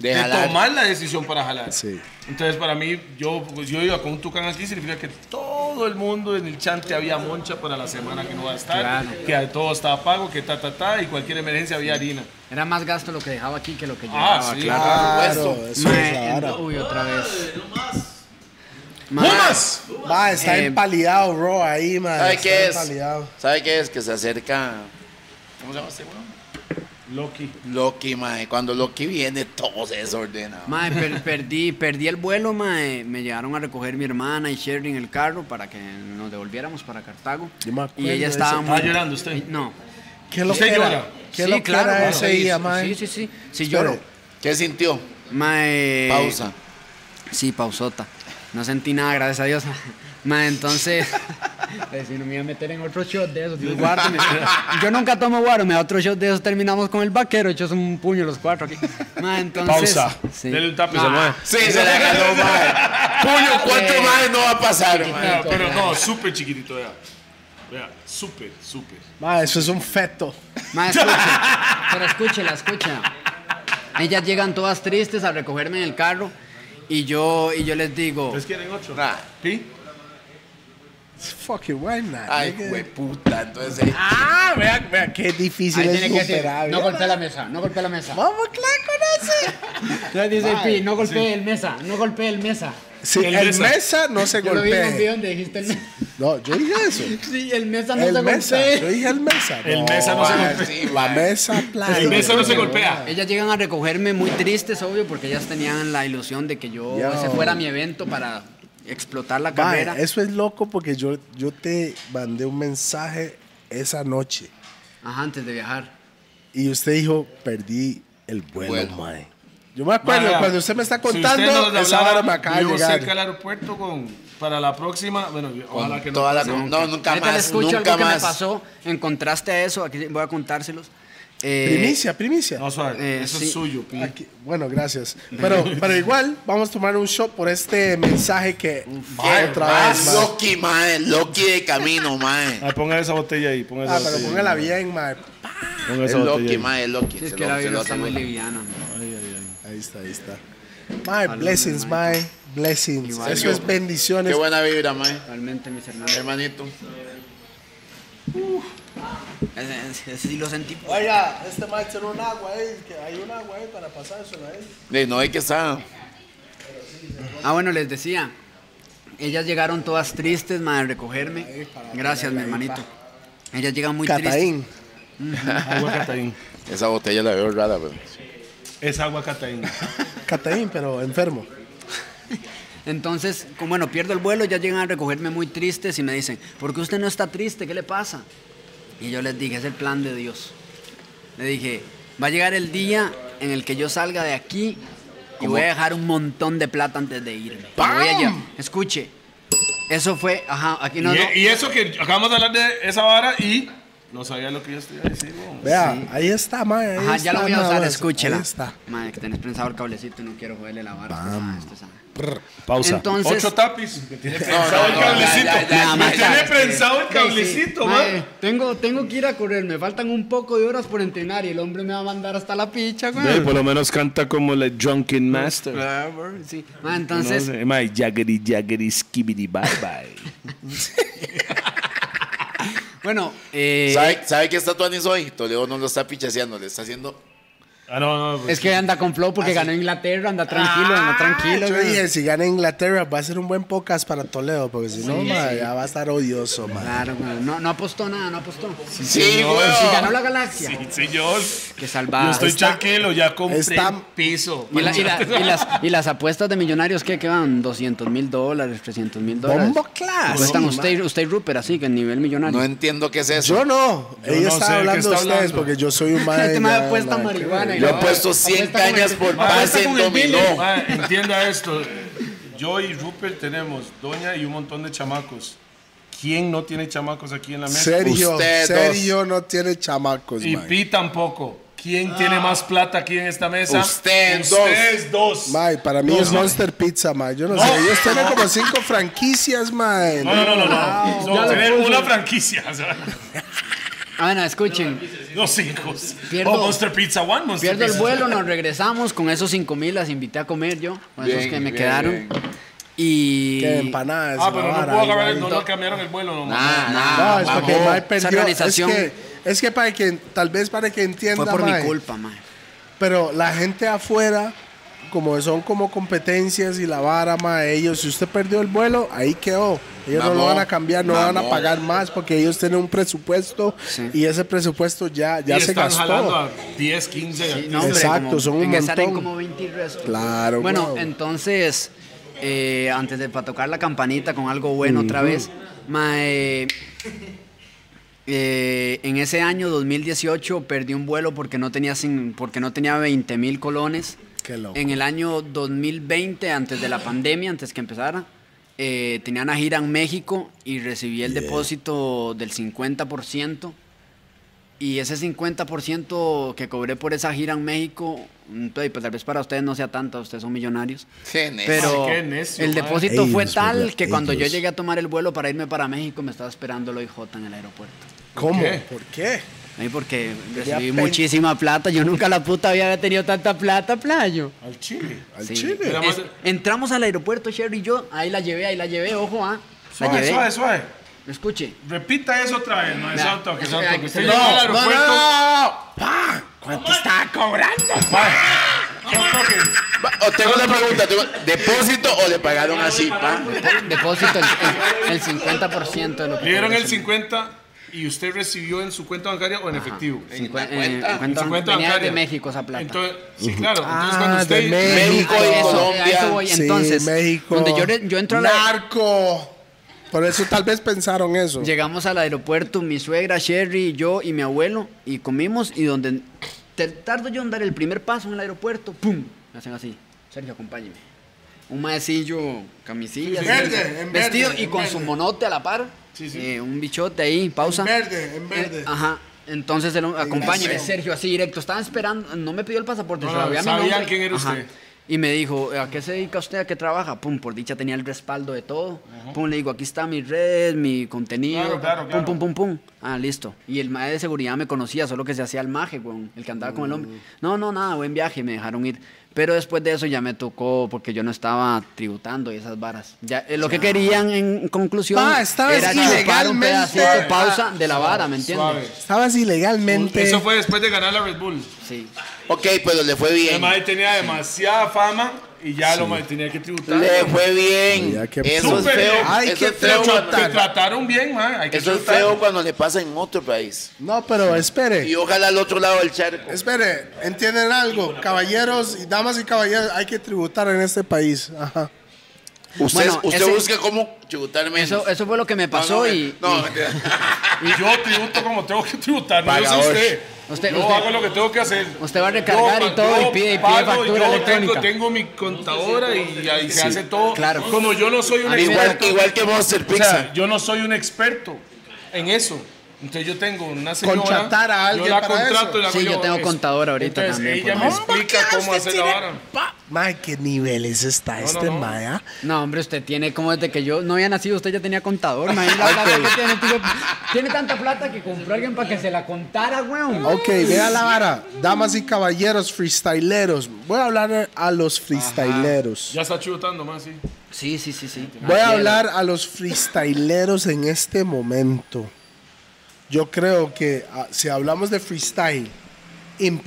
De de, jalar. tomar la decisión para jalar. Sí. Entonces, para mí, yo, pues, yo iba con un tucán aquí, significa que todo el mundo en el chante había moncha para la semana que no va a estar, que todo estaba pago, que ta, ta, ta, y cualquier emergencia había harina. Era más gasto lo que dejaba aquí que lo que llevaba. Ah, sí, claro. Claro, por supuesto. eso Mae, es la ento- vara. uy, otra vez. Mae, ¡Pumas! Va, está Eh, empalidado, bro, ahí, man. ¿Sabe está qué es? empalidado. ¿Sabe qué es? Que se acerca. ¿Cómo se llama este weón? Loki. Loki, mae. Cuando Loki viene, todo se desordena. Mae, per- perdí, perdí el vuelo, mae. Me llegaron a recoger mi hermana y Sherry en el carro para que nos devolviéramos para Cartago. Yo me y acuerdo de ella estaba ese- muy... ¿Estaba llorando usted? No. ¿Qué lo Usted que era? llora. ¿Qué Sí, lo que claro, era claro. ese día, Sí, man? Sí, sí, sí. Sí, Espere. lloro. ¿Qué sintió? Mae... Pausa. Sí, pausota. No sentí nada, gracias a Dios. Ma, entonces. eh, Si no me iba a meter en otro shot de esos, Dios guárdeme. Yo nunca tomo guaro, me da otro shot de esos, terminamos con el vaquero, hechos un puño los cuatro aquí. Ma, entonces. Pausa. Sí. Dele un tapiz Ah, al mae. Sí, Eh. se la ganó, mae. Puño, ¿cuánto más no va a pasar, mae? Ah, pero no, súper chiquitito, vea. Vea, súper, súper. Ma, eso es un feto. Ma, escuche. Pero escúchela, escucha. Ellas llegan todas tristes a recogerme en el carro y yo, y yo les digo. ¿Ustedes quieren ocho? Nah. ¿Sí? It's fucking why not, Ay, nigga? puta, entonces. eh. ahí- Ah, vea, vea, qué difícil Ahí es tiene que decir, superar. no golpea la mesa, no golpea la mesa. Vamos, claro, con ese. Entonces dice, "Pi, no golpee el mesa, no golpee el mesa. Sí, El el mesa. mesa no se Yo lo vi en un video golpea. donde dijiste el mesa. No, yo dije eso. Sí, el mesa no se El mesa, yo golpea. dije el mesa. El mesa no se ma, golpea. Sí, La ma. mesa, playa. El beso no se golpea. Ellas llegan a recogerme muy tristes, obvio, porque ellas tenían la ilusión de que yo Yo. ese fuera mi evento para explotar la Ma, carrera. eso es loco porque yo, yo te mandé un mensaje esa noche Ajá, antes de viajar. y usted dijo, perdí el vuelo, Vuelo. mae. Yo me acuerdo, Vaya, cuando usted me está si contando, usted nos esa hablara, hora me acaba de vivo llegar. cerca del aeropuerto con, para la próxima. Bueno, ojalá que no. toda la- pase. No, nunca Ahorita les más, escucho nunca algo que me más. pasó en contraste a eso, aquí voy a contárselos. Eh, Primicia, primicia. No, suave, Eh, eso sí. es suyo, pi. Aquí- bueno, gracias. Pero, pero igual, vamos a tomar un shot por este mensaje que ¿Qué? otra vez. Ah, mae. Loki, mae. Ah, Loki de camino, mae. Ay, Ah, ponga esa botella ahí, ponga esa Ah, pero botella póngala bien, mae. ahí, ponga Es esa botella Loki, ahí. mae, es Loki. sí, es Se que lo- la se vida lo está muy aseguro. liviana. man. Ahí está, ahí está. My blessings, my blessings. Igual. Eso es bendiciones. Qué buena vibra, mae. Realmente, mis hermanos. Hermanito. Ese- ese- ese sí lo sentí. Oiga, este mae tiene un agua ahí, que hay un agua ahí para pasárselo a él. De no hay que estar. Ah, bueno, les decía Ellas llegaron todas tristes, madre, a recogerme. Gracias, mi hermanito. Ellas llegan muy tristes. Cataín. Agua Cataín. Esa botella la veo rara, pero. Es agua Cataín. Cataín, pero enfermo. Entonces, como bueno, pierdo el vuelo, ya llegan a recogerme muy tristes y me dicen, ¿por qué usted no está triste? ¿Qué le pasa? Y yo les dije, es el plan de Dios. Le dije, va a llegar el día en el que yo salga de aquí y voy a dejar un montón de plata antes de irme. Me voy a llevar- Escuche, eso fue, ajá, aquí no, y, e, no. y eso que acabamos de hablar de esa vara y no sabía lo que yo estoy diciendo. Vea, ahí está, mae. ahí Ajá, ya la está, voy a nada usar, más. escúchela. Ahí está. Madre, que tenés prensado el cablecito y no quiero joderle la barra. Esto es- ah. Pausa. Entonces- Ocho tapis. Me tiene no, prensado el no, cablecito. ya, ya, ya, Nada Me más, tiene ¿sabes? prensado el Sí, cablecito, sí. man. Mae, Tengo, tengo que ir a correr, me faltan un poco de horas por entrenar y el hombre me va a mandar hasta la picha, güey. Ve, por lo menos canta como la Drunken Master. Ah, bro, sí. Mae, entonces, No sé, mae, jaggedy, jaggedy, skibidi, bye bye. bueno, eh, ¿Sabe, ¿Sabe qué está Tuanis hoy? Toledo no lo está pichaseando, le está haciendo. Ah, no, no. es que anda con flow porque ganó Inglaterra, anda tranquilo, anda tranquilo. Yo güey. dije, si gana Inglaterra va a ser un buen podcast para Toledo, porque si no, mae, ya va a estar odioso, mae. Claro, güey, no, no apostó nada, no apostó. Si Sí, güey. ganó la galaxia, Señor, que salvada. yo estoy está- tranquilo, ya compré está- el piso. Y, la- y la- y las, y las apuestas de millonarios, ¿qué? que van? 200 mil dólares, 300 mil dólares. Bombo class. Apuestan Sí, usted, usted Rupert, así que en nivel millonario. No entiendo qué es eso. Yo no. Ella no sé de está qué hablando de está ustedes hablando. porque yo soy un mae. Este mae ya, apuesta nada que marihuana ver. y Yo he No, puesto 100 apuesta con cañas el- por apuesta pase en con el dominó. Billy. Ma, entienda esto. Yo y Rupert tenemos doña y un montón de chamacos. ¿Quién no tiene chamacos aquí en la mesa? Sergio, Ustedes Sergio no tiene chamacos, Y mae. Pi tampoco. ¿Quién tiene más plata aquí en esta mesa? Ustedes dos. Ustedes dos. Mae, para mí No, es mae. Monster Pizza, mae. Yo no, sé. Ellos tienen como cinco franquicias, mae. No, no, no, no. no. Ya no lo tener puse. una franquicia. o sea, Ah, bueno, escuchen, Los hijos. Pierdo- O Monster Pizza One, Monster pierdo el Pizza vuelo, nos regresamos. Con esos 5 mil las invité a comer yo, con esos Bien, que me bien, quedaron. bien. Y. Que empanadas. Ah, la pero no vara, puedo ahí, agarrar el... ahí. No, no cambiaron el vuelo, no. Nah, Ah, No, nah. es Ah, vamos. porque Mae perdió. Es organización- que, es que para que, tal vez para que entienda, Fue por mi mae, culpa, mae. Pero la gente afuera, como son como competencias y la vara, mae, ellos, si usted perdió el vuelo, ahí quedó. Ellos no lo Mamó. van a cambiar, no van a Mamó. pagar más porque ellos tienen un presupuesto Sí. y ese presupuesto ya, ya Y se están jalando gastó. a 10, 15. Sí, no, hombre, Exacto, como- son un en esa eran montón. como 20 y resto. Claro, Bueno, wow. entonces, eh, antes de para tocar la campanita con algo bueno otra vez, mae, eh, en ese año 2018 perdí un vuelo porque no tenía, sin, porque no tenía 20 mil colones. Qué loco. En el año 2020, antes de la pandemia, antes que empezara, eh, tenía una gira en México y recibí el depósito del 50%. Y ese 50% que cobré por esa gira en México, mm, pues tal vez para ustedes no sea tanto, ustedes son millonarios. Genes. Pero qué necio, el madre. depósito fue Ellos, tal ¿verdad? que cuando yo Ellos. llegué a tomar el vuelo para irme para México, me estaba esperando el OIJ en el aeropuerto. ¿Cómo? qué? ¿Por qué? Ahí porque recibí pen- muchísima plata, yo nunca la puta había tenido tanta plata, playo. Al Chile. Al Sí. chile. Era más- Es- entramos al aeropuerto, Sherry y yo, ahí la llevé, ahí la llevé, ojo, ah. La Suave, llevé. suave, suave. Escuche. Eh, Repita eso otra vez, no es Nah. santo, que Ay, santo. ay, Que usted no, llegó al no, aeropuerto. ¿Cuánto estaba cobrando? Santo que- Va, o tengo una pregunta. tengo- ¿Depósito o le pagaron así, pa? Depósito el, el- el 50% de lo que Le dieron el recibí. 50 y usted recibió en su cuenta bancaria o en efectivo. En cua- la cuenta. eh, en En cuenta- su cuenta venía bancaria. de México esa plata. Entonces, sí, claro. Entonces, Ah, cuando de usted. México A y eso- Colombia. a eso voy. Sí, Entonces, México. donde yo, re- yo entro a la- Narco. Por eso tal vez pensaron eso. Llegamos al aeropuerto, mi suegra, Sherry, yo y mi abuelo, y comimos, y donde te- tardo yo en dar el primer paso en el aeropuerto, ¡pum! Me hacen así, Sergio, acompáñeme. Un maecillo, camisilla, así, verde, en vestido verde, y en con verde. su monote a la par, eh, un bichote ahí, pausa. verde, en verde. Eh, ajá. Entonces, el- acompáñeme, Sergio, así directo. Estaban esperando, no me pidió el pasaporte, No, solo no, había mi sabían nombre. quién era Ajá. usted. Y me dijo, ¿a qué se dedica usted? ¿A qué trabaja? Pum, por dicha tenía el respaldo de todo. Pum, le digo, aquí está mi red, mi contenido. Claro, claro, pum, claro. pum, pum, pum. Ah, listo. Y el mae de seguridad me conocía, solo que se hacía el maje, weón, el que andaba con el hombre. Mm. No, no, nada, buen viaje, me dejaron ir. Pero después de eso ya me tocó porque yo no estaba tributando y esas varas. Ya, eh, lo que querían en conclusión Pa, estabas era chupar un ilegalmente- pedacito de pausa de la vara, ¿me Suave. entiendes? Estabas ilegalmente. Eso fue después de ganar la Red Bull. Sí. Ok, pero le fue El bien. mae tenía demasiada fama Y ya lo ma- tenía que tributar. Le fue bien. Ya que- Eso es Súper feo. bien. Ay, eso qué es feo. feo cuando- Te trataron bien, man. Hay que Eso es tratar. feo cuando le pasa en otro país. No, pero espere. Y ojalá al otro lado del charco. Espere, entienden algo, caballeros y damas y caballeros, hay que tributar en este país. Ajá. Usted, Bueno, usted ese- busca cómo tributar menos. Eso, eso fue lo que me No, pasó no, y, eh, no, y- mentira. Yo tributo como tengo que tributar, no yo sé Pagador. usted. Usted- yo usted- hago lo que tengo que hacer. Usted va a recargar y todo, y yo pide- y pide pago, factura yo electrónica. Tengo, tengo mi contadora y ahí se hace todo. claro. Como yo no soy un A mí me da- Igual, experto, igual que Monster o Pizza. sea, yo no soy un experto en eso. Entonces yo tengo una señora, Contratar a alguien yo la para contrato eso. y la hago Sí, yo tengo es- contadora ahorita entonces también, pues, Ella por me favor. explica cómo hacer la vara. Mae, qué niveles está este no, no. mae, ah? No, hombre, usted tiene como desde que yo no había nacido, usted ya tenía contador. mae, la plata que tiene, tío. Tiene tanta plata que compró a alguien para que se la contara, weón. Ok, vea la vara. Damas y caballeros, freestyleros. Voy a hablar a los freestyleros. Ya está chivotando más, sí. Sí, sí, sí, sí. Voy a hablar a los freestyleros en este momento. Yo creo que ah, si hablamos de freestyle,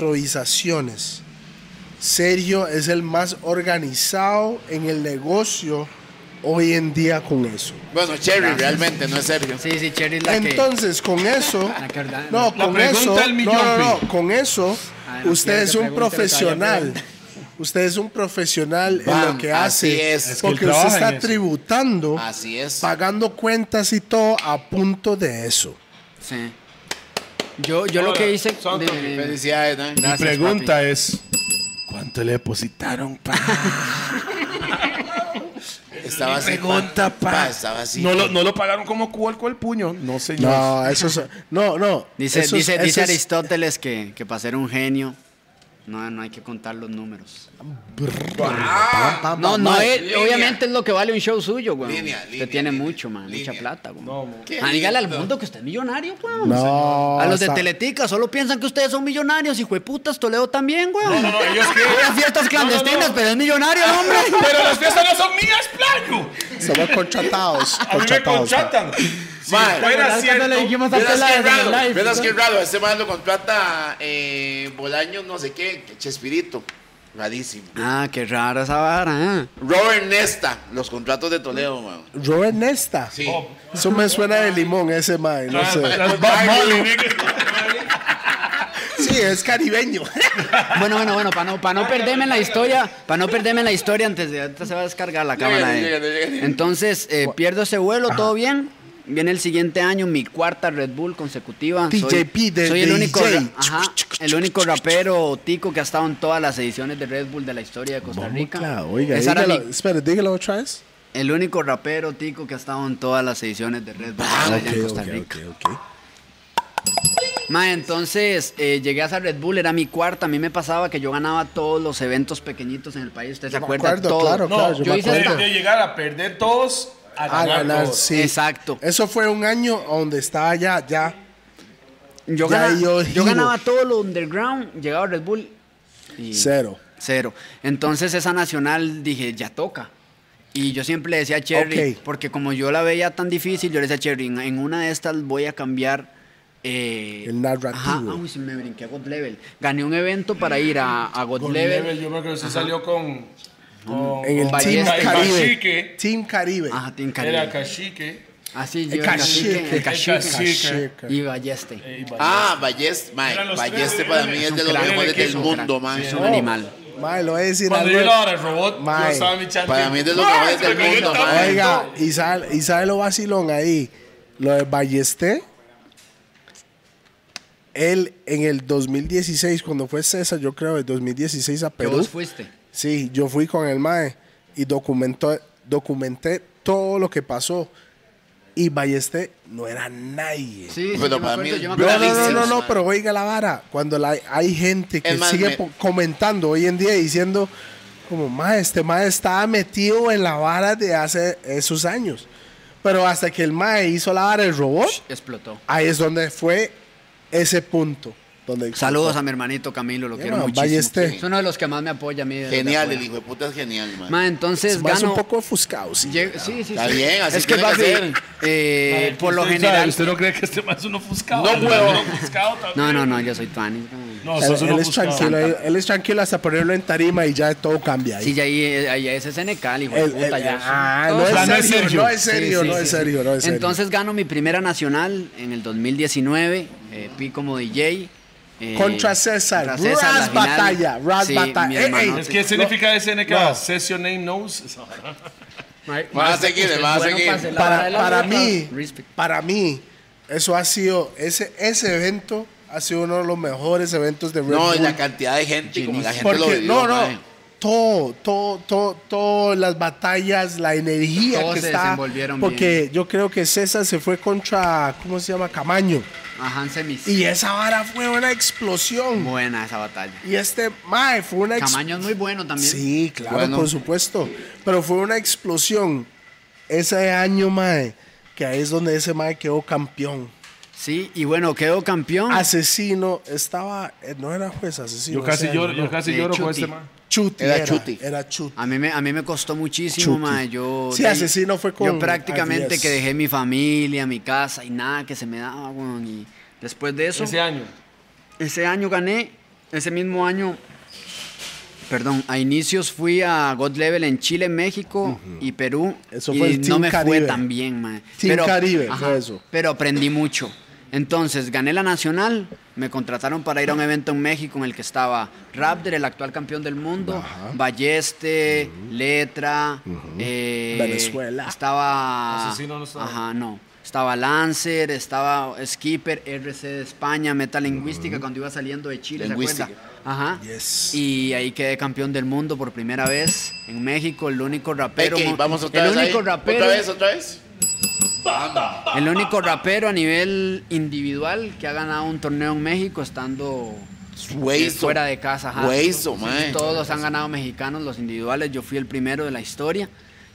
improvisaciones, Sergio es el más organizado en el negocio hoy en día con eso. Bueno, Cherry, realmente, no es Sergio. Sí, sí, Cherry es la que... Entonces, con eso, La que ordena. no, La con pregunta eso, del no, millón, no, no, Pi. con eso, Ah, no usted quiero es que un pregunte lo que vaya a profesional. preguntar. Usted es un profesional en Bam, lo que así hace, es. Es que él porque usted trabaja en está eso. tributando, Así es. pagando cuentas y todo a punto de eso. Sí. Yo, yo lo Ahora, que hice... Santo, dime, dime. Felicidades, ¿no? Gracias, pregunta papi. es, ¿cuánto le depositaron, pa? Estaba así. Pregunta, pa. Estaba así. No lo, no lo pagaron como cuerpo al puño. No, señor. No, eso es, no, no. Dice, eso es- dice, eso dice es- Aristóteles que, que para ser un genio no, no hay que contar los números. Pam, pam, No, pam, no, mae. es- línea. obviamente es lo que vale un show suyo, güey. Línea, usted línea, tiene línea, mucho, man, línea. mucha plata, güey. No, man. Qué Ah, dígale al lindo. mundo que usted es millonario, güey. No, A los de está- Teletica solo piensan que ustedes son millonarios, hijo de putas, Toledo también, güey. No, no, ellos qué. fiestas No, no, no. clandestinas, pero es millonario, el hombre. Pero las fiestas no son mías, playo. eh. Somos contratados. A mí contratados, me mae. contratan. Si Ma, fuera cierto, Verás qué raro, verás qué raro, este man lo contrata eh, Bolaño, no sé qué, Chespirito. Rarísimo. Ah, qué rara esa vara, ¿eh? Robert Nesta, los contratos de Toledo, man. Robert Nesta. Sí. Eso me suena de limón ese mae, no las- sé. las Bob Marley, nigga. Sí, es caribeño. Bueno, bueno, bueno, para no, pa' no perderme en la historia, para no perderme en la historia antes de ahorita se va a descargar la cámara. Llegale, eh. llegale, llegale. Entonces, eh, pierdo ese vuelo, todo bien. Viene el siguiente año, mi cuarta Red Bull consecutiva. soy, TJP de- soy de el único, DJ. ra- ajá, el único rapero tico que ha estado en todas las ediciones de Red Bull de la historia de Costa Rica. Claro, oiga, Esa era dígalo, mi- espere, dígalo otra vez. el único rapero tico que ha estado en todas las ediciones de Red Bull Ah, allá Ah, en Costa Rica. Ma, entonces eh, llegué a esa Red Bull, era mi cuarta. A mí me pasaba que yo ganaba todos los eventos pequeñitos en el país. ¿Usted se me acuerda? acuerdo, todo. claro, No, claro, yo, yo me hice acuerdo. de, esta. de llegar a perder todos a A ganar, ganar, todos. sí. Exacto. Eso fue un año donde estaba ya, ya. Yo, Ya ganaba, yo yo giro. ganaba todo lo underground, llegaba a Red Bull y Cero. cero. Entonces esa nacional dije, ya toca. Y yo siempre le decía a Cherry, Ok. porque como yo la veía tan difícil, yo le decía a Cherry, en, en una de estas voy a cambiar... eh, El narrativo. Ajá, ah, uy, se me brinqué a God Level. Gané un evento para ir a, a God, Con Level. Level, yo me acuerdo que se salió con. con- En el con Team Ballesta. Caribe. Cacique. Team Caribe. Ajá, Team Caribe. Era Cachique. Así yo El el Ah, cacique, cacique. el cacique, El cacique. Cacique. y Balleste. Eh, y Ballesta. Ah, Ballest, man. Eran los Balleste tres, para eran- mí Es es un de los crack, mejores es del un crack, mundo, man. es un animal. Mae, lo voy a decir Cuando algo. yo la hora del robot, yo Mae. estaba mi chante. Para mí es de los Mae, mejores del porque yo mundo, estaba- mae. Oiga, y sale, y sale lo vacilón ahí. Lo de Ballesté. Él en el 2016, cuando fue César, yo creo, el 2016 a Que Perú. vos fuiste. Sí, yo fui con el MAE y documentó, documenté todo lo que pasó. Y Ballesté no era nadie. Sí, sí, Pero yo me para acuerdo, mí- yo me No, acuerdo. no, no, Bravísimos, no, no, man. pero oiga la vara. Cuando la, hay gente que Es más, sigue me- po- comentando hoy en día diciendo, como, ma, este mae estaba metido en la vara de hace esos años. Pero hasta que el mae hizo la vara del robot, Explotó. ahí es donde fue ese punto. Donde- Saludos a mi hermanito Camilo, lo Yeah, quiero man, muchísimo. Ballester. Es uno de los que más me apoya a mí. desde Genial, el afuera. hijo de puta es genial, man. Ma, entonces Más gano. este un poco ofuscado, sí. Lle- Sí, sí, Está sí. bien, así es que, tiene que papi, ser. eh, Ay, por lo usted sabe, general. ¿Usted no cree que este más es un ofuscado? No, huevón. Un ofuscado también. No, no, no, yo soy fan. No, Él, sos un él es ofuscado. tranquilo, él, él es tranquilo hasta ponerlo en tarima y ya todo cambia ahí. Sí, ya ahí, eh, ahí es SNK, hijo de Él- puta. él- yo soy- ah, todos no saben. es serio, no es Sí, serio, sí, no sí, es sí. serio, no es serio. Entonces gano mi primera nacional en el 2019, eh, Pi como DJ. eh, Contra César, Ras la final. Batalla, Ras Sí, Batalla. mi Ey, hermano. ey. Es que significa SNK, No. ah, Session Name Knows. Va a seguir, Usted es va a bueno seguir. para hacer la vara para, de la para boca. mí, Respect. para mí, eso ha sido, ese, ese evento ha sido uno de los mejores eventos de Red No, y Bull. la cantidad de gente, como la gente lo Porque, vivió, no, no, mae. todo, todo, todo, todas las batallas, la energía Todos que se está. desenvolvieron Porque yo creo que César se fue contra, ¿cómo se llama? Camaño. Ajá, semis. Y esa vara fue una explosión. Buena esa batalla. Y este, mae, fue una explosión. Camaño es muy bueno también. Sí, claro, Bueno. por supuesto. Pero fue una explosión ese año, mae, que ahí es donde ese mae quedó campeón. Sí, y bueno, quedó Ah. campeón. Asesino estaba, eh, no era juez asesino. Yo casi ese año, lloro, yo no. casi De lloro con Chuti. este man. Chuti Era era, Chuti. Era Chuti. A mí me, a mí me costó muchísimo, Chucky. ma. Yo, Sí, de- Asesino fue con Yo prácticamente Adidas. que dejé mi familia, mi casa y nada que se me daba, weón. Y después de eso, Ese año. ese año gané. Ese mismo año, perdón, a inicios fui a God Level en Chile, México y Perú. Eso y fue el no Team me fue Caribe. tan bien, ma. Team Caribe, fue eso. Pero aprendí mucho. Entonces, gané la nacional. Me contrataron para ir a un evento en México en el que estaba Raptor, el actual campeón del mundo, Balleste, Letra, eh, Venezuela. Estaba. Asesino no estaba. Ajá, Ah, no. Estaba Lancer, estaba Skipper, RC de España, Meta Lingüística, cuando iba saliendo de Chile, ¿se acuerda? Lingüística. Ajá. Yes. Y ahí quedé campeón del mundo por primera vez en México, el único rapero. Ok, mo- vamos otra el vez. único ahí. rapero. Otra vez, otra vez. El único rapero a nivel individual que ha ganado un torneo en México estando Hueso. fuera de casa. ajá. Hueso, Sí, mae. Todos han ganado mexicanos, los individuales. Yo fui el primero de la historia.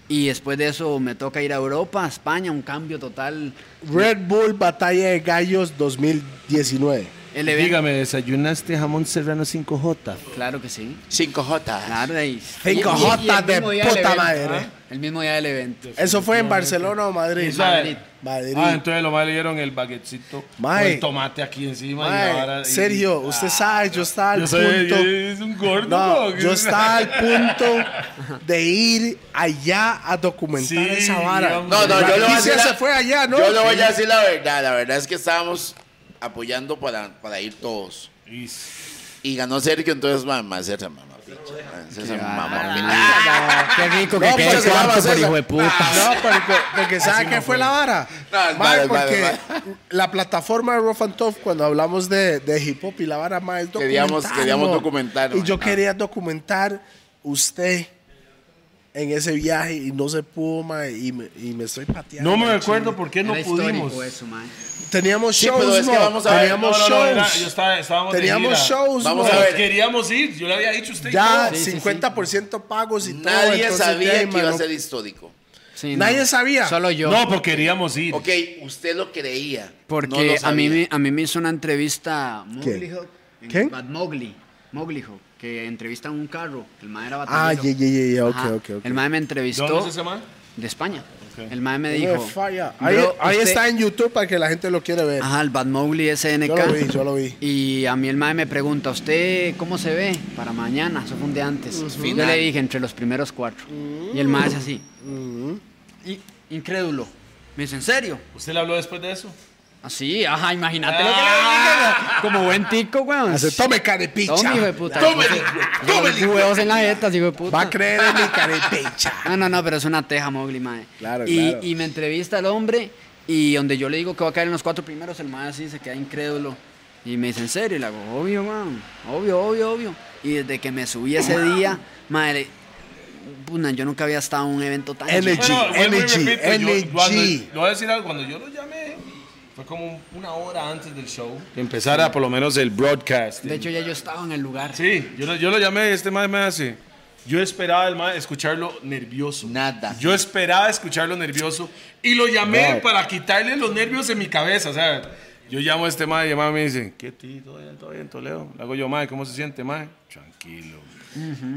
Y después de eso me toca ir a Europa, a España, un cambio total. Red Bull Batalla de Gallos 2019. El evento. ¿desayunaste jamón serrano 5J? Claro que sí. 5J. Claro, y, Cinco y- y- J y el de mismo día del puta evento, madre. ¿ah? El mismo día del evento. ¿Eso fue en Barcelona o Madrid? Sí, Madrid. Madrid. Ah, entonces lo más le dieron el baguetcito con Mae. el tomate aquí encima. Mae, y ahora, y- Sergio, usted sabe, yo estaba al Yo soy, punto. yo- es un gordo. No, ¿no? yo estaba al punto de ir allá a documentar Sí, esa vara. digamos. No, no, yo le voy a decir. Patricia la- se fue allá, ¿no? Yo le voy a decir la verdad. La verdad es que estábamos apoyando para, para ir todos. Y- Y ganó Sergio, entonces, mamá, César, mamá, pinche. César, mamá, pinche. Ah, Qué rico que No, quede pues, se cuarto llama por César. hijo de Ah. puta. No, porque, porque ¿sabe qué fue la vara? No, es Mae, vara, es vara, porque es la plataforma de Rough and Tough, cuando hablamos de, de hip hop y la vara más es Queríamos- documentarlo. queríamos documentarlo, Y yo mae. quería documentar usted en ese viaje y no se pudo, mae, y me, y me estoy pateando. No me acuerdo por qué no Era histórico pudimos. eso, man. Teníamos Sí, shows, pero es que mo, vamos a ver. No, teníamos no, no, era- shows. yo estaba- estábamos de teníamos gira. shows, Vamos mo. a ver. Queríamos ir, yo le había dicho a usted. Ya que sí, no. sí. 50% pagos y todo. Nadie entonces, ya, sabía que iba a mano, ser histórico. Sí, Nadie no. sabía. Solo yo. No, pero queríamos ir. Ok, usted lo creía. no lo Porque sabía. a, mí, me- a mí me hizo una entrevista Mowgli Hawk. en ¿Quién? Bad Mowgli. Mowgli Hawk, que entrevistan un carro. El mae era Ah, baterista. ya, ya, ya, ya, ok, Ajá. ok, ok. El mae me ¿De entrevistó ¿Dónde es ese man? de España. El mae me dijo. Hijo de falla. Ahí, "Bro, ahí usted- Ah, está en YouTube para que la gente lo quiere ver. Ajá, el Bad Mowgli SNK. Yo lo vi, yo lo vi. Y a mí el mae me pregunta, ¿usted cómo se ve para mañana? Eso fue un día antes. Yo le dije, entre los primeros cuatro. Mm. Y el mae es así. Y- incrédulo. Me dice, ¿en serio? ¿Usted le habló después de eso? Así, ajá, imagínate lo que le dije. Como buen tico, weón. Hace, Ah. tome carepicha. Tome, hijo de puta. Tómele, Los tómele. huevos en la jeta, hijo de puta. Va a creer en mi carepicha. Ah, No, no, no, pero es una teja, Mowgli, mae. Claro, y, claro. Y me entrevista el hombre y donde yo le digo que va a caer en los cuatro primeros, el mae así se queda incrédulo. Y me dice, ¿en serio? Y le hago, obvio, man. Obvio, obvio, obvio. Y desde que me subí ese día, madre, puta, yo nunca había estado en un evento tan Energy. chido. Bueno, vuelvo y energy, repito, yo- yo ando- energy. le voy a decir algo, cuando yo lo llamé, fue como una hora antes del show. Empezar a por lo menos el broadcast. De hecho, ya yo estaba en el lugar. Sí, yo lo, yo lo llamé y este mae me hace. Yo esperaba el mae escucharlo nervioso. Nada. Yo esperaba escucharlo nervioso y lo llamé para quitarle los nervios de mi cabeza. O sea, Yo llamo a este mae y el mae me dice, ¿qué tío? ¿Todo bien, todo bien, Toledo? Le hago yo, mae, ¿cómo se siente, mae? Tranquilo.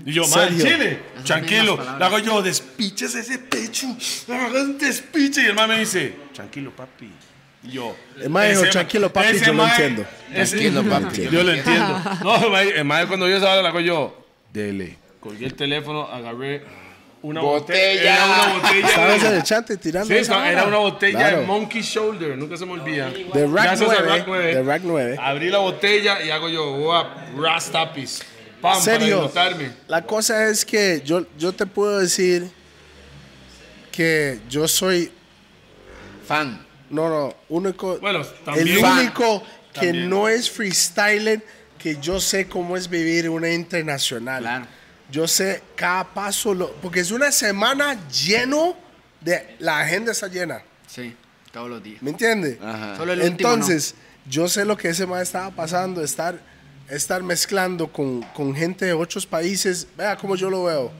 Y yo, mae, ¿Serio? chile, Esas tranquilo. mismas Le hago yo, despiches ese pecho, hagas un despiche. Y el mae me dice, tranquilo, papi. Y yo, El Eh, mae dijo, "Ese "Tranquilo, papi, ese yo lo mae- entiendo". ese- Tranquilo, papi, yo Yo lo entiendo. No, el mae- el mae cuando yo estaba, le hago yo, dele. Colgué el teléfono, agarré una Botella. botella. Era una botella. Estabas en güey. el chante tirando. Sí, esa era vara. una botella Claro. de Monkey Shoulder, nunca se me olvida. De Rack Gracias a 9, Rack Ah, 9. de Rack 9. Abrí la botella y hago yo, guap, Rastapis. Pam, para Serio. disfrutarme. La cosa es que yo, yo te puedo decir que yo soy, Fan. no, no, único, Bueno, el también. único que También. no es freestyler que yo sé cómo es vivir una internacional. Claro. Yo sé cada paso, lo- porque es una semana lleno de, la agenda está llena, Sí, todos los días. ¿me entiendes? Solo el último, Entonces, yo sé lo que ese man estaba pasando, estar, estar mezclando con, con gente de otros países. Vea cómo yo lo veo.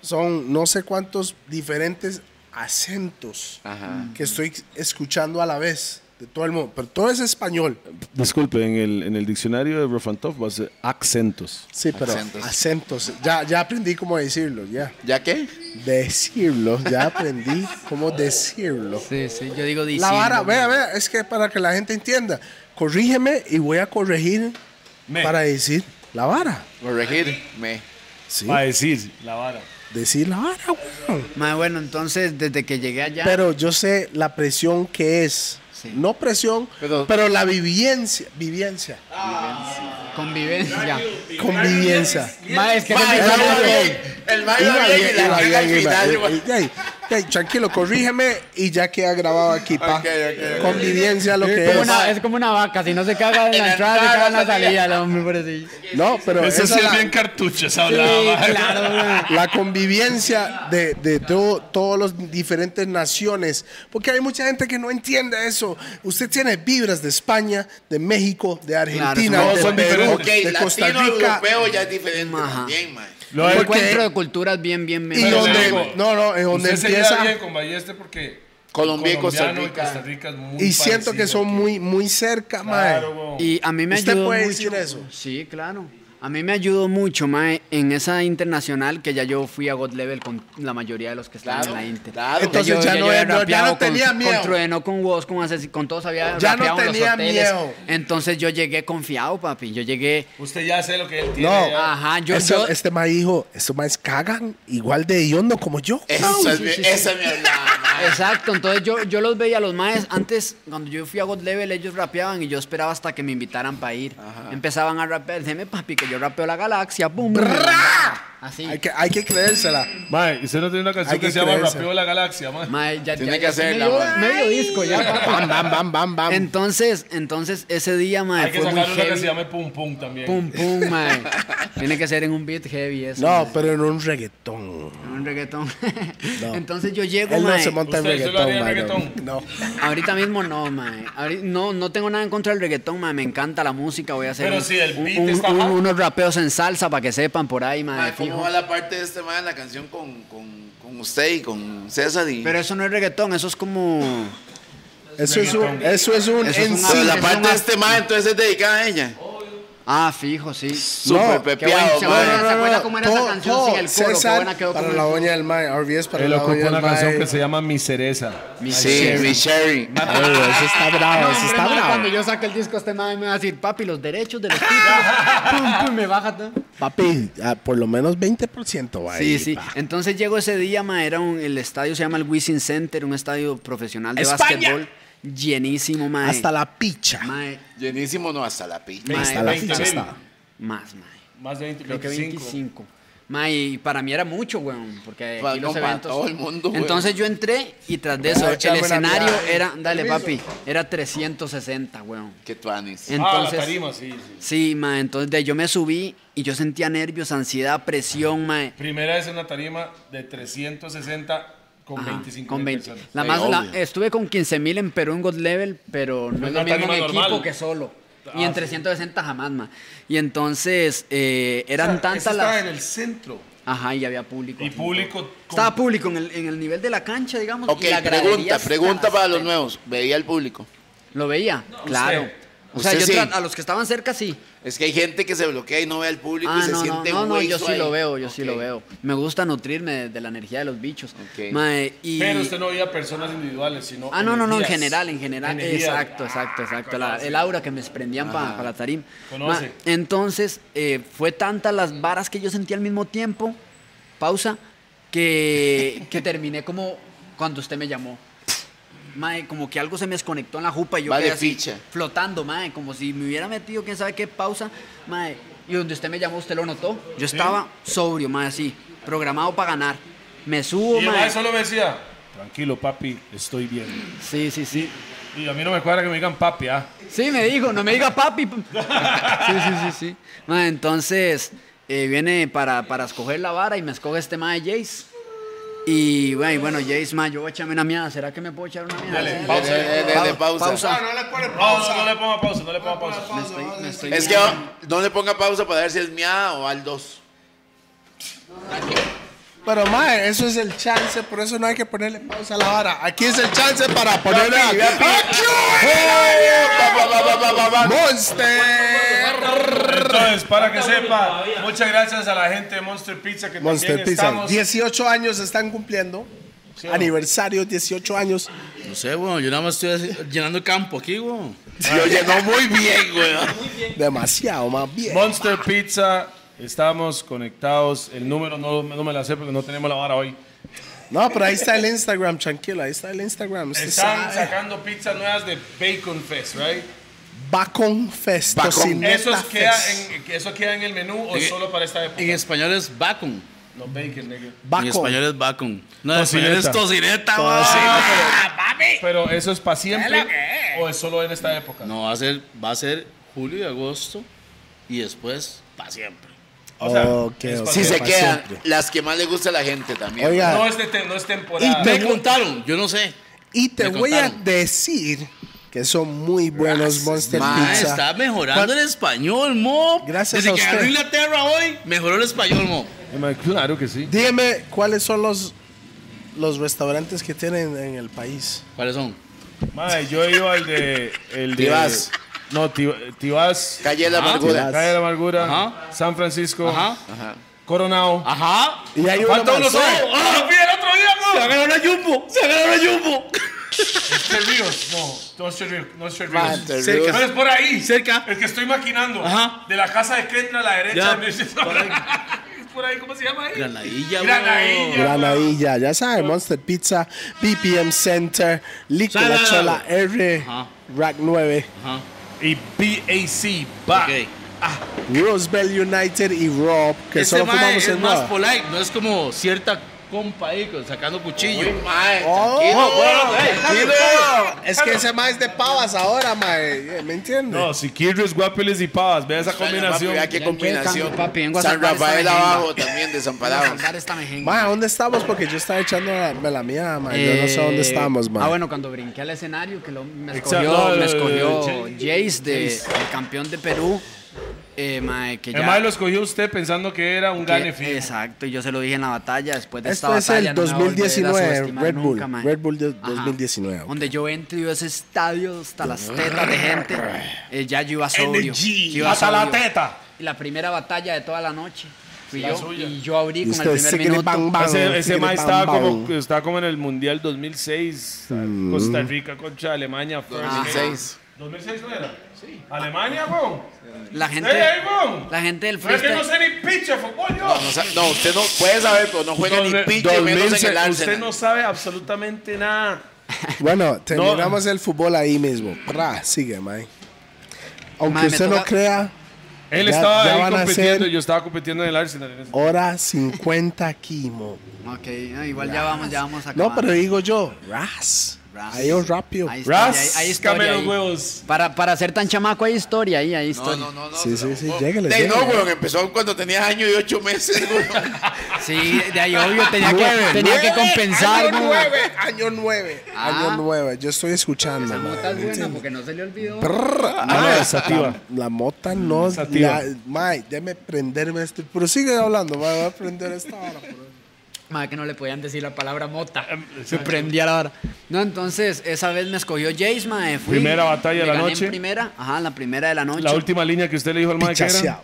Son no sé cuántos diferentes acentos Ajá. que estoy escuchando a la vez de todo el mundo, pero todo es español. Disculpe, en el, en el diccionario de Rofantov va a ser acentos. Sí, pero acentos. Acentos. Ya, ya aprendí cómo decirlo, ya. ¿Ya qué? Decirlo, ya aprendí cómo decirlo. Sí, sí, yo digo La diciendo. vara, vea, vea, es que para que la gente entienda, corrígeme y voy a corregir Me. para decir la vara. Corregir. Me. Sí, Para decir la vara. decir la vara, weón. Más bueno, entonces, desde que llegué allá, Pero yo sé la presión que es. Sí. No presión, pero, Pero- la vivencia, vivencia, convivencia. convivencia. Más es que Mae, no ya me- lo iba vi. bien. El mae Iba iba bien y bien, la iba caga al bien, iba- final, güey. eh, eh, eh, eh, Tranquilo, corrígeme y ya queda grabado aquí, pa. Ok, ok, ok. Convivencia lo que como es. una- es como una vaca, si no se caga en En la la entrada, se caga en la entrada, salida, salida. el hombre, pobrecillo. No, pero Ese esa sí es es la- bien cartucho, esa Sí, hablaba. claro. la convivencia de, de todo- todos los diferentes naciones, porque hay mucha gente que no entiende eso. Usted tiene vibras de España, de México, de Argentina, Claro, de son Perú, Ok, de Costa latino Rica. europeo ya es diferente Ajá. también, mae. Lo Un de- Porque- encuentro de culturas bien, bien, Y bien. Pero donde, luego, no, no, es donde Usted se lleva empieza. bien con Ballester porque Colombia y Costa colombiano Rica. Costa Rica es muy Y siento que parecido son aquí. muy, muy cerca, mae. Claro, güey. Y a mí me ¿Usted ayudó puede mucho. decir eso? Sí, claro. A mí me ayudó mucho, mae, en esa internacional que ya yo fui a God Level con la mayoría de los que estaban Claro, en la Inter. claro. Entonces ya no- había ya no- ya rapeado no tenía con, miedo. Con Trueno, con Woz, con Ases- con todos había Ya no rapeado en los tenía hoteles. miedo. Entonces yo llegué confiado, papi. Yo llegué... Usted ya sabe lo que él tiene. No, ya. Ajá, yo... Eso- yo- este mae dijo, estos maes cagan igual de hediondo como yo. Eso es mi- Esa es mi hablada, mae. Exacto, entonces yo, yo los veía a los maes. Antes, cuando yo fui a God Level, ellos rapeaban y yo esperaba hasta que me invitaran para ir. Empezaban a rapear. Dime, papi, que yo rapeo la galaxia. ¡Bum! bum, bum". Así. Hay que, hay que creérsela. Mae, usted no tiene una Hay canción que que, se llama creerse. Rapeo de la Galaxia, mae. Mae, ya, Tiene ya- que ya soy hacerla, medio, mae. medio disco ya. papá. Bam, bam, bam, bam, bam. Entonces, entonces ese día, mae, Hay que fue muy sacar una que se heavy. llame Pum Pum también. Pum pum, mae. Tiene que ser en un beat heavy eso. no, mae. pero en un reggaetón. En un reggaetón. No. Entonces yo llego, Él no mae. se monta en Usted- usted lo reggaetón, haría en mae. reggaetón. No. Ahorita mismo no, mae. Ahori- No, no tengo nada en contra del reggaetón, mae. Me encanta la música. Voy a hacer Pero un- si el beat un- está un- hard. unos rapeos en salsa para que sepan por ahí, mae. Mae, ¿Cómo fijo. va la parte de este mae en la canción con, con, con usted y con César? Y... Pero eso no es reggaetón, eso es como. Eso es un, eso es un Eso es en una- sí. Pero la es parte una- de este mae entonces es dedicada a ella. Ah, fijo, sí. Súper No, Qué buena, pepeado, ¿se mae. acuerda, ¿se acuerda cómo era Todo- esa canción todo. sin el coro? César qué buena quedó para con la el- doña del mae, RBS para Él la ocupa doña una del canción mae. que se llama Mi Cereza. Mi Sí, mi Sherry. Ay, eso está bravo, eso está Hombre, mae, bravo. Cuando yo saque el disco, este madre me va a decir, papi, los derechos de los títulos. pum, pum, me baja todo. Papi, ah, por lo menos 20% va Sí, ahí, sí. pa. Entonces llego ese día, ma, era un- el estadio se llama el Wisin Center, un estadio profesional de España. básquetbol llenísimo, ma. Hasta la picha. Mae, Llenísimo, no, hasta la picha. mae, Hasta la 20 picha mil. está. más, ma. Más de 20, Creo que 25. 25. Ma, y para mí era mucho, weón, porque aquí Para- los no, para eventos- todo el mundo, weón. Entonces yo entré y tras de eso Voy a el echarme una escenario mirada. era, dale papi, era 360, weón. Que tuanis. Ah, la Entonces, tarima, sí, sí. Sí, ma, entonces de- yo me subí y yo sentía nervios, ansiedad, presión, ma. Primera vez en una tarima de 360 con Ajá, 25 con 20. personas. La Sí, más, la- obvio. estuve con 15 mil en Perú en God Level, pero no es lo una mismo en tarima equipo normal. que solo. y Ah, en sí. 360 jamás, ma. Y entonces eh, eran O sea, esa tantas Estaba las... en el centro. Ajá, y había público. Y aquí. público. Estaba público en el, en el nivel de la cancha, digamos. Ok, y la gradería pregunta, hasta pregunta las para los tetas. nuevos. Veía al público. ¿Lo veía? claro. O sea, Usted yo sí. tra- a los que estaban cerca sí. Es que hay gente que se bloquea y no ve al público Ah, y se no, no, siente no, no, yo hueso sí ahí. lo veo, yo sí Ok. lo veo. Me gusta nutrirme de, de la energía de los bichos. Ok. Mae, y- Pero usted no veía personas individuales, sino. Ah, no, no, no, en energías. general, en general. Energías. Exacto, exacto, exacto. La- el aura que me desprendían para la tarim. Conoce. entonces, eh, fue tantas las varas que yo sentí al mismo tiempo, pausa, que, que terminé como cuando usted me llamó. Mae, como que algo se me desconectó en la jupa y yo Vale quedé así, ficha. flotando, mae, como si me hubiera metido quién sabe qué pausa, mae. Y donde usted me llamó, usted lo notó. Yo estaba sobrio, mae, así, programado para ganar. Me subo, Y el mae mae. solo me decía, tranquilo, papi, estoy bien. Sí, sí, sí. Y a mí no me cuadra que me digan papi, ah. Sí, me dijo, no me diga papi. Sí, sí, sí, sí. Ma, entonces, eh, viene para, para escoger la vara y me escoge este ma de Jace. Y bueno, y bueno Jace, ma, yo voy a echarme una mierda. ¿Será que me puedo echar una mierda? Dale, pausa, eh, dale, pausa. No le pones No, no, pausa. no le ponga pausa, no le ponga pausa. Es que ah, no le ponga pausa para ver si es miada o al 2. Pero, mae, eso es el chance, por eso no hay que ponerle pausa a la vara. Aquí es el chance para ponerle Papi, a... papi. ¡Aquí! ¡Monster! Entonces, para que sepa, muchas gracias a la gente de Monster Pizza que Monster también Pizza, estamos. 18 años están cumpliendo. Aniversario, 18 años. No sé, weón. Yo nada más estoy así- llenando campo aquí, weón. Lo llenó muy bien, güey. Demasiado, más bien. Monster Pizza, estamos conectados. El número no, no me la sé porque no tenemos la vara hoy. No, pero ahí está el Instagram, tranquilo, ahí está el Instagram. Usted Están sabe. sacando pizzas nuevas de Bacon Fest, right? Bacon Fest, Bacon. Tocineta ¿Eso queda, Fest. en, ¿Eso queda en el menú o En- solo para esta época? En español es bacon. No, bacon, nigga. En Bacon. español es bacon. No, en español es Tocineta. tocineta, Tocineta. weón. Pero eso es para siempre o es solo en esta época. No, va a ser, va a ser julio y agosto y después para siempre. O sea, Ok, es ok. para Si se Para quedan siempre. las que más le gusta a la gente también. Oiga, No es, de te- no es temporada. Y te- Me contaron, yo no sé. y te me voy a contaron. decir que son muy buenos Monster Ah, Pizza. está mejorando el español, mo. Gracias Desde a que agarró usted. Inglaterra hoy, mejoró el español, mo. Claro que sí. Dígame cuáles son los los restaurantes que tienen en el país. ¿Cuáles son? Madre, yo iba al de. El de Tibás. No, Ti- Tibás. Calle de la Ah, amargura. Calle de la Amargura. Ajá. San Francisco. Ajá. Coronado. Ajá. Y hay uno Falta uno más. solo. ¡Ah, fui el otro día, Se güey! agarró una jumbo. Se agarró una jumbo. Tres Ríos. No, no es Tres Ríos. No es Tres Ríos. Monster Cerca. Rules. Pero es por ahí. Cerca. Es que estoy maquinando. Ajá. De la casa de Kendra a la derecha. Ya. Es por ahí, ¿cómo se llama ahí? Granadilla, weón. Granadilla. Granadilla, ya saben, Monster Pizza, BPM Center, Licola Sala. Chola R, Ajá. Rack 9, Ajá. Y BAC. Back. Ok. Roseville United y Rob, que Ese solo mae fumamos es en más Rob. polite, no es como cierta compa ahí con- sacando cuchillo. Uy, mae, Oh, tranquilo. bueno, Ey, tranquilo. Es que ese más es de pavas ahora, mae. ¿Me entiendes? No, si Kirris, Guapeles y Pavas. Ve esa Bueno, papi, combinación. vea qué combinación. cambio, papi, vengo a San salvar esta Rafael leyenda. abajo también, desamparados. Salvar esta mejenga. Mae, ¿dónde estamos? Porque yo estaba echando la, me la mía, mae. Yo no sé dónde Eh, estamos, mae. Ah, bueno, cuando brinqué al escenario, que lo, me Exacto. escogió, No, no, me no, escogió no, no. Jace, de, el campeón de Perú. Eh, mae, que ya... El más lo escogió usted pensando que era un que- gane fijo. Exacto, y yo se lo dije en la batalla, después de Esto esta es batalla. el no me voy a volver a 2019, subestimar Red Bull, nunca, mae. Red Bull de- Ajá. 2019, ok. Donde yo entro y veo ese estadio hasta las tetas de gente, eh, ya yo iba sobrio. yo iba Hasta la sobrio. teta. Y la primera batalla de toda la noche. Fui La yo, suya. y yo abrí Y con el usted primer sigue minuto. bang, bang, Ese, ese sigue mae bang, estaba como, bang. estaba como en el Mundial 2006. Mm. Costa Rica contra Alemania. Fue- 2006. ¿2006 no era? Sí. ¿Alemania, weón? La gente, ¡Ey, ey, weón! la gente del No es que freestyle. no sé ni pinche fútbol, yo. No, sa- no, usted no puede saber, pero no juega ni Dos- pinche menos en 2006, el usted Arsenal. no sabe absolutamente nada. Bueno, terminamos el fútbol ahí mismo. Pra, sigue, mae. Aunque Mae, me usted no toca- crea, Él Ya- estaba ya ahí van a compitiendo ser- y yo estaba compitiendo en el Arsenal. en ese- hora 50 kimo. Ok, no, igual ya vamos, ya vamos a acabar. No, pero digo yo, ras. Ras. Ahí es rápido. Ah. Ahí está, Ras, hay, hay came historia los ahí. huevos. Para, para ser tan chamaco hay historia ahí, hay No, historia. no, no, no. Sí, sí, sí, lléguele, Ey, no, lléguele. weón, empezó cuando tenía año y ocho meses, weón. Sí, de ahí obvio tenía Nueve, que, tenía que nueve, compensar. Año ¿no? 9, año 9. Ah. Año 9, yo estoy escuchando. La mae, mota es ¿me buena entiende? porque no se le olvidó. Prrr, No, mae, no, sativa. La, la mota no. Sativa. La, mae, déme prenderme este. Pero sigue hablando, mae, voy a prender esta hora. bro. Madre, que no le podían decir la palabra mota. Se Em, exacto. prendía la vara. No, entonces, esa vez me escogió Jace, mae. fui, Primera batalla le de la gané en noche. Primera, ajá, la primera de la noche. La última línea que usted le dijo al mae que era. Chaseado.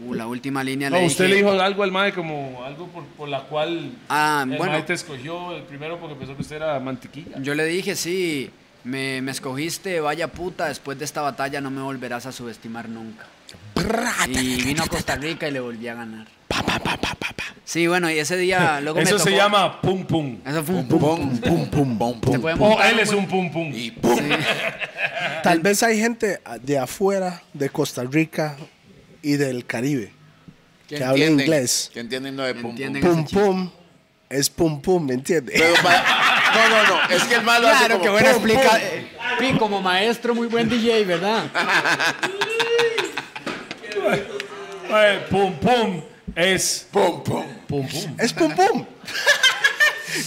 Uh, la última línea No, le usted dije- le dijo algo al mae como algo por, por la cual Ah, el bueno. mae te escogió el primero porque pensó que usted era mantequilla. Yo le dije, sí, me, me escogiste, vaya puta, después de esta batalla no me volverás a subestimar nunca. Y vino a Costa Rica y le volví a ganar. Sí, bueno, y ese día luego me Eso se tocó- Ah, llama pum pum. Eso fue un pum. Pum, pum, pum, pum, Se pum. puede O montar, Oh, él es güey. un pum pum. Y pum. Tal vez hay gente de afuera, de Costa Rica y del Caribe, que habla ¿Entienden? inglés. Que entienden lo de pum, pum. Entienden. Pum ese chiste. pum es pum pum, ¿me entiendes? Pero para- No, no, no. Es que el malo hace Claro, como que bueno pum, explica. pum. eh, Pi, como maestro, muy buen DJ, ¿verdad? Mae, pum pum es Pues Pum, pum. pum pum. Es pum pum.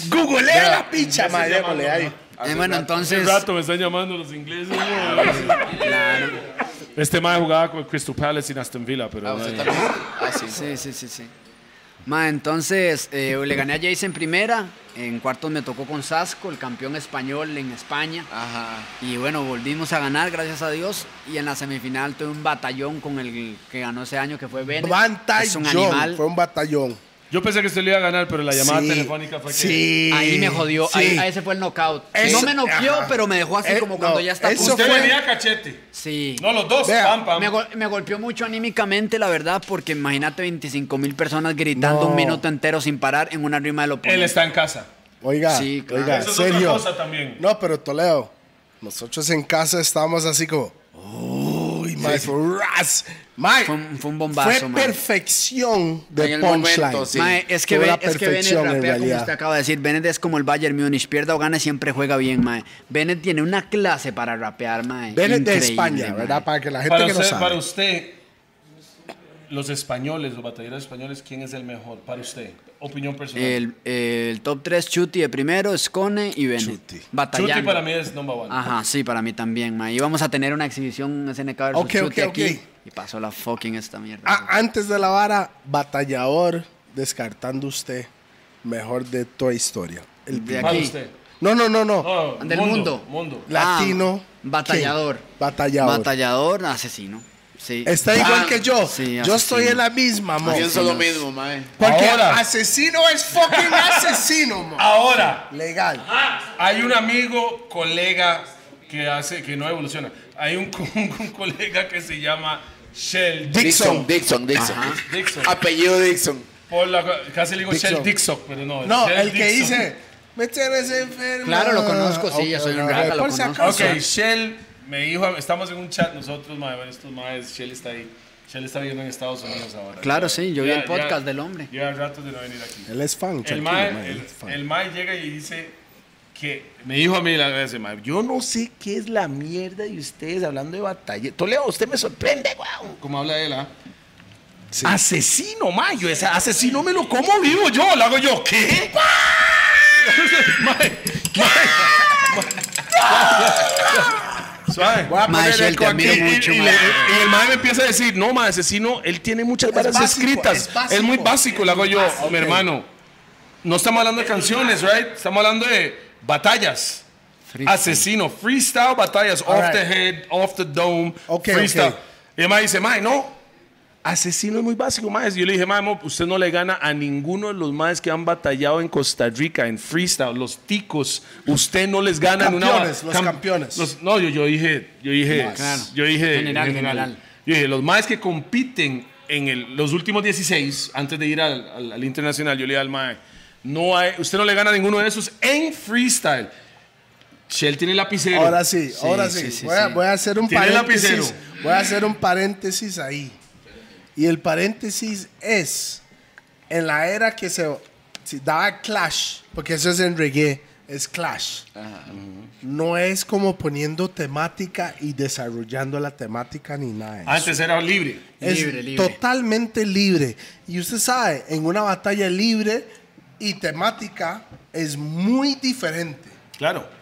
Googlea la picha, ma, démosle ahí. Eh, bueno, Hace entonces, rato me están llamando los ingleses. güey. Este mae jugaba con el Crystal Palace y Aston Villa, pero Ah, mae, usted también. Ah, sí. sí, sí, sí, sí. Ma, entonces eh, le gané a Jace en primera, en cuartos me tocó con Sasco, el campeón español en España. Ajá. Y bueno, volvimos a ganar, gracias a Dios. Y en la semifinal tuve un batallón con el que ganó ese año, que fue Bennett. Es un Batallón. animal. Fue un batallón. yo pensé que usted le iba a ganar, pero la llamada Sí, telefónica fue que sí, Ahí me jodió, sí. ahí, ahí ese fue el knockout. Eso- no me noqueó, ajá. pero me dejó así Eh, como cuando no, ya está. eso punto. fue- Usted venía cachete. Sí. No, los dos. Vea, Pam, pam. Me, gol- me golpeó mucho anímicamente, la verdad, porque imagínate 25 mil personas gritando No. un minuto entero sin parar en una rima del Él oponente. está en casa. Oiga, Sí, claro. oiga, Eso es otra serio. cosa también. No, pero Toledo, nosotros en casa estábamos así como, uy, mae, fue ras. Mae, Fue un- fue un bombazo, Fue mae. perfección En de el punchline. momento, sí. Mae, es que, Tuvo Ben- la es que Bennett perfección, en rapea, como realidad. usted acaba de decir. Bennett es como el Bayern Múnich. Pierda o gane, siempre juega bien, mae. Bennett tiene una clase para rapear, mae. Bennett de Increíble, España, mae. ¿verdad? Para que la gente Para que no usted, sabe. para usted, los españoles, los batalleros españoles, ¿quién es el mejor? Para usted, opinión personal. El, el top 3, Chuti de primero, Scone y Bennett. Batallando. Chuti para mí es number one. Ajá, sí, para mí también, mae. Íbamos a tener una exhibición SNK versus Ok, Chuti ok, aquí. ok. Y pasó la fucking esta mierda. Ah, antes de la vara, batallador, descartando usted, mejor de toda historia. El de primero. Para aquí. usted. No, no, no, no. No, Del mundo. Mundo. Latino. Ah, batallador. ¿quién? Batallador. Batallador, asesino. Sí. Está igual Ah, que yo. sí, yo estoy asesino. en la misma, mo. Pienso lo mismo, mae. Porque Ahora. asesino es fucking asesino, mo. Ahora, Legal. hay un amigo, colega, que hace, que no evoluciona. Hay un, co- un colega que se llama Shell Dixon. Dixon, Dixon. Dixon. Apellido Dixon. Por la- casi le digo Dixon. Shell Dixon, pero no. No, Shell el que Dixon. dice, me tienes enfermo. Claro, lo conozco, sí, yo soy un rata, lo Por si conozco. acaso. Ok, Shell me dijo, estamos en un chat nosotros, madre, bueno, estos madres, Shell está ahí. Shell está viviendo en Estados Unidos ahora. Claro, sí, yo vi Ya- el podcast ya- del hombre. Lleva rato de no venir aquí. Él es fan, El tranquilo, mae, mae, él el, es fan. el mae llega y dice que me dijo a mí la vez, mae, yo no sé qué es la mierda de ustedes hablando de batalla. Toledo, usted me sorprende, guau. Como habla él, ¿ah? Asesino, mae, yo ese asesino me lo como vivo yo, lo hago yo. ¿Qué? Mae, mae. Suave. Voy a Mae, poner Shell, eco te aquí. admiro Y, mucho, y- y mae. le- y el mae me empieza a decir, no, mae, asesino, él tiene muchas varas básico, escritas. es Es, básico. muy básico, lo hago yo, mi hermano. No estamos hablando de canciones, right? Estamos hablando de batallas. Asesino, freestyle batallas, off Alright. the head, off the dome, Ok, freestyle. ok. Y el mae dice, mae, no, asesino es muy básico, mae. Y Yo le dije, mae, mo, usted no le gana a ninguno de los maes que han batallado en Costa Rica, en freestyle, los ticos. Usted no les gana en una... Campeones, los campeones. los- no, yo, yo dije, yo dije, Claro. yo dije, General, general, general. Yo dije, los maes que compiten en el- los últimos 16, antes de ir al, al- al internacional, yo le dije al mae, no hay, usted no le gana a ninguno de esos en freestyle. Shell tiene lapicero. Ahora sí, ahora sí. sí, sí, voy, a, sí. voy a hacer un Tiene paréntesis. lapicero. Voy a hacer un paréntesis ahí. Y el paréntesis es en la era que se, se daba clash, porque eso es en reggae, es clash. No es como poniendo temática y desarrollando la temática ni nada. de eso. Antes era Ah, libre. Es Libre, libre. totalmente libre. Y usted sabe, en una batalla libre y temática es muy diferente. Claro.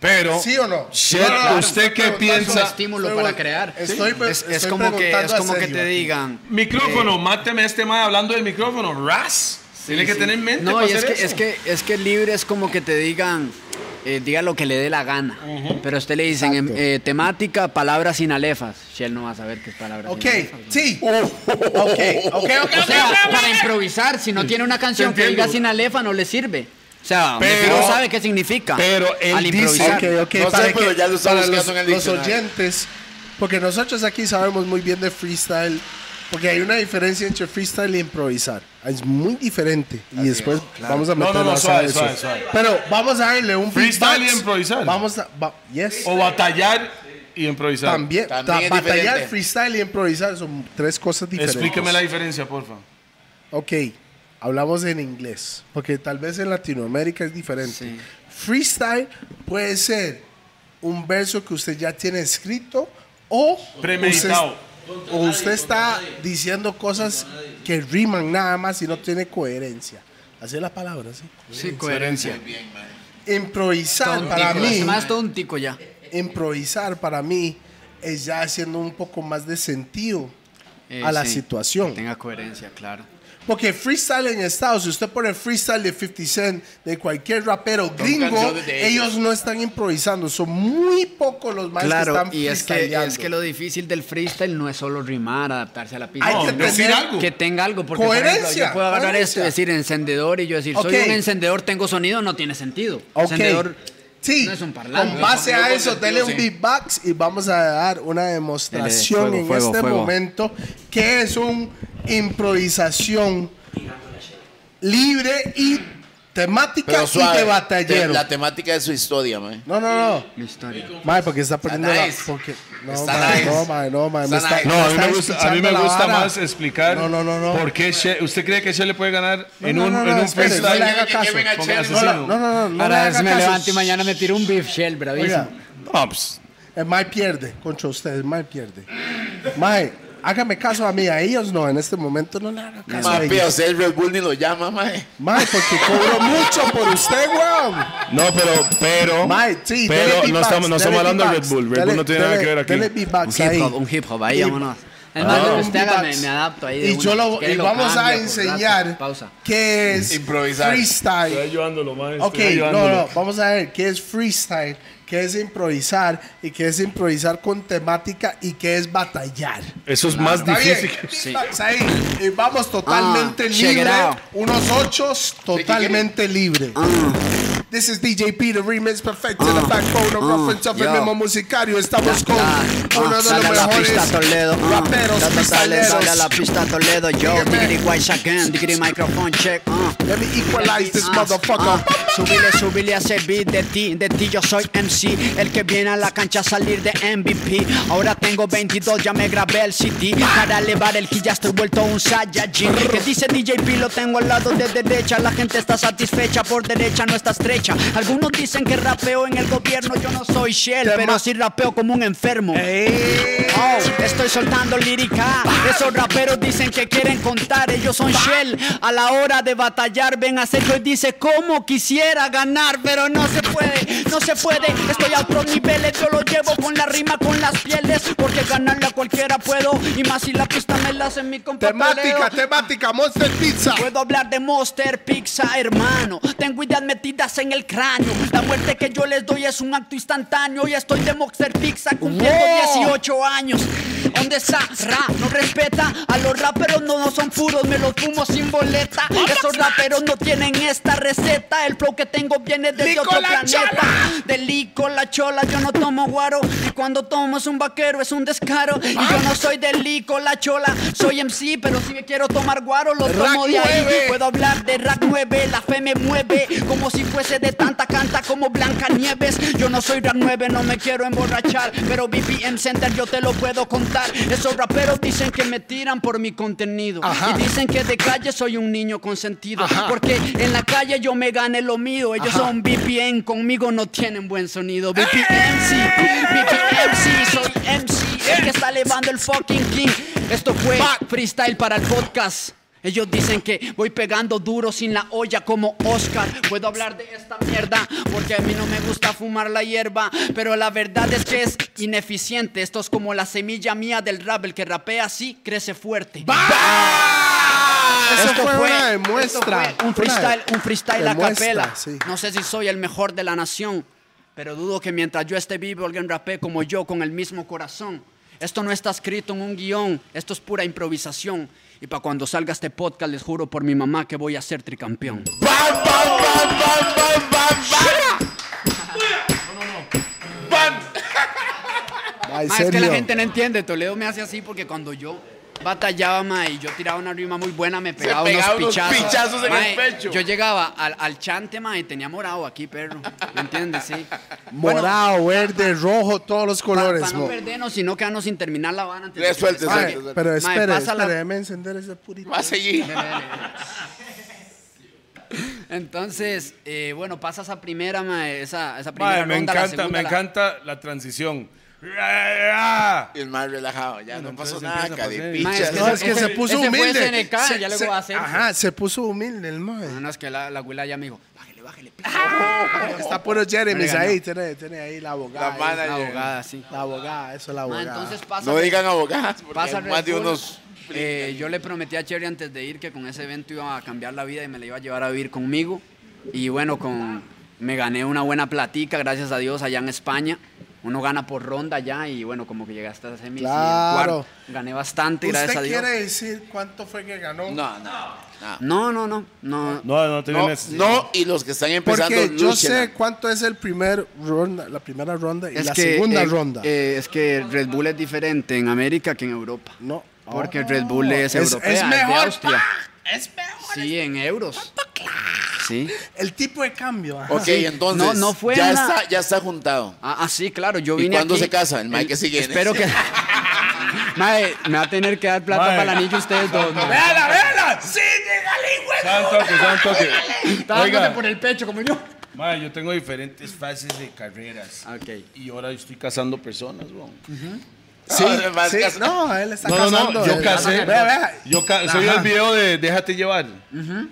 Pero, ¿Sí o no? Shell, No, no, no, ¿usted estoy qué preguntando piensa? a- estímulo estoy- para crear. Estoy, pre- es, es estoy como que es preguntando a como que Sergio te aquí. digan micrófono, máteme a este mae hablando del micrófono, ras. sí, Tiene que tener en mente. No, para y es hacer que, es, eso. que, es que libre es como que te digan, eh, diga lo que le dé la gana. Pero a usted le dicen em, eh, temática, palabras sin alefas. Shell no va a saber qué es palabras Ok, sin alefas. sí. Ok, ok, ok. O sea, para improvisar, si no tiene una canción que diga sin alefa, no le sirve. O sea, Pero- no sabe qué significa. Pero él al dice improvisar. Ok, ok, No sé, para pero que- ya lo está para los, buscando en el los diccionario. oyentes, porque nosotros aquí sabemos muy bien de freestyle, porque hay una diferencia entre freestyle y improvisar. Es muy diferente. Y después vamos a No, meter no, no, más suave, a eso. suave, suave. Pero vamos a darle un Freestyle y beatbox. improvisar. Vamos a, va- yes. O batallar y improvisar. También, También ta- es batallar, diferente. freestyle y improvisar son tres cosas diferentes. Explíqueme la diferencia, porfa. Ok, hablamos en inglés, porque tal vez en Latinoamérica es diferente. Sí. Freestyle puede ser un verso que usted ya tiene escrito o Premeditado. usted- o usted está diciendo cosas que riman nada más y no tiene coherencia. Así es la palabra, ¿sí? Sí, coherencia. Improvisar para Tontico, mí, es más tontico ya. improvisar para mí es ya haciendo un poco más de sentido Eh, a la sí, situación. que tenga coherencia, claro. Porque freestyle en Estados, si usted pone freestyle de 50 Cent, de cualquier rapero gringo, canciones de ellos. ellos no están improvisando. Son muy pocos los más que Claro, están y es que, freestyleando. es que lo difícil del freestyle no es solo rimar, adaptarse a la pista. Hay No, que decir tener- algo. Que tenga algo, porque por ejemplo, Coherencia, yo puedo agarrar coherencia. esto y decir encendedor y yo decir, soy Ok. un encendedor, tengo sonido, no tiene sentido. Ok. Encendedor, Sí, no es un parlante. con base a Con eso, sentido, dele un sí. beatbox y vamos a dar una demostración Dele, fuego, en fuego, este fuego. momento que es una improvisación libre y temática Pero y suave. de batallero. La temática de su historia, man. No, no, no. mi historia. Mae, porque está poniendo Está la- nice. porque- no, Está mae, nice. no, mae, no, mae, me Está está- nice. No, a mí me está gusta, a mí me espichando la gusta vara. más explicar No, no, no, no. por qué Shea- ¿Usted cree que Shea le puede ganar No, en no, un, no, no, en un espere, no freestyle? le haga caso. Lleven a Ponga Chelo. No, asesino. la- no, no, no, no le Ahora a haga veces me caso. levanto y mañana me tiro un beef shell, bravísimo. Oiga, pues, el mae pierde contra ustedes, el mae pierde. Mae, hágame caso a mí, a ellos no, en este momento no le haga caso a Mae, pía, ellos. usted el Red Bull ni lo llama, mae. Mae, porque cobro mucho por usted, weón. No, pero, pero. Mae, sí, dele pero no beatbox, estamos, dele no estamos hablando de Red beatbox, Bull. Red dele- Bull no tiene nada que ver dele- aquí. Dele beatbox Un hip ahí. hop, un hip hop, ahí Hip- vámonos. Es más, Ah, lo que un usted haga, me, beatbox. me adapto ahí. de Y, una, yo si lo, quiere y lo vamos a cambio por rato. enseñar Pausa. qué es Improvisar. freestyle. Estoy ayudándolo, maestro. Ok, no, no, vamos a ver qué es freestyle, qué es improvisar y qué es improvisar con temática y qué es batallar. Eso es más Está bien, difícil. Sí. beatbox ahí. Y vamos totalmente Ah, check it libre, out. Ah. unos ochos totalmente libre. This is DJ P, the remix perfecto, the backbone of rough and tough, el Ah. yo. mismo musicario. Estamos con Ah, uno de los sale a la pista mejores Toledo. ah, raperos, sale, sale, sale a freestyleros. la pista Toledo. Yo, Dígame. digri guays again, digri microphone check. ah. Let me equalize this Ah, motherfucker. ah, Subile, subile a ese beat de ti, de ti yo soy MC El que viene a la cancha a salir de MVP Ahora tengo 22, ya me grabé el CD Para elevar el ki ya estoy vuelto un Saiyajin Que dice DJ P, lo tengo al lado de derecha La gente está satisfecha, por derecha no está estrecha Algunos dicen que rapeo en el gobierno Yo no soy Shell, pero sí rapeo como un enfermo Eh, Oh, estoy soltando lírica. Esos raperos dicen que quieren contar. Ellos son Shell. A la hora de batallar, ven a seco y dice: ¿Cómo quisiera ganar? Pero no se puede, no se puede. Estoy a otros niveles. Yo lo llevo con la rima, con las pieles. Porque ganarle a cualquiera puedo. Y más si la pista me la hace mi compa Temática, Toledo. temática, Monster Pizza. Puedo hablar de Monster Pizza, hermano. Tengo ideas metidas en el cráneo. La muerte que yo les doy es un acto instantáneo. Y estoy de Monster Pizza cumpliendo 18 años. ¿Dónde está? Ra, no respeta. A los raperos no, no son puros, me los fumo sin boleta. Esos raperos no tienen esta receta. El flow que tengo viene desde otro planeta. De lico, la chola, yo no tomo guaro. Y cuando tomo es un vaquero, es un descaro. Y yo no soy de lico, la chola. Soy MC, pero si me quiero tomar guaro, lo tomo de ahí. Puedo hablar de Rack 9, la fe me mueve. Como si fuese de tanta canta como Blanca Nieves. Yo no soy Rack 9, no me quiero emborrachar. Pero BPM Center yo te lo puedo contar. Esos raperos dicen que me tiran por mi contenido. Y dicen que de calle soy un niño consentido. Porque en la calle yo me gané lo mío. Ellos son BPM, conmigo no tienen buen sonido. BPM sí, BPM sí, soy MC. El que está elevando el fucking king. Esto fue freestyle para el podcast. Ellos dicen que voy pegando duro sin la olla como Oscar. Puedo hablar de esta mierda porque a mí no me gusta fumar la hierba. Pero la verdad es que es ineficiente. Esto es como la semilla mía del rap. El que rapea así crece fuerte. Eso fue una demuestra. esto fue un Fue una freestyle, un freestyle a demuestra, capela. sí. No sé si soy el mejor de la nación, pero dudo que mientras yo esté vivo alguien rapee como yo con el mismo corazón. Esto no está escrito en un guión, esto es pura improvisación. Y para cuando salga este podcast, les juro por mi mamá que voy a ser tricampeón. ¡Bam, bam, bam, bam, bam, bam, bam! Ay, Ma, es que la Ah, serio. gente no entiende. Toledo me hace así porque cuando yo batallaba, ma, y yo tiraba una rima muy buena, me pegaba, pegaba unos unos pichazos. pichazos en Ma, el pecho. Yo llegaba al, al chante, ma, y tenía morado aquí, perro. ¿Me entiendes? Sí. Bueno, Morado, verde, rojo, todos los pa- colores. pa no mo. perdernos y no quedarnos sin terminar la vara antes Ya, de que suelte, les Ay, pague. suelte, suelte. pero Ma, espere, pásala. espere, déjeme encender ese purito. Va a seguir. Entonces, eh, bueno, pasa esa primera, ma, esa, esa primera Mae, me ronda, la encanta, segunda, me la- encanta la transición. ¡Ah! Ra, ra. El más relajado, ya no pasó entonces nada, empieza a pasar. Ma, caripichas. No, es que Ese- se puso ese fue humilde. SNK, Se- ya le se- voy a hacer. Ajá, se puso humilde el man. No, no, es que la, la abuela ya me dijo, bájele, bájele. p-". Está puro Jeremy Verga, ahí, tiene, tiene ahí la abogada. La ahí. manager. La abogada, sí. La abogada, eso es la Ma, abogada. entonces pasa. No digan abogadas, porque Pasa Red más de Bull. unos. Eh, yo le prometí a Cherry antes de ir que con ese evento iba a cambiar la vida y me la iba a llevar a vivir conmigo. Y bueno, con, me gané una buena platica, gracias a Dios, allá en España. Uno gana por ronda ya y bueno, como que llegaste a semis. y Claro. cuarto. Gané bastante, gracias ¿Usted a Dios. quiere decir cuánto fue que ganó? No, no. No, no, no, no. No, no tenía No, necesidad. no, y los que están empezando. Porque yo lúchenla. sé cuánto es el primer ronda, la primera ronda y Es la que, segunda eh, ronda. eh, es que Red Bull es diferente en América que en Europa. no. Porque Red Bull es, Es- europea, es de mejor, ¡Ah! Austria. Sí, en euros. Sí. El tipo de cambio. ajá. Ok, entonces. No, no fue ya, una- está, ya está juntado. Ah, ah, sí, claro, yo ¿Y vine cuándo aquí- se casa? El mae que sigue. Espero que... Mae, me va a tener que dar plata Mae. para el anillo ustedes dos, mae. ¡Véala, véala! ¡Sí, llegale, güey! ¡Santo que, santo que! Oiga, por el pecho como yo. mae, yo tengo diferentes fases de carreras. Ok. Y ahora estoy cazando personas, weón. Sí, No, más sí, caso. no, él está No, no, no, casando, yo él- casé. Ve, ve, Yo ca- soy Ajá. el video de Déjate llevar. él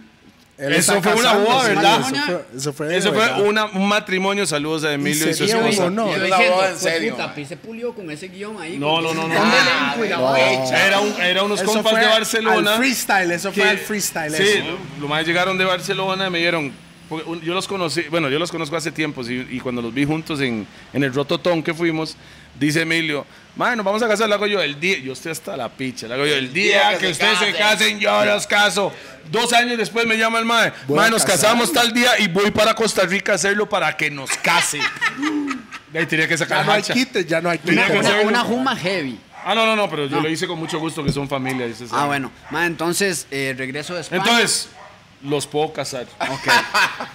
Eso está fue una casando, boda, sí, ¿verdad? Eso fue, eso fue, Eso fue ¿verdad? una- un matrimonio. Saludos a Emilio y, su sería un esposa. honor. Yo la boda en serio. mae. se pulió con ese guión ahí. No, no, no, no. No, Era, un- era unos Eso compas fue de al Barcelona. freestyle, eso fue que- al freestyle. Sí, eso. los más llegaron de Barcelona y me dieron. porque un- Yo los conocí, bueno, yo los conozco hace tiempo y, y cuando los vi juntos en, en el Rototón que fuimos, dice Emilio, "Mae, nos vamos a casar, le hago yo el día, yo estoy hasta la picha, le hago yo el día que, ustedes se casen, yo los caso. Dos años después me llama el mae, Voy mae, a nos casar". casamos tal día y voy para Costa Rica a hacerlo para que nos case. De ahí tenía que Ya sacar no hay hacha. quite, ya no hay quite. Tenía que Una, ser una juma heavy. Ah, no, no, no, pero yo No. lo hice con mucho gusto, que son familia. dice, Ah, sí. bueno. Mae, entonces, eh, regreso de España. Entonces, los puedo casar.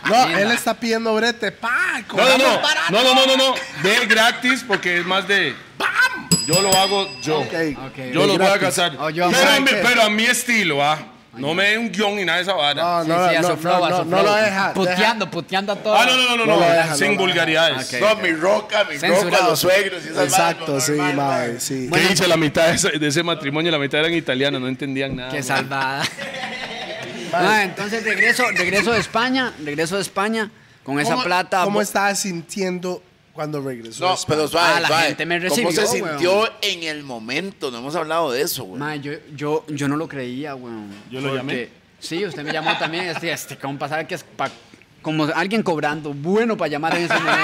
No, Mira. él está pidiendo brete. ¡Pa! No, no, cobramos no. barato. No, no, no, no, no. De gratis porque es más de. Yo lo hago yo. Ok. Ok. Yo de lo voy a gratis. casar. Oh, yo, pero, a ¿sabe mi, qué? pero a mi estilo, ¿ah? No me den un guión ni nada de esa vara. No, Sí, no, sí, a no, su flow, no, a su no, no flow. lo deja. deja. Puteando, puteando a todos. Ah, no, no, no, No no. no. lo deja, Sin no lo vulgaridades. deja. No, mi roca, mi roca, Censurado. los suegros. y esas Exacto, varas, sí, normal, pues. mae, mae. sí. ¿Qué dice la mitad de ese, de ese matrimonio? La mitad eran italianos, no entendían nada. Qué man. salvada. Mae, entonces, regreso, regreso de España. Regreso de España con esa ¿Cómo- plata. ¿Cómo bo- estaba sintiendo cuando regresó? No, pero suave, Ah, la suave. gente me ¿Cómo recibió, se weón? sintió en el momento? No hemos hablado de eso, güey. Mae, yo, yo, yo no lo creía, weón. Yo lo Porque- llamé. Sí, usted me llamó también. Este, este compa, ¿sabe que es pa- como alguien cobrando? Bueno para llamar en ese momento.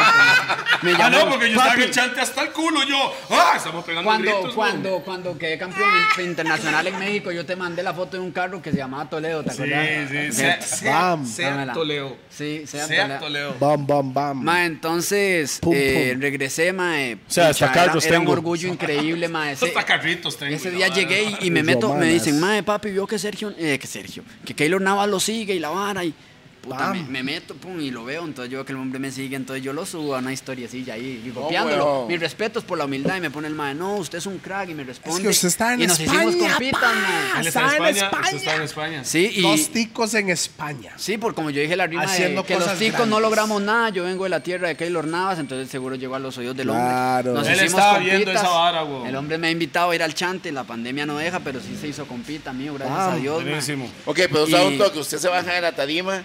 Me Ah, no, llamó, porque yo "Papi, estaba en el chante hasta el culo. Yo, ah, estamos pegando Cuando, gritos. cuando, cuando quedé campeón in- internacional en México, yo te mandé la foto de un carro que se llamaba Toledo, ¿te güey. acuerdas? Sí, sí, sea, sea, Bam. sea Dámela. Toledo. Sí, sea Toledo. Sea Toledo. Bam, bam, bam. Ma, entonces Pum, eh, pum. regresé, ma. eh, sea, hasta pucha, era- carros era, tengo. un orgullo increíble, ma. Ese, Hasta carritos tengo, ese y día la llegué y, y me Los meto, me romanas. dicen, ma, papi, vio que Sergio, eh, que Sergio, que Keylor Navas lo sigue y la vara y. Puta, me, me meto, pum, y lo veo. Entonces yo veo que el hombre me sigue, entonces yo lo subo a una historiecilla ahí, y copiándolo. weón. Mis respetos por la humildad. Y me pone el ma, no, usted es un crack, y me responde. es que usted está en y nos España. hicimos compitas, pa, ma. Él está en España. usted está en España. Sí, y. Dos ticos en España. Sí, porque como yo dije la rima Haciendo de que los cosas ticos no grandes. logramos nada, yo vengo de la tierra de Keylor Navas, entonces seguro llegó a los oídos del Claro. hombre. Él hicimos estaba viendo esa vara, güey. El hombre me ha invitado a ir al chante, la pandemia no deja, pero sí se hizo compita, mío, gracias a Wow. Dios. man. Buenísimo. Ok, pero suave Y- un toque. Usted se baja de la tarima,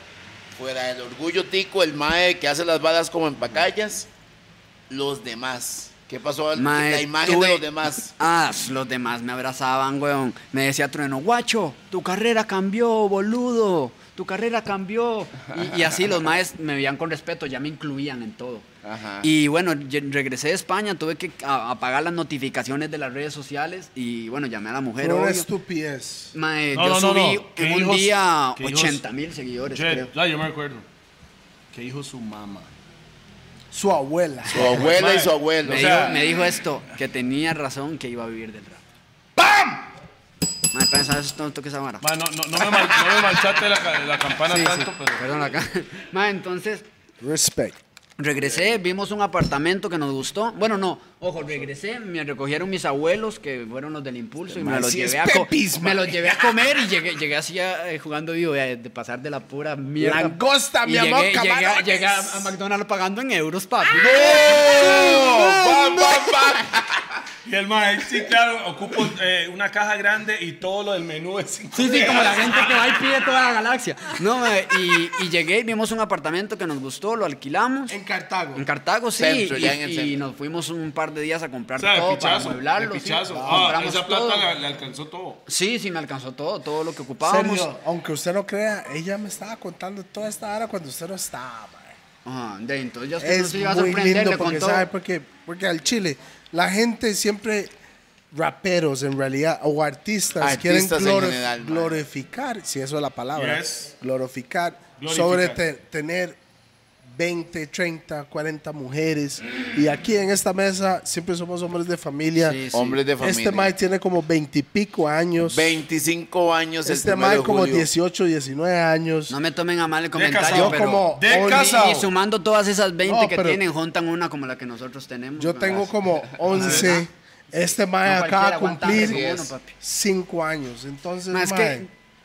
fuera del orgullo tico, el mae que hace las balas como en pacayas, los demás. ¿Qué ¿Qué pasó? Mae, la imagen tuve- de los demás. Ah, los demás me abrazaban, weón. Me decía Trueno, guacho, tu carrera cambió, boludo. Tu carrera cambió. Y, y así los maes me veían con respeto, ya me incluían en todo. Ajá. Y bueno, ye- regresé de España, tuve que a- apagar las notificaciones de las redes sociales y bueno, llamé a la mujer. Pero una obvio. estupidez. Mae, No, yo no, no, subí no. ¿Qué en un hijos- día qué hijos- 80 mil seguidores, Che, creo. la, yo me recuerdo. ¿Qué dijo su mamá? Su abuela. Su abuela y su abuelo. Me, O sea, dijo, me dijo esto, que tenía razón que iba a vivir del rap. ¡Pam! Mae, espera, ¿sabes? No toques esa vara. Ma, no, no, no me man- no me manchaste la, ca- la campana Sí, sí, tanto, pero. Perdón acá. Mae, entonces Respect. regresé, vimos un apartamento que nos gustó. Bueno, no, ojo, regresé, me recogieron mis abuelos que fueron los del impulso y me Mae, los, sí llevé es a co- pepis, me mae. los llevé a comer y llegué, llegué así a- eh, jugando vivo eh, de pasar de la pura mierda. Langosta, Y mi amor, llegué, llegué a, camarones. llegué a a McDonald's pagando en euros, papi. ¡pam, pam, pam! Y el mae, sí, claro, ocupo eh, una caja grande y todo lo del menú es cinco Sí, sí, como la gente que va y pide toda la galaxia. No, mae, y, y llegué, vimos un apartamento que nos gustó, lo alquilamos. En Cartago. En Cartago, sí. Centro, y, ya en el y centro. nos fuimos un par de días a comprar O sea, todo el pichazo. para amueblarlo. el sí, pichazo. Ah, compramos esa todo. plata la- le alcanzó todo. Sí, sí, me alcanzó todo, todo lo que ocupábamos. Serio, aunque usted no crea, ella me estaba contando toda esta hora cuando usted no estaba, mae. Ajá, de ahí, entonces ya usted no Es se iba a muy sorprender, lindo le porque contó. sabe pues, porque porque al Chile la gente siempre raperos en realidad o artistas, quieren Artistas en glorif- general, man. glorificar, si eso es la palabra, Yes. glorificar, Glorificar. sobre te- tener 20, 30, 40 mujeres y aquí en esta mesa siempre somos hombres de familia. Sí, sí. Hombres de familia. Este Mike tiene como 20 y pico años. 25 años el este primero de Mike como julio. 18, 19 años. No me tomen a mal el yo comentario, pero... como De only- casa. Y sumando todas esas 20 No, que pero- tienen, juntan una como la que nosotros tenemos. Yo ¿no? tengo como ¿verdad? 11. Este mae No, acaba de cualquiera aguanta cumplir como uno, es papi. cinco años. Entonces, Ma, es mae,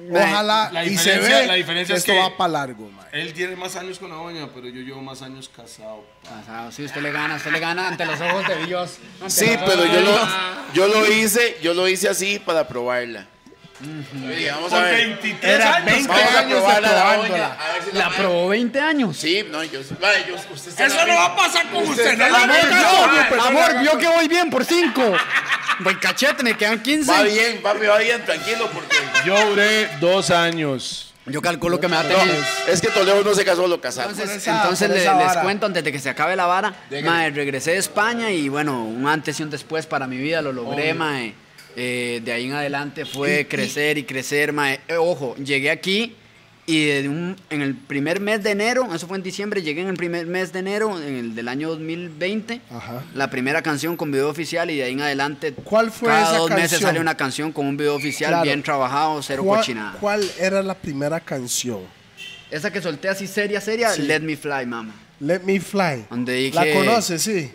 que, mae, ojalá la y se diferencia- ve la diferencia que es esto que- va para largo, mae. Él tiene más años con la doña, pero yo llevo más años casado. Casado, sí, usted le gana, usted le gana ante los ojos de Dios. Ante Sí, los pero ojos yo de lo, Dios. yo lo Ah. hice, yo lo hice así para probarla. Oye, vamos a eh, Con ver. 23 Era años. 20 Vamos a años de probarla a la doña. probándola. A ver si La probó 20 años. Sí, no, yo, vale, yo usted se Eso la- no va a pasar con usted. no la le ve, haga yo- caso, mae. pero- Amor, vio que voy bien por 5. Buen cachete, me quedan 15. Va bien, papi, va bien, tranquilo, porque. Yo duré dos años. Yo calculo que me va a No, tener. es que Toledo no se casó, lo casaron. Entonces, esa- entonces por le- esa les vara. cuento antes de que se acabe la vara. Mae, regresé de España y bueno, un antes y un después para mi vida lo logré, mae. Eh, de ahí en adelante fue crecer y crecer, mae. Eh, ojo, llegué aquí y de un- en el primer mes de enero, eso fue en diciembre, llegué en el primer mes de enero en el del año 2020. Ajá. La primera canción con video oficial y de ahí en adelante ¿Cuál fue cada esa dos meses canción? sale una canción con un video oficial Claro. bien trabajado, cero ¿Cuál, cochinada. cuál era la primera canción? Esa que solté así seria, seria, Let Me Fly, mama. Let Me Fly. Donde dije- la conoce, sí.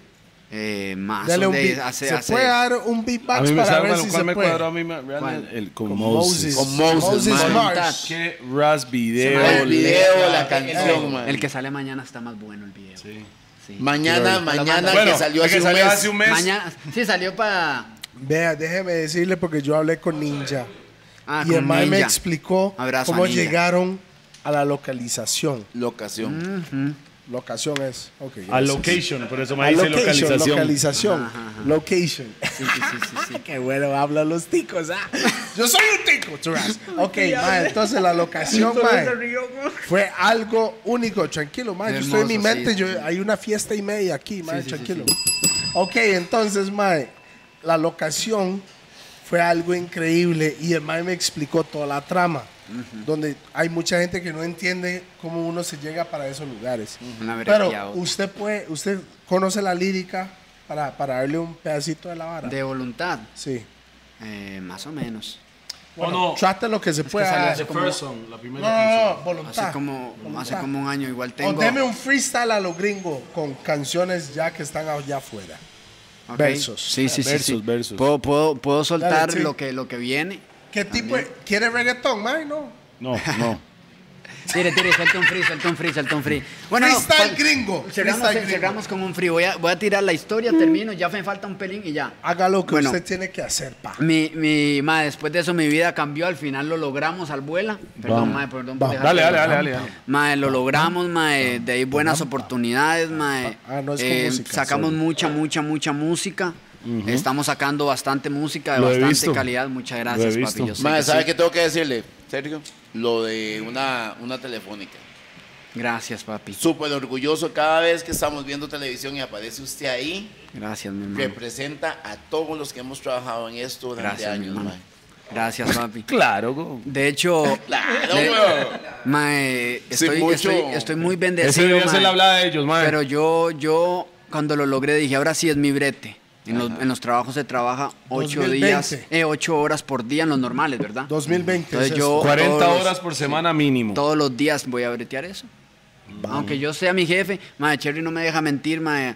Eh, más. Dale un donde beat. hace- ¿Se hace- puede dar un beatbox para ver si se puede? ¿Cuál? El con, Moses. Con Moses, man. Mars. Qué ras video. llama el video, la canción, man. El que sale mañana está más bueno el video. Sí. Mañana, mañana, Bueno, que salió el hace que un salió mes. hace un mes. Mañana. Sí, salió para. Vea, déjeme decirle porque yo hablé con Ninja. Ah, y el con mae me Ninja. explicó Abrazo a cómo Ninja. llegaron a la localización. La ocasión. Locación es. ok, A gracias. location, por eso me A dice location, localización. localización. Location. Sí, sí, sí, sí, sí. Qué bueno hablan los ticos, ¿ah? Yo soy un tico, churras. Ok, mae, entonces la locación, mae, fue algo único. Tranquilo, mae, yo estoy en mi Hermoso, mente, sí, yo, sí, sí. hay una fiesta y media aquí, mae, sí, sí, tranquilo. Ok, entonces, mae, la locación fue algo increíble y el mae me explicó toda la trama. Donde hay mucha gente que no entiende cómo uno se llega para esos lugares. Una Pero vergüenza. usted puede, usted conoce la lírica para, para darle un pedacito de la vara. De voluntad. Sí. Eh, más o menos. Bueno, Trate lo que se pueda. salió hace como- First song, la no, primera no, no, canción. voluntad. Hace como, hace voluntad. como un año igual O tengo. deme un freestyle a los gringos con canciones ya que están allá afuera. Ok. versos. Sí, sí, sí. Versos, sí. versos. Puedo, puedo, puedo soltar Dale, sí. lo, que, lo que viene. ¿Qué tipo de- ¿Quiere reggaetón, man? No. No, no. Tire, tire, suelta un free, suelta un free, suelta un free. Bueno, eh, no, Freestyle fal- gringo. Cerramos, freestyle gringo. cerramos con un free. Voy a, voy a tirar la historia, termino, ya me falta un pelín y ya. Haga lo que Bueno. usted tiene que hacer, pa. Mi, mi, ma, después de eso mi vida cambió, al final lo logramos al vuela. Perdón, ma, perdón. por dejar- Dale, dale, dale, dale. dale. Ma, lo logramos, ma, de ahí buenas oportunidades, ma. Ah, no es con Eh, música, sacamos sorry. mucha, mucha, mucha música. Estamos sacando bastante música de Lo he bastante visto. calidad. Muchas Lo he gracias, visto. papi. Yo sé Mae, que ¿sabe sí. qué tengo que decirle, Sergio? Lo de una, una telefónica. Gracias, papi. Súper orgulloso cada vez que estamos viendo televisión y aparece usted ahí. Gracias, mi hermano. Representa a todos los que hemos trabajado en esto durante Gracias, mi años, hermano. mae. Gracias, papi. Claro, güey. De hecho, Claro, de- weón. mae, Sí, estoy, mucho. estoy, estoy muy Ese bendecido. debería ser mae. la hablada de ellos, mae. Pero yo, yo cuando lo logré dije, ahora sí es mi brete. En los, en los trabajos se trabaja ocho 2020. días, eh, ocho horas por día en los normales, ¿verdad? 2020 Entonces es yo 40 todos los- horas por semana mínimo. Todos los días voy a bretear eso. Aunque yo sea mi jefe, madre, Cherry no me deja mentir, madre.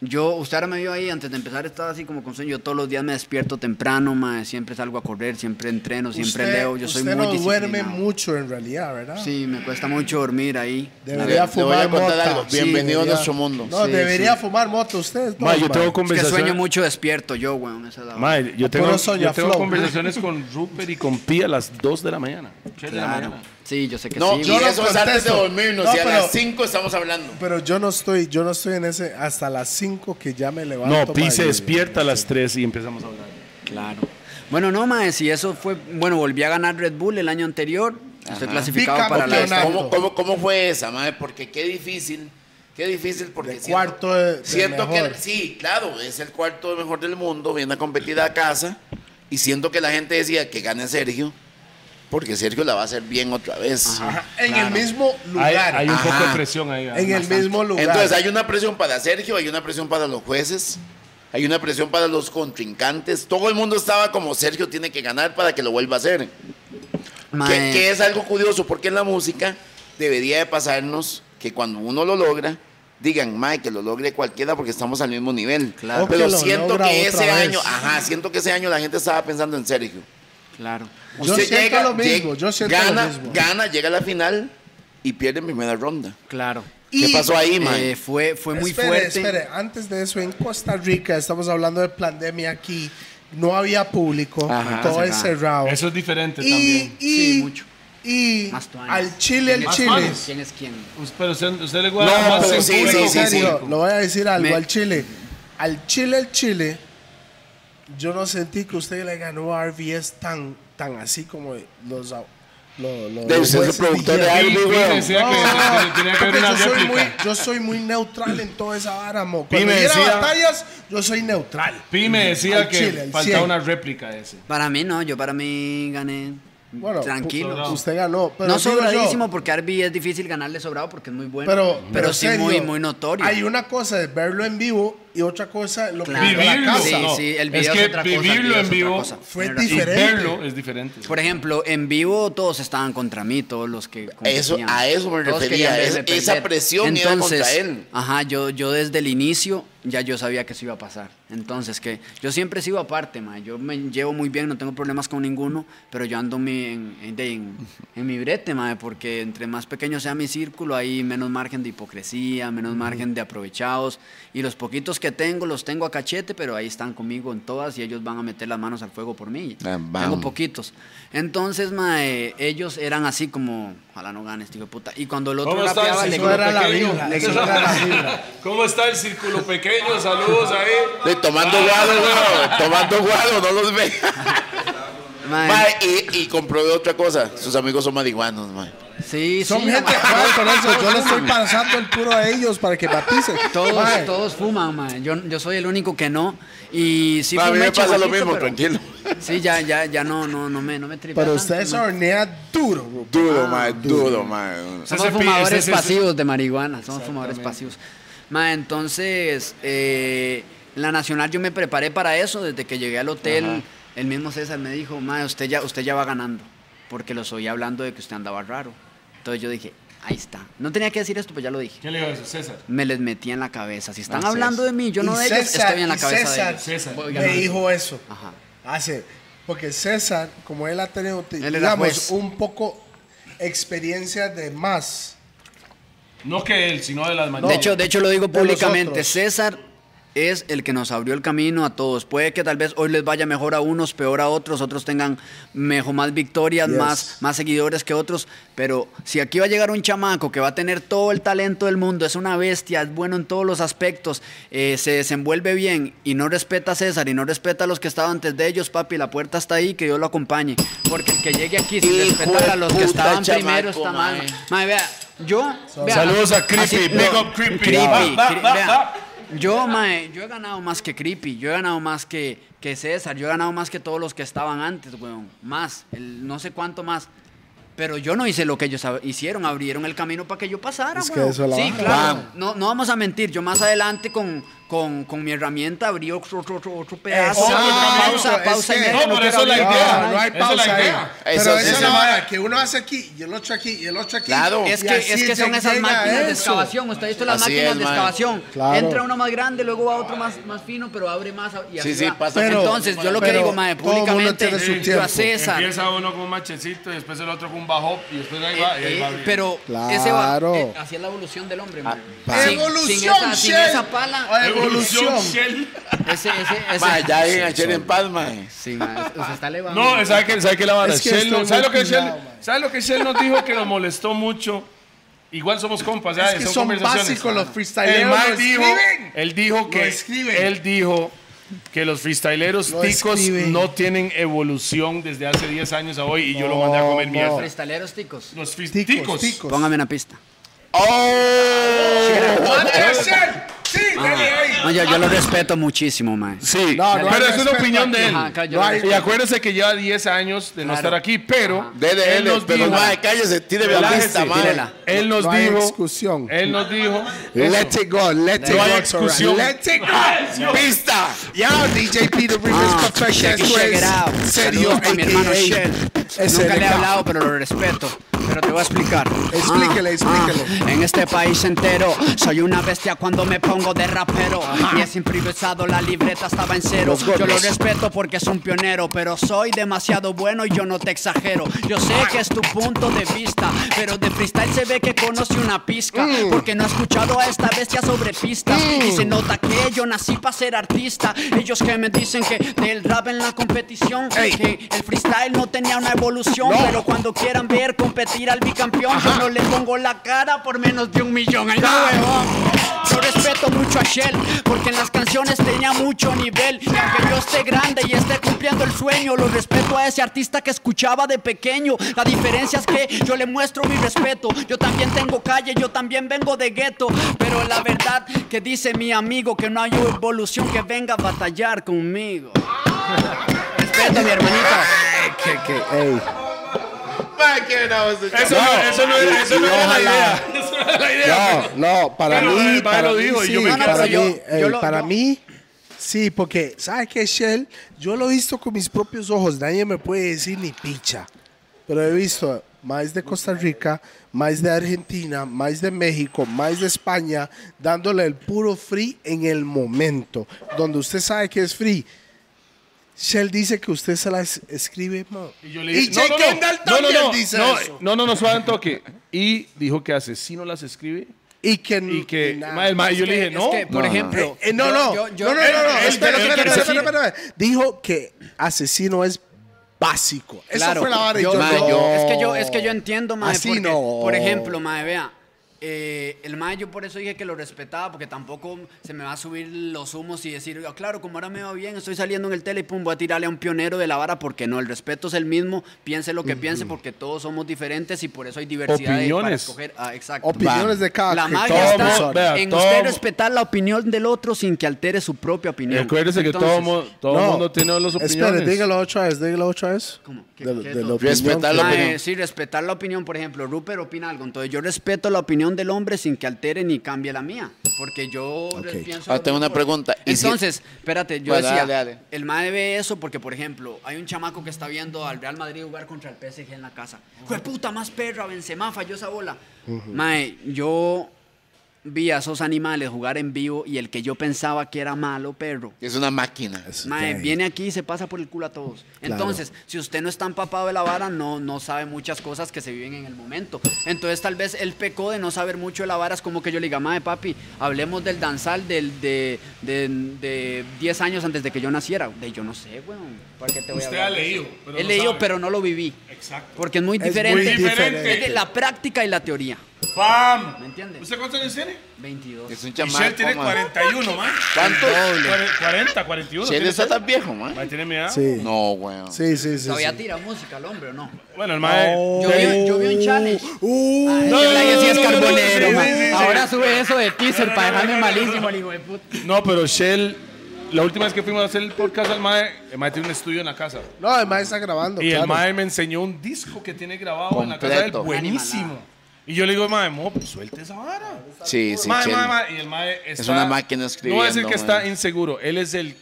Yo, usted ahora me vio ahí, antes de empezar estaba así como con sueño. Yo todos los días me despierto temprano, madre. Siempre salgo a correr, siempre entreno, siempre Usted- leo. Yo soy usted muy no duerme disciplinado. mucho en realidad, ¿verdad? Sí, me cuesta mucho dormir ahí. A ver, le Debería voy fumar a contar mota. algo. Bienvenido a debería- nuestro mundo. No, Sí, debería sí. fumar mota usted. Mae, yo tengo Es que conversaciones. sueño mucho despierto yo, weón. Esa es la Mae, yo tengo, Puro soña yo tengo flow. conversaciones con Rupert y con Pia a las 2 de la mañana. Tres de la Claro. mañana. Sí, yo sé que No, sí. y yo güey. no eso es antes de contesto. dormirnos. No, y a pero- las 5 estamos hablando. Pero yo no estoy, yo no estoy en ese hasta las 5 que ya me levanto. No, Pi se mae. despierta a las 3 y empezamos a hablar. Claro. Bueno, no, mae, si eso fue. Bueno, volví a ganar Red Bull el año anterior. Estoy clasificado Ah, para la. Bicampeonato. ¿Cómo, cómo, cómo fue esa, madre? Porque qué difícil. Qué difícil porque De cuarto de- de siento que mejor. sí, claro, es el cuarto mejor del mundo, viene a competir a casa y siento que la gente decía que gane Sergio porque Sergio la va a hacer bien otra vez. Ajá, en el mismo Hay, lugar. hay un Ajá. poco de presión ahí. ah. en el mismo lugar. Entonces hay una presión para Sergio, hay una presión para los jueces, hay una presión para los contrincantes. Todo el mundo estaba como Sergio tiene que ganar para que lo vuelva a hacer. Que, Mae, que es algo curioso, porque en la música debería de pasarnos que cuando uno lo logra, digan, Mike, que lo logre cualquiera porque estamos al mismo nivel. Claro. O que Pero lo siento logra que otra ese vez. año, ajá, siento que ese año la gente estaba pensando en Sergio. Claro. Yo siento lo mismo, yo siento lo gana, mismo. gana, llega a la final y pierde en primera ronda. Claro. ¿Qué Y- pasó ahí, Mike? Eh, fue, fue muy Espere, fuerte. espere, antes de eso, en Costa Rica, estamos hablando de pandemia aquí, no había público, Ajá, todo cerrado. encerrado. Eso es diferente y, también. y, Sí, mucho. y Más tuanes. al Chile, el ¿Quién es- Chile. tuanes? ¿Quién es quién? Us- Pero usted, usted le No, guarda más pero en sí, Sí, sí, en sí, sí. serio, lo voy a decir algo Me- al Chile. Al Chile, el Chile, yo no sentí que usted le ganó a RBS tan, tan así como los. a- lo- lo- De los usted es el jueces productor de dijeron. algo. Pi- Pi weón. decía que- que tenía que haber Porque una yo, soy réplica. muy, yo soy muy neutral en toda esa vara, mo. Pi Cuando me viene decía- batallas, yo soy neutral. Pi me decía Al que Chile, al faltaba cien. una réplica de ese. Para mí no, yo para mí gané. Bueno, tranquilo. pu- Usted ganó. Pero no digo yo, sobradísimo, porque a Arby es difícil ganarle sobrado porque es muy bueno. Pero, pero, pero sí serio, muy, muy notorio. Hay una cosa de verlo en vivo y otra cosa lo Claro. que hizo la Vivirlo. casa. Sí, no. sí, el Es video es, que otra cosa, el video vivirlo es en otra vivo cosa. fue Tienes razón. Y Diferente. verlo es diferente. Por ejemplo, en vivo todos estaban contra mí, todos los que Eso- competían. a eso me Todos refería, querían verme es- esa perder. presión era contra él. Ajá, yo, yo desde el inicio ya yo sabía que eso iba a pasar. Entonces, que yo siempre sigo aparte, ma. Yo me llevo muy bien, no tengo problemas con ninguno, pero yo ando mi- en, en- de- en- en mi brete, ma, porque entre más pequeño sea mi círculo, hay menos margen de hipocresía, menos margen de aprovechados. Y los poquitos que tengo, los tengo a cachete, pero ahí están conmigo en todas y ellos van a meter las manos al fuego por mí. Ah, tengo vamos. poquitos poquitos. Entonces, mae, ellos eran así como, ojalá no gane este hijo de puta. Y cuando el otro ¿Cómo está rapeaba, el le Eso círculo era la pequeño? Biblia, eso era la Biblia. ¿Cómo está el círculo pequeño? Saludos ahí. De tomando guado, weón, tomando guado, no los ve. mae, Mae, y, y comprobé otra cosa, sus amigos son marihuanos, mae. sí, Son sí, gente mae. actual con eso. Yo le estoy pasando el puro a ellos para que baticen. Todos, Mae, todos fuman, mae. Yo, yo soy el único que no. Y sí, a mí fumé me pasa lo chavalito, mismo, pero- tranquilo. Sí, ya, ya, ya no, no, no me, no me tripea Pero tanto, ustedes mae. hornea duro, bro. Duro, mae, duro, mae. Somos Ese pi- fumadores ese- ese- pasivos de marihuana, somos fumadores pasivos. Ma, entonces, eh, la Nacional yo me preparé para eso desde que llegué al hotel. El mismo César me dijo, ma, usted ya, usted ya va ganando, porque los oí hablando de que usted andaba raro. Entonces yo dije, ahí está. No tenía que decir esto, pues ya lo dije. ¿Qué le dijo eso, César? Me les metí en la cabeza. Si están Ah, hablando de mí, yo no Y de ellos, César- estoy en la y cabeza de César ellos. César. Voy Me ganando. dijo eso. Ajá. Hace. Porque César, como él ha tenido, era digamos, juez. un poco experiencia de más. No que él, sino de las No, de, mayores. hecho, de hecho, lo digo de los públicamente. otros. César es el que nos abrió el camino a todos. Puede que tal vez hoy les vaya mejor a unos, peor a otros. Otros tengan mejor, más victorias, Yes. más, más seguidores que otros. Pero si aquí va a llegar un chamaco que va a tener todo el talento del mundo, es una bestia, es bueno en todos los aspectos, eh, se desenvuelve bien y no respeta a César y no respeta a los que estaban antes de ellos, papi, la puerta está ahí, que Dios lo acompañe. Porque el que llegue aquí sin Hijo respetar de a los puta, que estaban chamaco, primero está mal. mae. Mae, vea, yo... vea, Saludos a Creepy, así- big no, up Creepy. Creepy, Va, va, cre- va, vea, va. Yo, mae, yo he ganado más que Creepy, yo he ganado más que, que César, yo he ganado más que todos los que estaban antes, weón. Más, el no sé cuánto más. Pero yo no hice lo que ellos hab- hicieron, abrieron el camino para que yo pasara, Es que weón. eso la Sí, vara. claro. No, no vamos a mentir, yo más adelante con, con, con mi herramienta abrí otro, otro, otro, otro pedazo. Exacto, Eh, pausa, es pausa. y que- media, No, no por quiero eso es la abrir. idea, Ah, no hay Esa es la pausa ahí. idea. Eso, Pero esa es ese la ma- vara que uno hace aquí y el otro aquí y el otro aquí. Claro. Es Y que, así es que son llega- esas llega ¿eh? máquinas de eso. excavación. Usted ha visto las Así máquinas es, de mae. excavación. Claro. Entra uno más grande, luego va otro más, más fino, pero abre más. Y así sí, va. pasa. Pero- Entonces, yo lo que pero digo, mae, todo mundo públicamente, tiene su yo tiempo. a César. Empieza uno con un machecito, y después el otro con un bajo, y después ahí va. y ahí eh, va eh, bien. pero Claro. Ah, ese va, eh, así es la evolución del hombre, mae. pa. Sin- sin Evolución, esa, sin Shell. esa pala, Evolución. Ah, Shell. ese, ese, ese. Ma, ya lleguen a echar en paz, ma. Sí, mae, se está elevando. No, ¿sabe qué, sabe qué la vara? Es que Shell estoy no- ¿sabe, muy lo que Shell, pillado, man. ¿Sabe lo que Shell nos dijo que nos molestó mucho? Igual somos compas, ya, Es que son son conversaciones. básicos los El freestyleros. man lo dijo, escriben. él dijo que escriben. él dijo que los freestyleros Lo ticos escriben. no tienen evolución desde hace 10 años a hoy y yo lo mandé a comer no. mierda. Cristaleros ticos. Ticos, Los freesticos. ticos. Póngame una pista. ¡Oh! Sí, dale ahí. No, yo, yo lo respeto muchísimo, mae. Sí, No, no Ah. pero hay es una respeto opinión aquí. de él. Ajá, claro, yo No lo hay- y respeto. acuérdese que lleva 10 años de no Claro. estar aquí, pero él DDL, nos pero dijo- ma, cállese, tíreme la Relájese. pista, ma. Tírela. él nos No hay dijo, discusión. él nos dijo, Let it go, let it No hay go. exclusión. Let it go. ¡Pista! Ya, DJ Peter Remix Ah, Perfection. check it, Esto check it out. es serio. Saludos para mi hermano aka. Shell. Es Nunca le he LK. hablado, pero lo respeto. Pero te voy a explicar. Ah, Explíquele, explíquele. En este país entero, soy una bestia cuando me pongo de rapero. Ah. Y es improvisado, la libreta estaba en cero. Yo lo respeto porque es un pionero, pero soy demasiado bueno y yo no te exagero. Yo sé que es tu punto de vista, pero de freestyle se ve que conoce una pizca. Porque no he escuchado a esta bestia sobre pistas. Y se nota que yo nací para ser artista. Ellos que me dicen que del rap en la competición, que el freestyle no tenía una evolución. Pero cuando quieran ver competir al bicampeón, yo no le pongo la cara por menos de un millón. Ay, no, huevón. Yo respeto mucho a Shell, porque en las canciones tenía mucho nivel. Y aunque yo esté grande y esté cumpliendo el sueño, lo respeto a ese artista que escuchaba de pequeño. La diferencia es que yo le muestro mi respeto. Yo también tengo calle, yo también vengo de gueto. Pero la verdad que dice mi amigo que no hay evolución que venga a batallar conmigo. Respeto, mi hermanita. Ma, qué bravo ese chavo. eso no, eso no era, eso no era la idea. Eso no era la idea. No, no, para Pero, mí, eh, para lo mí, digo, y sí, yo me No, no, para, pero yo- mí, yo eh, lo- para yo- mí, sí, porque, ¿sabes qué, Shell? Yo lo he visto con mis propios ojos, nadie me puede decir ni picha, pero he visto más de Costa Rica, más de Argentina, más de México, más de España, dándole el puro free en el momento, donde usted sabe que es free. Shell dice que usted se la es- escribe, ma. Y yo le dije, J. Kendall también no, dice no, eso. No, no, no, suave un toque. Y dijo que asesino las escribe. Y que... Y que, nada. ma, el ma, yo le dije, Es no. que, por ejemplo, Eh, eh, no, yo- no. yo- yo- no, no, no, no, él- espera, él- yo espera, quiero espera, decir- espera, espera. Dijo que asesino es básico. Eso Claro, fue la vara y yo- yo, mae, no. yo- es que yo es que yo entiendo mae, Así porque, no. por ejemplo mae vea eh, el mae yo por eso dije que lo respetaba porque tampoco se me va a subir los humos y decir "Ah, claro como ahora me va bien estoy saliendo en el tele y pum voy a tirarle a un pionero de la vara porque no el respeto es el mismo piense lo que piense porque todos somos diferentes y por eso hay diversidad de- para Opiniones. escoger ah, exacto Opiniones de cada la que- magia todo está mundo- vea, en todo usted mundo- respetar la opinión del otro sin que altere su propia Y opinión acuérdese que todo, Entonces, mu- todo mundo tiene las opiniones. Espera, dígalo otra vez, dígalo otra vez. ¿Cómo? ¿Qué- De, qué de es la lo- opinión Respetar que- la Mae, opinión. sí, respetar la opinión. Por ejemplo, Rupert opina algo. Entonces, yo respeto la opinión del hombre sin que altere ni cambie la mía. Porque yo re- pienso. Ah, tengo una Rupert. pregunta. ¿Y si- Entonces, espérate, yo Bueno, decía. dale, dale. El MAE ve eso porque, por ejemplo, hay un chamaco que está viendo al Real Madrid jugar contra el PSG en la casa. ¡Jue puta, más perra! Benzema falló esa bola. Mae, yo vi a esos animales jugar en vivo y el que yo pensaba que era malo, perro. Es una máquina. Eso Mae, ya, viene aquí y se pasa por el culo a todos. Claro. Entonces, si usted no está empapado de la vara, no, no sabe muchas cosas que se viven en el momento. Entonces, tal vez él pecó de no saber mucho de la vara. Es como que yo le diga, mae, papi, hablemos del danzal del, de, de, de 10 años antes de que yo naciera. De yo no sé, weón. ¿Para qué te voy a Usted hablar ha de eso? leído, pero He no leído, sabe. pero no lo viví. Exacto. Porque es muy Es muy diferente. diferente. Es de la práctica y la teoría. ¡Pam! ¿Me entiendes? ¿Usted cuántos años tiene? 22. Es un Michelle chamaco, tiene man. 41, man. ¿Cuánto? Cuare- 40, 41. Michelle tiene está usted. tan viejo, man. Mae, ¿Tiene mi edad? Sí. No, weón. Sí, sí, sí. Todavía sí. tira música al hombre, ¿o no? Bueno, el mae. Yo vi, yo vi un challenge. Uh, Ah, No, ese no, Brian sí no, es no, no, carbonero, no, man. sí, sí, sí. Ahora Ahora sube eso de teaser para dejarme malísimo, el hijo de puta. No, pero Shell, la última vez que fuimos a hacer el podcast al mae, el mae tiene un estudio en la casa. no, además está Oh, grabando. Y el claro. mae me enseñó un disco que tiene grabado en la casa Completo. del buenísimo. Y yo le digo, mae, mo, pues suelte esa vara. Sí, sí, Mae, Michelle. mae, mae. Y el mae está, una máquina No voy a decir escribiendo, que está mae. inseguro. Él es el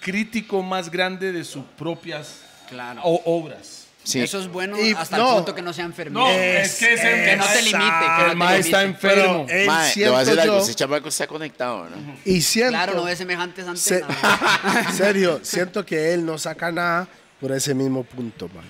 crítico más grande de sus propias Ah, Claro. o- obras. Sí. Eso es bueno Y hasta no. el punto que no sea enfermero. No, Es- es, que es que no te el limite. Que el no te mae está limite. Pero enfermo. Mae, le él voy a siento decir algo. yo, Ese chamaco está conectado, ¿no? y siento, Claro, no ve semejantes antenas. se- serio, siento que él no saca nada por ese mismo punto, man.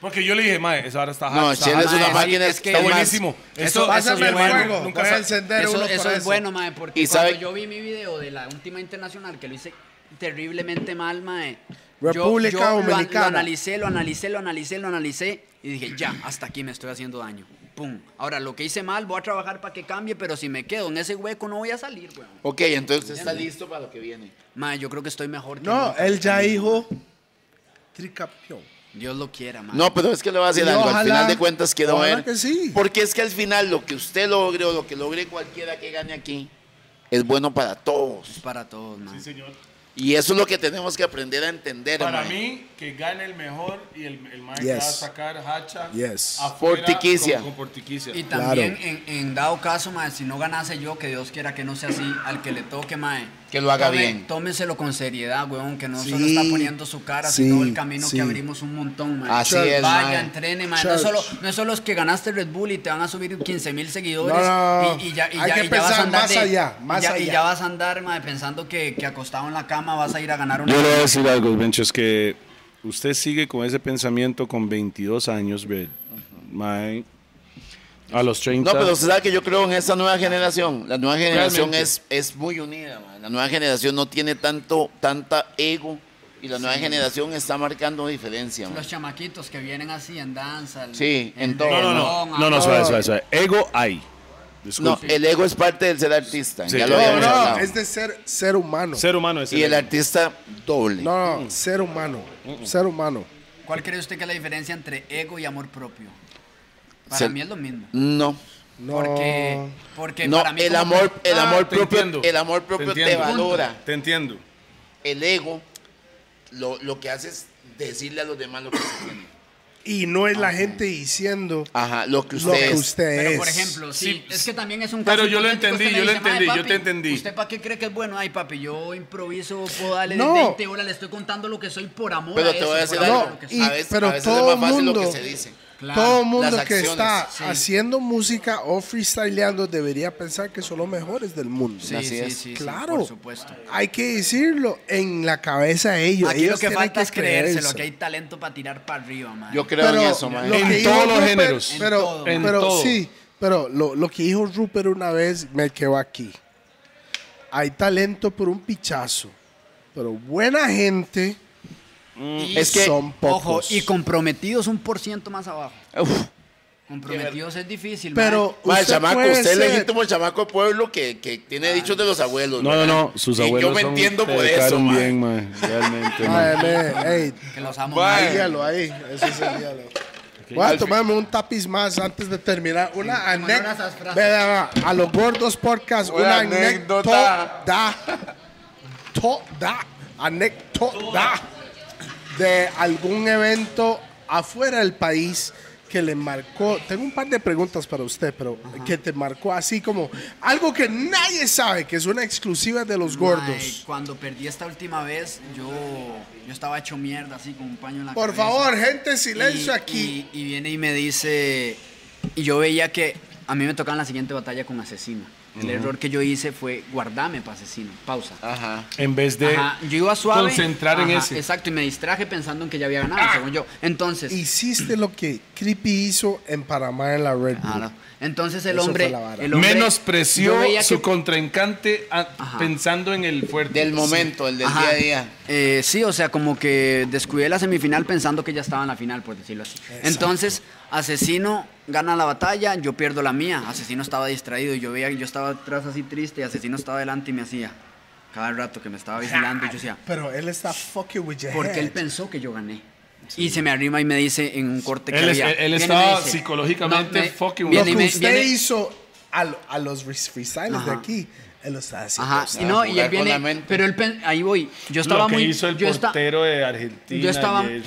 Porque yo le dije, mae, esa vara está No, hard, está Shell es hard". una mae, máquina. es que- está es buenísimo. Eso- Eso- eso Pásame es el bueno. fuego, Nunca voy a sa- encender Eso, uno eso para es bueno, mae, porque Y cuando sabe- yo vi mi video de la última internacional, que lo hice terriblemente mal, mae. yo- República yo, lo an- Dominicana. Lo, analicé, lo analicé, lo analicé, lo analicé y dije, ya, hasta aquí me estoy haciendo daño. Pum. Ahora, lo que hice mal, voy a trabajar para que cambie, pero si me quedo en ese hueco no voy a salir, weón. Ok, entonces usted está listo para lo que viene. Mae, yo creo que estoy mejor que No, nunca. él ya dijo tricampeón. Dios lo quiera, mae. No, pero es que le voy a decir Y algo. ojalá- al final de cuentas quedó ojalá él. que sí. Porque es que al final lo que usted logre o lo que logre cualquiera que gane aquí es bueno para todos. Para todos, mae. Señor, Y eso es lo que tenemos que aprender a entender. Para mae. mí, que gane el mejor y el, el mae que Yes. va a sacar hacha. Yes. afuera Portiquicia. Con, con portiquicia. Y Claro. también, en, en dado caso, mae, si no ganase yo, que Dios quiera que no sea así, al que le toque, mae. Que lo haga tome- bien. Tómenselo con seriedad, weón, que no solo Sí, está poniendo su cara, sí, sino el camino sí. que abrimos un montón, mae. Así Church. es, Vaya, mae. entrene, mae. No Church. es, solo, no es solo los que ganaste Red Bull y te van a subir 15 mil seguidores. No, no, no. Y, y ya, y Hay ya- que y ya vas pensar a andar más de- allá, más y ya, y allá. ya vas a andar, mae, pensando que, que acostado en la cama vas a ir a ganar una. Yo le voy a decir algo, Bencho, es que usted sigue con ese pensamiento con 22 años, ve, mae, a los 30. No, pero usted sabe que yo creo en esta nueva generación. La nueva generación es, es muy unida. mae. La nueva generación no tiene tanto tanta ego y la nueva generación está marcando diferencia. mae. Los chamaquitos que vienen así en danza. el- Sí, en el todo. No, no, no. reggaetón, No, no, ah, suave, suave, suave. Ego hay. No, Disculpe. el ego es parte del ser artista. Sí. ya lo No, No, habíamos no, hablado. es de ser ser humano. Ser humano es Y el ego. artista doble. No, no, ser humano. Ser humano. ¿Cuál cree usted que es la diferencia entre ego y amor propio? Para Se- mí es lo mismo. No. No. Porque, porque No, para mí el como- amor, el Ah, amor te propio, entiendo. el amor propio Te te, entiendo. valora. Te entiendo. El ego, lo, lo que hace es decirle a los demás lo que se tiene. Y no es la gente diciendo Ajá, lo que lo Ah, usted que es. usted Pero es. por ejemplo, sí, Sí, es que también es un pero caso yo lo hipotético, entendí, usted me yo lo dice, "Mae, entendí, yo papi, te entendí". ¿Usted para qué cree que es bueno? Ay, papi, yo improviso, puedo darle No. 20 horas, le estoy contando lo que soy por amor Pero a te eso, voy a por decir amor No, algo. lo que soy. y- a veces, pero a veces todo es más fácil lo mundo- que se dice. Claro. Todo mundo Las que acciones, está sí. haciendo música o freestyleando debería pensar que son los mejores del mundo. Sí, así sí, es. sí, sí, claro. por supuesto. Hay que decirlo en la cabeza de ellos. Aquí lo Ellos que tienen falta es creérselo, creerse. aquí hay talento para tirar para arriba, man. Yo creo Pero en eso, man. lo En que dijo todos los Rupert- géneros. En Pero, todo. pero, En todo. sí, pero lo, lo que dijo Rupert una vez me quedó aquí. Hay talento por un pichazo, pero buena gente Mm. Es que, son Ojo, pocos. y comprometidos un por ciento más abajo. uf, Comprometidos es difícil, pero ma, el chamaco, puede usted es ser- legítimo chamaco de pueblo que, que tiene dichos de los abuelos. No, no, ¿verdad? no, sus Y abuelos Yo me son- entiendo te por eso, educaron man. bien, mae, realmente. mae. Ay, me- ey, man, que los amo. Mae. man. dígalo ahí, ese es el diálogo. Voy a tomarme un tapiz más antes de terminar. Una como no eran esas anécdota. frases. Vea, vea, A los gordos podcast, una, Una anécdota. anécdota. Toda. Anécdota. De algún evento afuera del país que le marcó. Tengo un par de preguntas para usted, pero que te marcó así como algo que nadie sabe, que es una exclusiva de los Mae, gordos. cuando perdí esta última vez, yo, yo estaba hecho mierda, así con un paño en la Por cabeza. favor, gente, silencio Y- aquí. Y, y viene y me dice. Y yo veía que a mí me tocaba en la siguiente batalla con Asesina. El error que yo hice fue guardame para asesino. Pausa. Ajá. En vez de. Ajá, yo iba suave. concentrar en Ajá, ese. Exacto, y me distraje pensando en que ya había ganado, según yo. Entonces, Hiciste lo que Creepy hizo en Panamá en la Red Bull. Ah, no. entonces el Eso hombre, fue la vara. el hombre- yo Menospreció veía su que- contrincante a- Ajá. pensando en el fuerte. Del momento, el del Ajá. día a día. Eh, sí, o sea, como que descuidé la semifinal pensando que ya estaba en la final, por decirlo así. Entonces, Asesino gana la batalla, yo pierdo la mía. Asesino estaba distraído, yo veía que yo estaba atrás así triste, y Asesino estaba adelante y me hacía cada rato que me estaba vigilando, y yo decía, Pero él está fucking with your porque él head. pensó que yo gané. Y se me arrima y me dice en un corte que Él es- había. él- él viene y me estaba dice- psicológicamente fucking Lo viene y que me- usted viene- hizo a, lo- a los free- freestylers de Ajá. aquí, él lo está haciendo. Ajá, y no, y jugar él con la mente. viene, pero él, pen- ahí voy, yo estaba lo que muy, hizo el yo esta- portero de Argentina. Yo estaba. y el-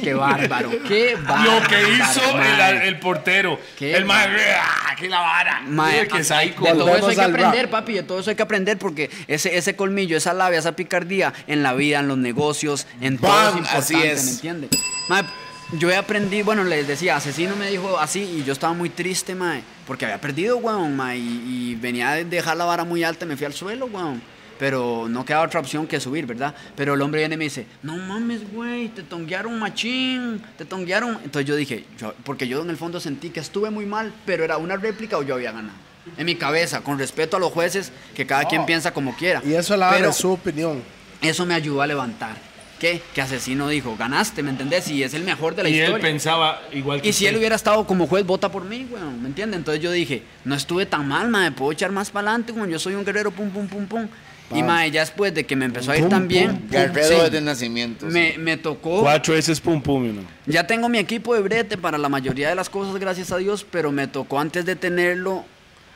Qué bárbaro, qué bárbaro. lo que hizo el, mae. el portero. Qué el mae, ¡ah! ¡Qué la vara! Mae, Mira que a- psycho. de todo eso hay Volvemos que al rap. aprender, papi. De todo eso hay que aprender porque ese, ese colmillo, esa labia, esa picardía en la vida, en los negocios, en todo es Bam, importante, así es. ¿me entiendes? Mae, yo aprendí, bueno, les decía, asesino me dijo así y yo estaba muy triste, mae, porque había perdido, weón, mae, y, y venía de dejar la vara muy alta, me fui al suelo, weón. Pero no quedaba otra opción que subir, ¿verdad? Pero el hombre viene y me dice, no mames, güey, te tonguearon machín, te tonguearon. Entonces yo dije, yo- porque yo en el fondo sentí que estuve muy mal, pero era una réplica o yo había ganado. En mi cabeza, con respeto a los jueces, que cada quien piensa como quiera. Y eso la verdad Pero- es su opinión. eso me ayudó a levantar. ¿Qué? Que Asesino dijo, ganaste, ¿me entendés? Y es el mejor de la Y él historia. pensaba igual que y si usted. él hubiera estado como juez, vota por mí, weón, ¿me entiendes? Entonces yo dije, no estuve tan mal, mae, puedo echar más para adelante, weón, yo soy un guerrero, pum, pum, pum, pum. Y mae, ya después de que me empezó a ir tan bien, Guerrero sí, desde el nacimiento. sí. me, me tocó, Cuatro veces pum pum, ¿no? ya tengo mi equipo de brete para la mayoría de las cosas, gracias a Dios, pero me tocó antes de tenerlo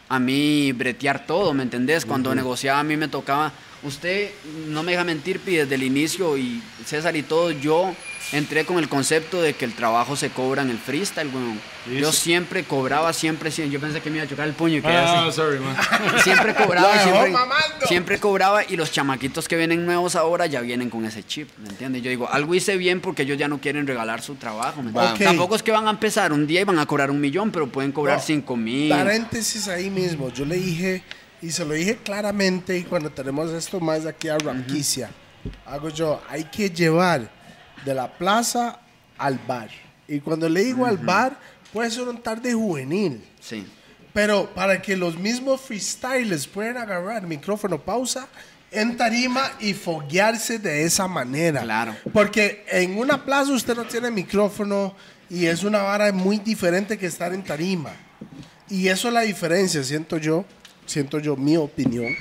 a mí bretear todo, ¿me entendés? Cuando negociaba a mí me tocaba, usted no me deja mentir, Pi, desde el inicio y César y todo, yo entré con el concepto de que el trabajo se cobra en el freestyle, weón. Yo siempre cobraba, siempre, siempre, yo pensé que me iba a chocar el puño y quedé así. Ah, sorry, man. Siempre cobraba, y dejó siempre, mamando. siempre cobraba y los chamaquitos que vienen nuevos ahora ya vienen con ese chip, ¿me entiendes? Yo digo, algo hice bien porque ellos ya no quieren regalar su trabajo, ¿me entiendes? Ok. Tampoco es que van a empezar un día y van a cobrar un millón, pero pueden cobrar No, cinco mil. Paréntesis ahí mismo. Yo le dije, y se lo dije claramente, y cuando tenemos esto más aquí a Ramquicia, hago yo, hay que llevar de la plaza al bar. Y cuando le digo al bar, puede ser un tarde juvenil. Sí. Pero para que los mismos freestylers puedan agarrar micrófono pausa en tarima y foguearse de esa manera. Claro. Porque en una plaza usted no tiene micrófono y es una vara muy diferente que estar en tarima. Y eso es la diferencia, siento yo, siento yo mi opinión.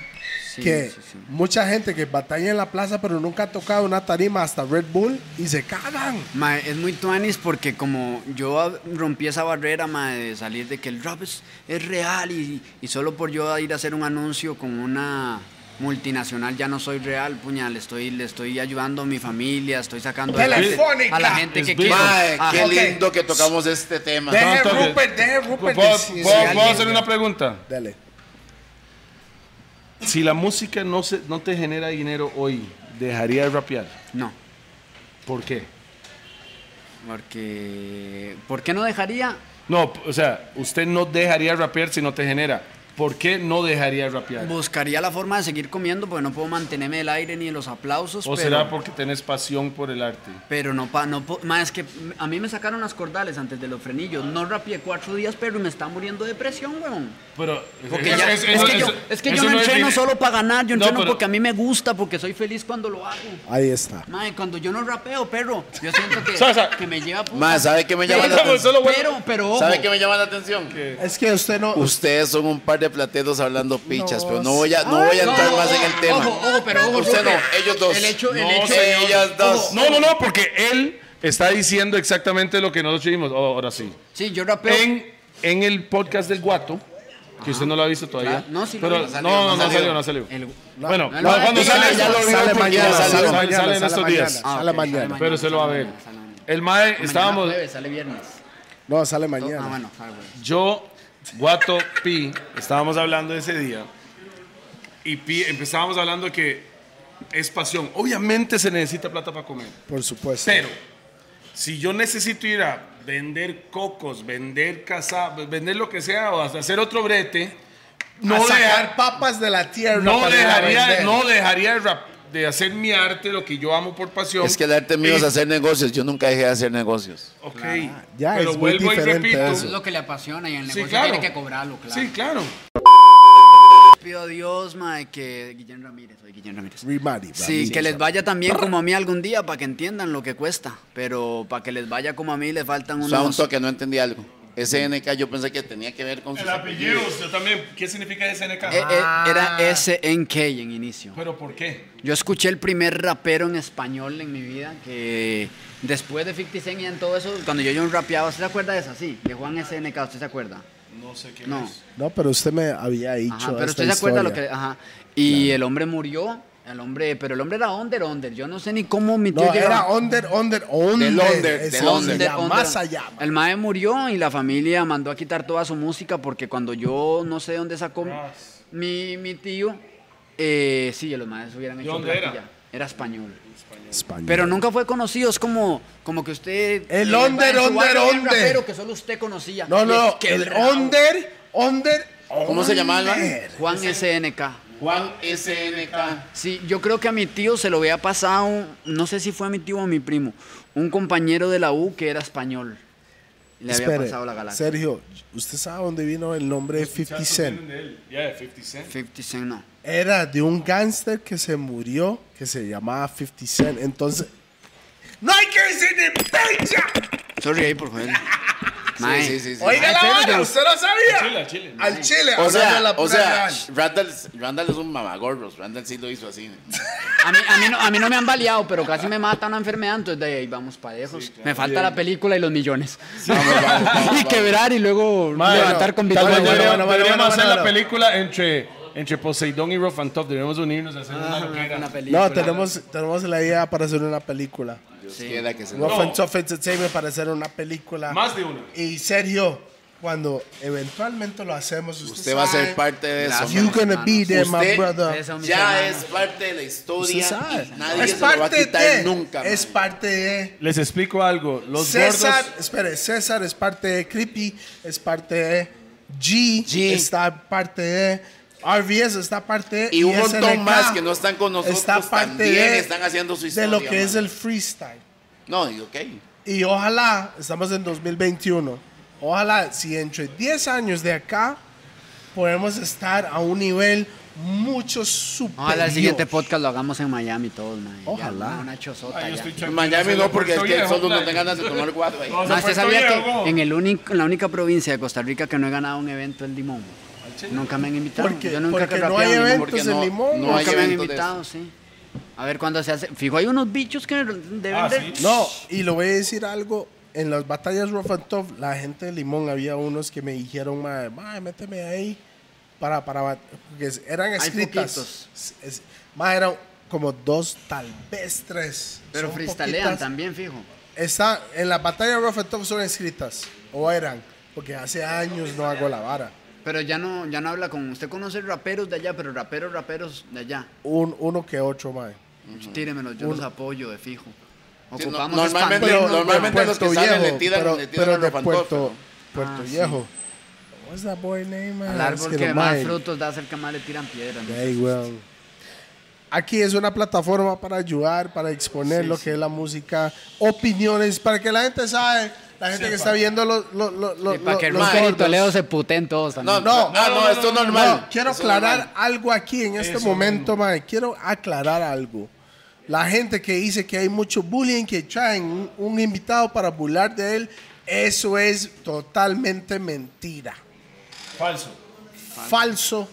Sí, que sí, sí. mucha gente que batalla en la plaza pero nunca ha tocado una tarima hasta Red Bull y se cagan. Mae, es muy tuanis porque como yo a- rompí esa barrera, mae, de salir de que el rap es, es real y, y solo por yo ir a hacer un anuncio con una multinacional ya no soy real, puñal, estoy, le estoy ayudando a mi familia, estoy sacando adelante a la gente que quiero. Mae, Ajá. qué ok. lindo que tocamos este tema. Deje toques. Rupert, deje ¿Puedo, Rupert. decir- puedo- alguien- puedo hacer una pregunta? Dale. Si la música no, se, no te genera dinero hoy, ¿dejaría de rapear? No, ¿Por qué? porque... ¿Por qué no dejaría? No, o sea, usted no dejaría de rapear si no te genera. ¿Por qué no dejaría de rapear? Buscaría la forma de seguir comiendo porque no puedo mantenerme del aire ni de los aplausos. ¿O pero... será porque tenés pasión por el arte? Pero no, pa, no, po- ma, es que a mí me sacaron las cordales antes de los frenillos. No rapié cuatro días, pero me está muriendo de depresión, weón. Pero Porque ya- es, que yo, es que yo no entreno solo para ganar, yo No, entreno pero- porque a mí me gusta, porque soy feliz cuando lo hago. Ahí está. Mae, cuando yo no rapeo, perro, yo siento que, Sasa. que me lleva puta. Mae, ¿sabe qué me llama la pero, atención? Solo bueno. pero, pero, ojo, ¿Sabe qué me llama la atención? Es que usted no... Ustedes son un par de plateros hablando pichas, No, pero no voy a, no voy a No, entrar ojo, más en el tema. Ojo, ojo, pero ojo, Usted no, Rupert. ellos dos. El hecho, el No, hecho. señor. Ellas dos. Ojo, No, no, no, porque él está diciendo exactamente lo que nosotros dijimos. Oh, ahora sí. Sí, yo rapeo. En, en el podcast del Guato, que usted no lo ha visto todavía. Claro. Ah, No, sí lo pero, vi. no, no, no salió, no salió. El- no, Bueno, no, no, cuando no, sale, ya lo sale, vio Sale porque mañana, ya sale sale, mañana, sale Ah, en sale estos días. mañana. ok, sale mañana. Pero se lo va a ver. sale mañana. El mae, Mañana estábamos, jueves, sale viernes. No, sale Ah, mañana. bueno, sale jueves. yo, Guato, Pi, estábamos hablando ese día. Y Pi, empezábamos hablando que es pasión. Obviamente se necesita plata para comer. Por supuesto. Pero, si yo necesito ir a vender cocos, vender casa, vender lo que sea, o hasta hacer otro brete, a no sacar dejar- papas de la tierra. No para ir a dejaría, vender. no dejaría de, rap- de hacer mi arte, lo que yo amo por pasión. Es que el arte mío es Y- eh. hacer negocios. Yo nunca dejé de hacer negocios. Ok, Ya, pero es muy vuelvo y diferente repito. eso. Es lo que le apasiona y el Sí, negocio claro. tiene que cobrarlo, claro. Sí, claro. Pido a Dios, mae, que Guillén Ramírez, soy Guillén Ramírez. Remari, Sí, que les vaya también como a mí algún día para que entiendan lo que cuesta, pero para que les vaya como a mí les faltan O sea, un unos toque, no entendí algo. SNK yo pensé que tenía que ver con sus El apellido, usted también. ¿Qué significa SNK? Eh, eh, era SNK en inicio. ¿Pero por qué? Yo escuché el primer rapero en español en mi vida que después de 50 Cent y en todo eso, cuando yo, yo rapeaba, ¿usted se acuerda de esa? Sí, de Juan SNK, ¿usted se acuerda? No sé qué No. es. No, pero usted me había dicho. Ajá, pero esta usted se acuerda lo que. historia. Ajá. Y el hombre murió. El hombre, pero el hombre era under, under. Yo no sé ni cómo mi tío No, llegaba- era under, under, under. Del under, Eso del se under. llama, Under, Más under. allá. man. El mae murió y la familia mandó a quitar toda su música porque cuando yo no sé dónde sacó mi- Ah. mi, mi tío, eh, sí, los maes hubieran hecho dónde era? platilla. Era español. Español. Pero nunca fue conocido, es como, como que usted... El en under, en su under, barrio había un under. rapero que solo usted conocía. No, no, Qué el bravo. under, under, ¿Cómo se llamaba el man? under. Juan SNK. Juan SNK. Sí, yo creo que a mi tío se lo había pasado, no sé si fue a mi tío o a mi primo, un compañero de la U que era español. Le había Espere, pasado la galaxia. Sergio, ¿usted sabe dónde vino el nombre de 50 Cent? Ya, de 50 Cent. 50 Cent, no. Era de un gángster que se murió, que se llamaba 50 Cent. Entonces, ¡no hay que decir ni fecha! Sorry ahí por joder. Mae. Sí, sí, sí. Oiga la Sergio. vara, ¿usted lo sabía? Chile, a Chile. Al Chile, O hablando de sea, la o pura sea, real. Randall, Randall es un mamagorros. Randall sí lo hizo así. A mí, a, mí no, a mí no me han baleado, pero casi me mata una enfermedad, entonces de ahí vamos para lejos. Me falta la película y los millones. Vamos, vamos, vamos, y quebrar y luego Mae, levantar no, con tal Bitcoin. vez Deberíamos, bueno, bueno, deberíamos bueno, hacer bueno, la bueno. película entre, entre Poseidón y Rough and Top. Deberíamos unirnos a hacer Ah, una loquera. Una película. No, tenemos, tenemos la idea para hacer una película. Dios quiera que se Rough and Tough Entertainment para hacer una película. Más de una. Y Sergio, cuando eventualmente lo hacemos, usted, Usted va a sabe, ser parte de eso. You're gonna be there, my Usted- brother. Eso, mis Ya hermanos. es parte de la Usted historia. sabe. y nadie se lo va a quitar de. nunca. Es man. parte de. Les explico algo. Los César, gordos. espere, César es parte de Creepy, es parte de G, G. está parte de RVS, está parte de. y un SNK montón más que no están con nosotros Está parte también de, están haciendo su historia. de lo que man. es el freestyle. No, y ok. Y ojalá, estamos en 2021, ojalá si entre 10 años de acá podemos estar a un nivel mucho superior. Ojalá el siguiente podcast lo hagamos en Miami todos, mae. Ya, Ojalá. una- Una chozota Yo ya. estoy En tranquilo, Miami soy no, de porque es Puerto que Viejo, solo no playa. te ganas de tomar guado ahí. No, No, soy usted Puerto sabía Viejo. que en, el único, en la única provincia de Costa Rica que no he ganado un evento es Limón. Nunca me han invitado. Porque- Yo nunca he porque no rapeado hay en Limón. evento. Porque Entonces, no, limón. no hay Nunca me han evento de invitado, sí. A ver cuándo se hace. Fijo, hay unos bichos que deben Ah, de. sí. No, y le voy a decir algo. En las batallas Rough and Tough, la gente de Limón, había unos que me dijeron, "Mae, mae, méteme ahí. Para, para, bat-", porque eran escritas. poquitos. Es- es- mae, eran como dos, tal vez tres. Pero Son freestalean poquitas. también, fijo. Está, en la batalla Rough and Tough son escritas. O eran. Porque hace años no hago la vara. Pero ya no, ya no habla con. Usted conoce raperos de allá, pero raperos, raperos de allá. Pues Un, uno que otro, mae. Tíremelos, yo los apoyo de fijo. Sí, no, Ocupamos normalmente- expandirnos, normal- Normalmente Puerto los que salen le Viejo, tiran- pero, le tiran pero a de Rough and Puerto, Tough, Puerto Ah, sí. Viejo. What's that boy name, man? Al Es árbol no, que más mae. frutos da, cerca más le tiran piedras. ¿no? Ey, weón. Aquí es una plataforma para ayudar, para exponer lo que es la música, opiniones, para que la gente sabe, la gente que está viendo los los los Y para que el los Rocker y gordos. Toledo se puten todos también. No, no, no, no, esto es normal. No, quiero Eso es aclarar normal. algo aquí en este momento, mae. Quiero aclarar algo. La gente que dice que hay mucho bullying, que traen un, un invitado para burlar de él, eso es totalmente mentira. Falso. Falso.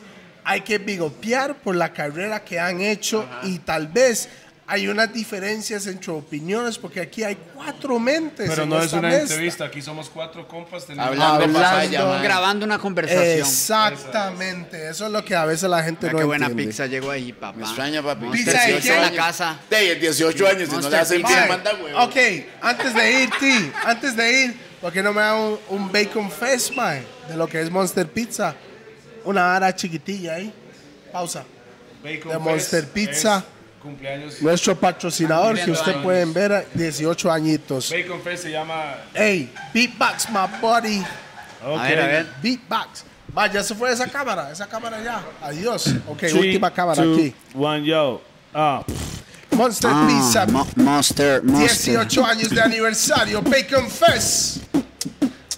Hay que bigopear por la carrera que han hecho y tal vez hay unas diferencias entre opiniones porque aquí hay cuatro mentes. Pero en no es esta una mesa. entrevista. Aquí somos cuatro compas. tenemos- Hablando, Hablando, papaya, man. grabando una conversación. Exactamente. Eso es lo que a veces la gente Mira no qué buena entiende. pizza llegó ahí, papá. Me extraña, papi. Monster ¿Pizza de Pizza quién? en la casa. De ahí, 18 años, si no le Monster hacen Pizza. bien, Mae, manda huevo. ok, antes de ir, Ti, antes de ir, ¿por qué no me da un, un bacon fest, mae? De lo que es Monster Pizza. Una ara chiquitilla ahí. Pausa. Bacon de Fest Monster es Pizza. Cumpleaños. Nuestro patrocinador que Cumpliendo usted años. pueden ver, a 18 añitos. Bacon Fest se llama Hey, beatbox my body, A ver, a ver. beatbox. Va, ya se fue esa cámara, esa cámara ya. Adiós. Ok, Three, última cámara two, aquí. One, yo. Ah, Monster Pizza, Ah, mo- Monster, Monster. 18 años de aniversario, Bacon Fest.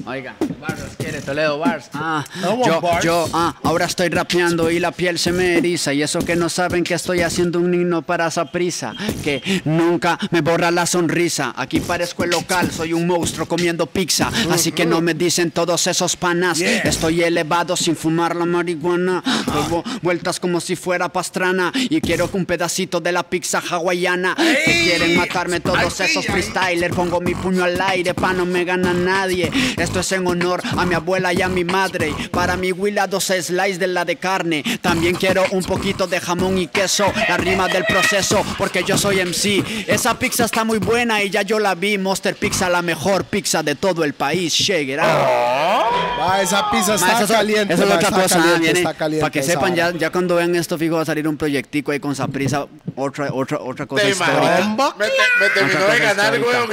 Oiga, Barros quiere Toledo Bars. Ah, No one yo, bars. yo, ah, ahora estoy rapeando y la piel se me eriza. Y eso que no saben que estoy haciendo un himno para esa prisa. Que nunca me borra la sonrisa. Aquí parezco el local, soy un monstruo comiendo pizza. Así que no me dicen todos esos panas. Estoy elevado sin fumar la marihuana. Doy vu- vueltas como si fuera pastrana. Y quiero que un pedacito de la pizza hawaiana. Que quieren matarme todos esos freestyler. Pongo mi puño al aire, pa' no me gana nadie. Esto es en honor a mi abuela y a mi madre. Para mi huila, dos slices de la de carne. También quiero un poquito de jamón y queso. La rima del proceso, porque yo soy MC. Esa pizza está muy buena y ya yo la vi. Monster Pizza, la mejor pizza de todo el país. Shake it out. Va, esa pizza Ma, Oh, está eso es- caliente. eso es ma, otra está cosa, caliente, viene- está caliente Para que esa sepan, ya, vara. ya cuando vean esto, fijo, va a salir un proyectico ahí con Saprisa. Otra, otra, otra cosa Te histórica. imagino- Me, te- me terminó Otra de cosa ganar, histórica. weón.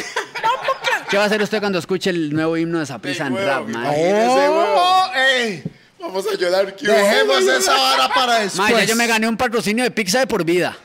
¿Qué va a hacer usted cuando escuche el nuevo himno de Saprisa en Huevo, rap, man? imagínese, Oh, huevo. ey, Vamos a llorar. ¿qué hubo? dejemos esa vara para después. Ma, ya yo me gané un patrocinio de pizza de por vida.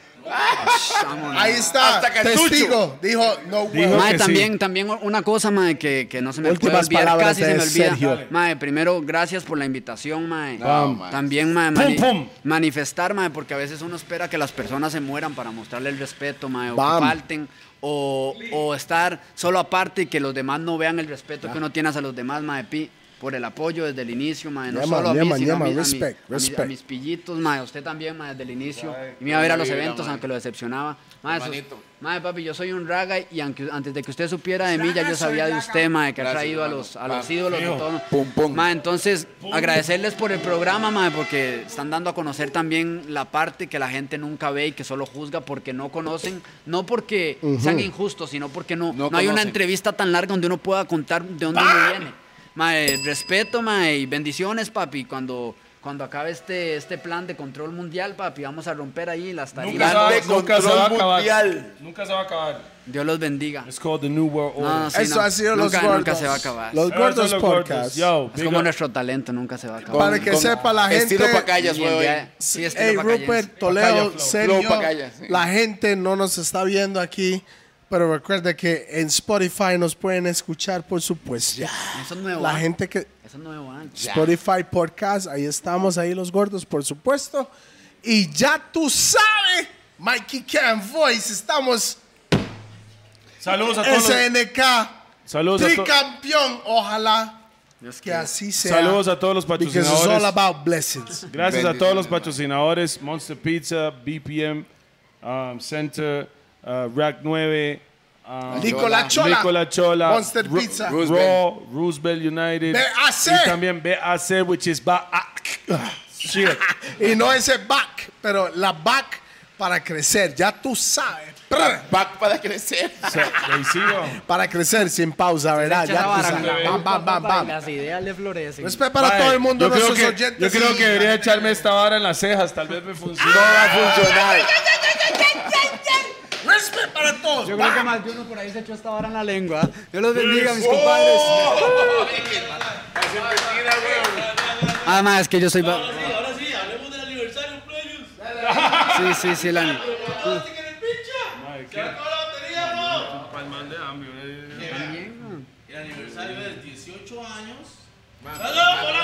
Ahí está, Hasta cartucho. testigo. Dijo, no huevo. Dijo- que Mae, sí. también, también una cosa, mae, que, que no se me Últimas puede olvidar, palabras casi se me de olvida. Sergio. Mae, primero, gracias por la invitación, mae. mae. También, mae, mani- pum. manifestar, mae, porque a veces uno espera que las personas se mueran para mostrarle el respeto, mae, o Bam. que falten, o, o estar solo aparte y que los demás no vean el respeto que uno tiene hacia los demás, mae, pi. Por el apoyo desde el inicio, mae. No Yeah, solo man, yeah, a mí, man, sino yeah, a, man. mi- a mi- Respect, a mi- a respect. mis pillitos, mae. Usted también, mae, desde el inicio. Y me iba a ver a los eventos, aunque lo decepcionaba. Mae, esos- Hermanito. Mae, papi, yo soy un raga y aunque, antes de que usted supiera de mí, ya yo sabía de usted, mae, que ha traído a los, a los ídolos de todo. Pum, pum. Mae, entonces, agradecerles por el programa, mae, porque están dando a conocer también la parte que la gente nunca ve y que solo juzga porque no conocen. No porque sean injustos, sino porque no, no, No hay una conocen. entrevista tan larga donde uno pueda contar de dónde uno viene. Mae, respeto, mae, y bendiciones, papi, cuando... Cuando acabe este, este plan de control mundial, papi, vamos a romper ahí las tarimas. Plan de sabes, nunca se va a control acabar. mundial. Nunca se va a acabar. Dios los bendiga. it's called the New World Order. No, no, sí, Eso no. ha sido nunca, los gordos. Nunca se va a acabar. Los Ever gordos Solo Gordos, podcast. Yo, es big como up. nuestro talento, nunca se va a acabar. Para que sepa la gente. Estilo Y el pacayas, día- weón. sí, estilo Hey, pacayense. Rupert, Toledo, Flow. serio, Flow Pacaya, sí. la gente no nos está viendo aquí, pero recuerda que en Spotify nos pueden escuchar, por supuesto. Eso es nuevo. La ah. gente que... Eso es nuevo. ah. Spotify Podcast, ahí estamos, ahí los gordos, por supuesto. Y ya tú sabes, Mikey Can Voice, estamos Saludos a todos. los- SNK, Saludos a to- tricampeón, ojalá que así sea. Saludos a todos los Because it's all patrocinadores. about blessings. Gracias a todos Bendiciones, los patrocinadores: Monster Pizza, BPM, um, Center, uh, Rack 9, um, Nicola Chola. Nicola Chola, Monster Ru- Pizza. Roosevelt. Raw, Roosevelt United. BAC. Y también BAC, which is ba ah, shit. Y no ese back, pero la back para crecer, ya tú sabes. Prr, Back para crecer. So, ahí sí, vamos. Para crecer sin pausa, ¿verdad? Echa la Ya tú vara, sabes. claro. Bam, bam, bam, Papá, y bam. Las ideas le florecen. Respeto para Mae, todo el mundo, yo creo nuestros que, oyentes. Yo creo y- que debería echarme esta vara en las cejas, tal vez me funcione. No va a funcionar. Respeto para todos. Yo creo que más de uno por ahí se echó esta vara en la lengua. Dios los bendiga, mis compadres. Oh. Ah, ma, es que yo soy. ba- Ahora sí, hablemos del aniversario, players. Sí, sí, sí, la. ¿Qué en el pinche? ¿Se acabó la batería, no? Palmán de hambre. El aniversario de 18 años. ¡Salud,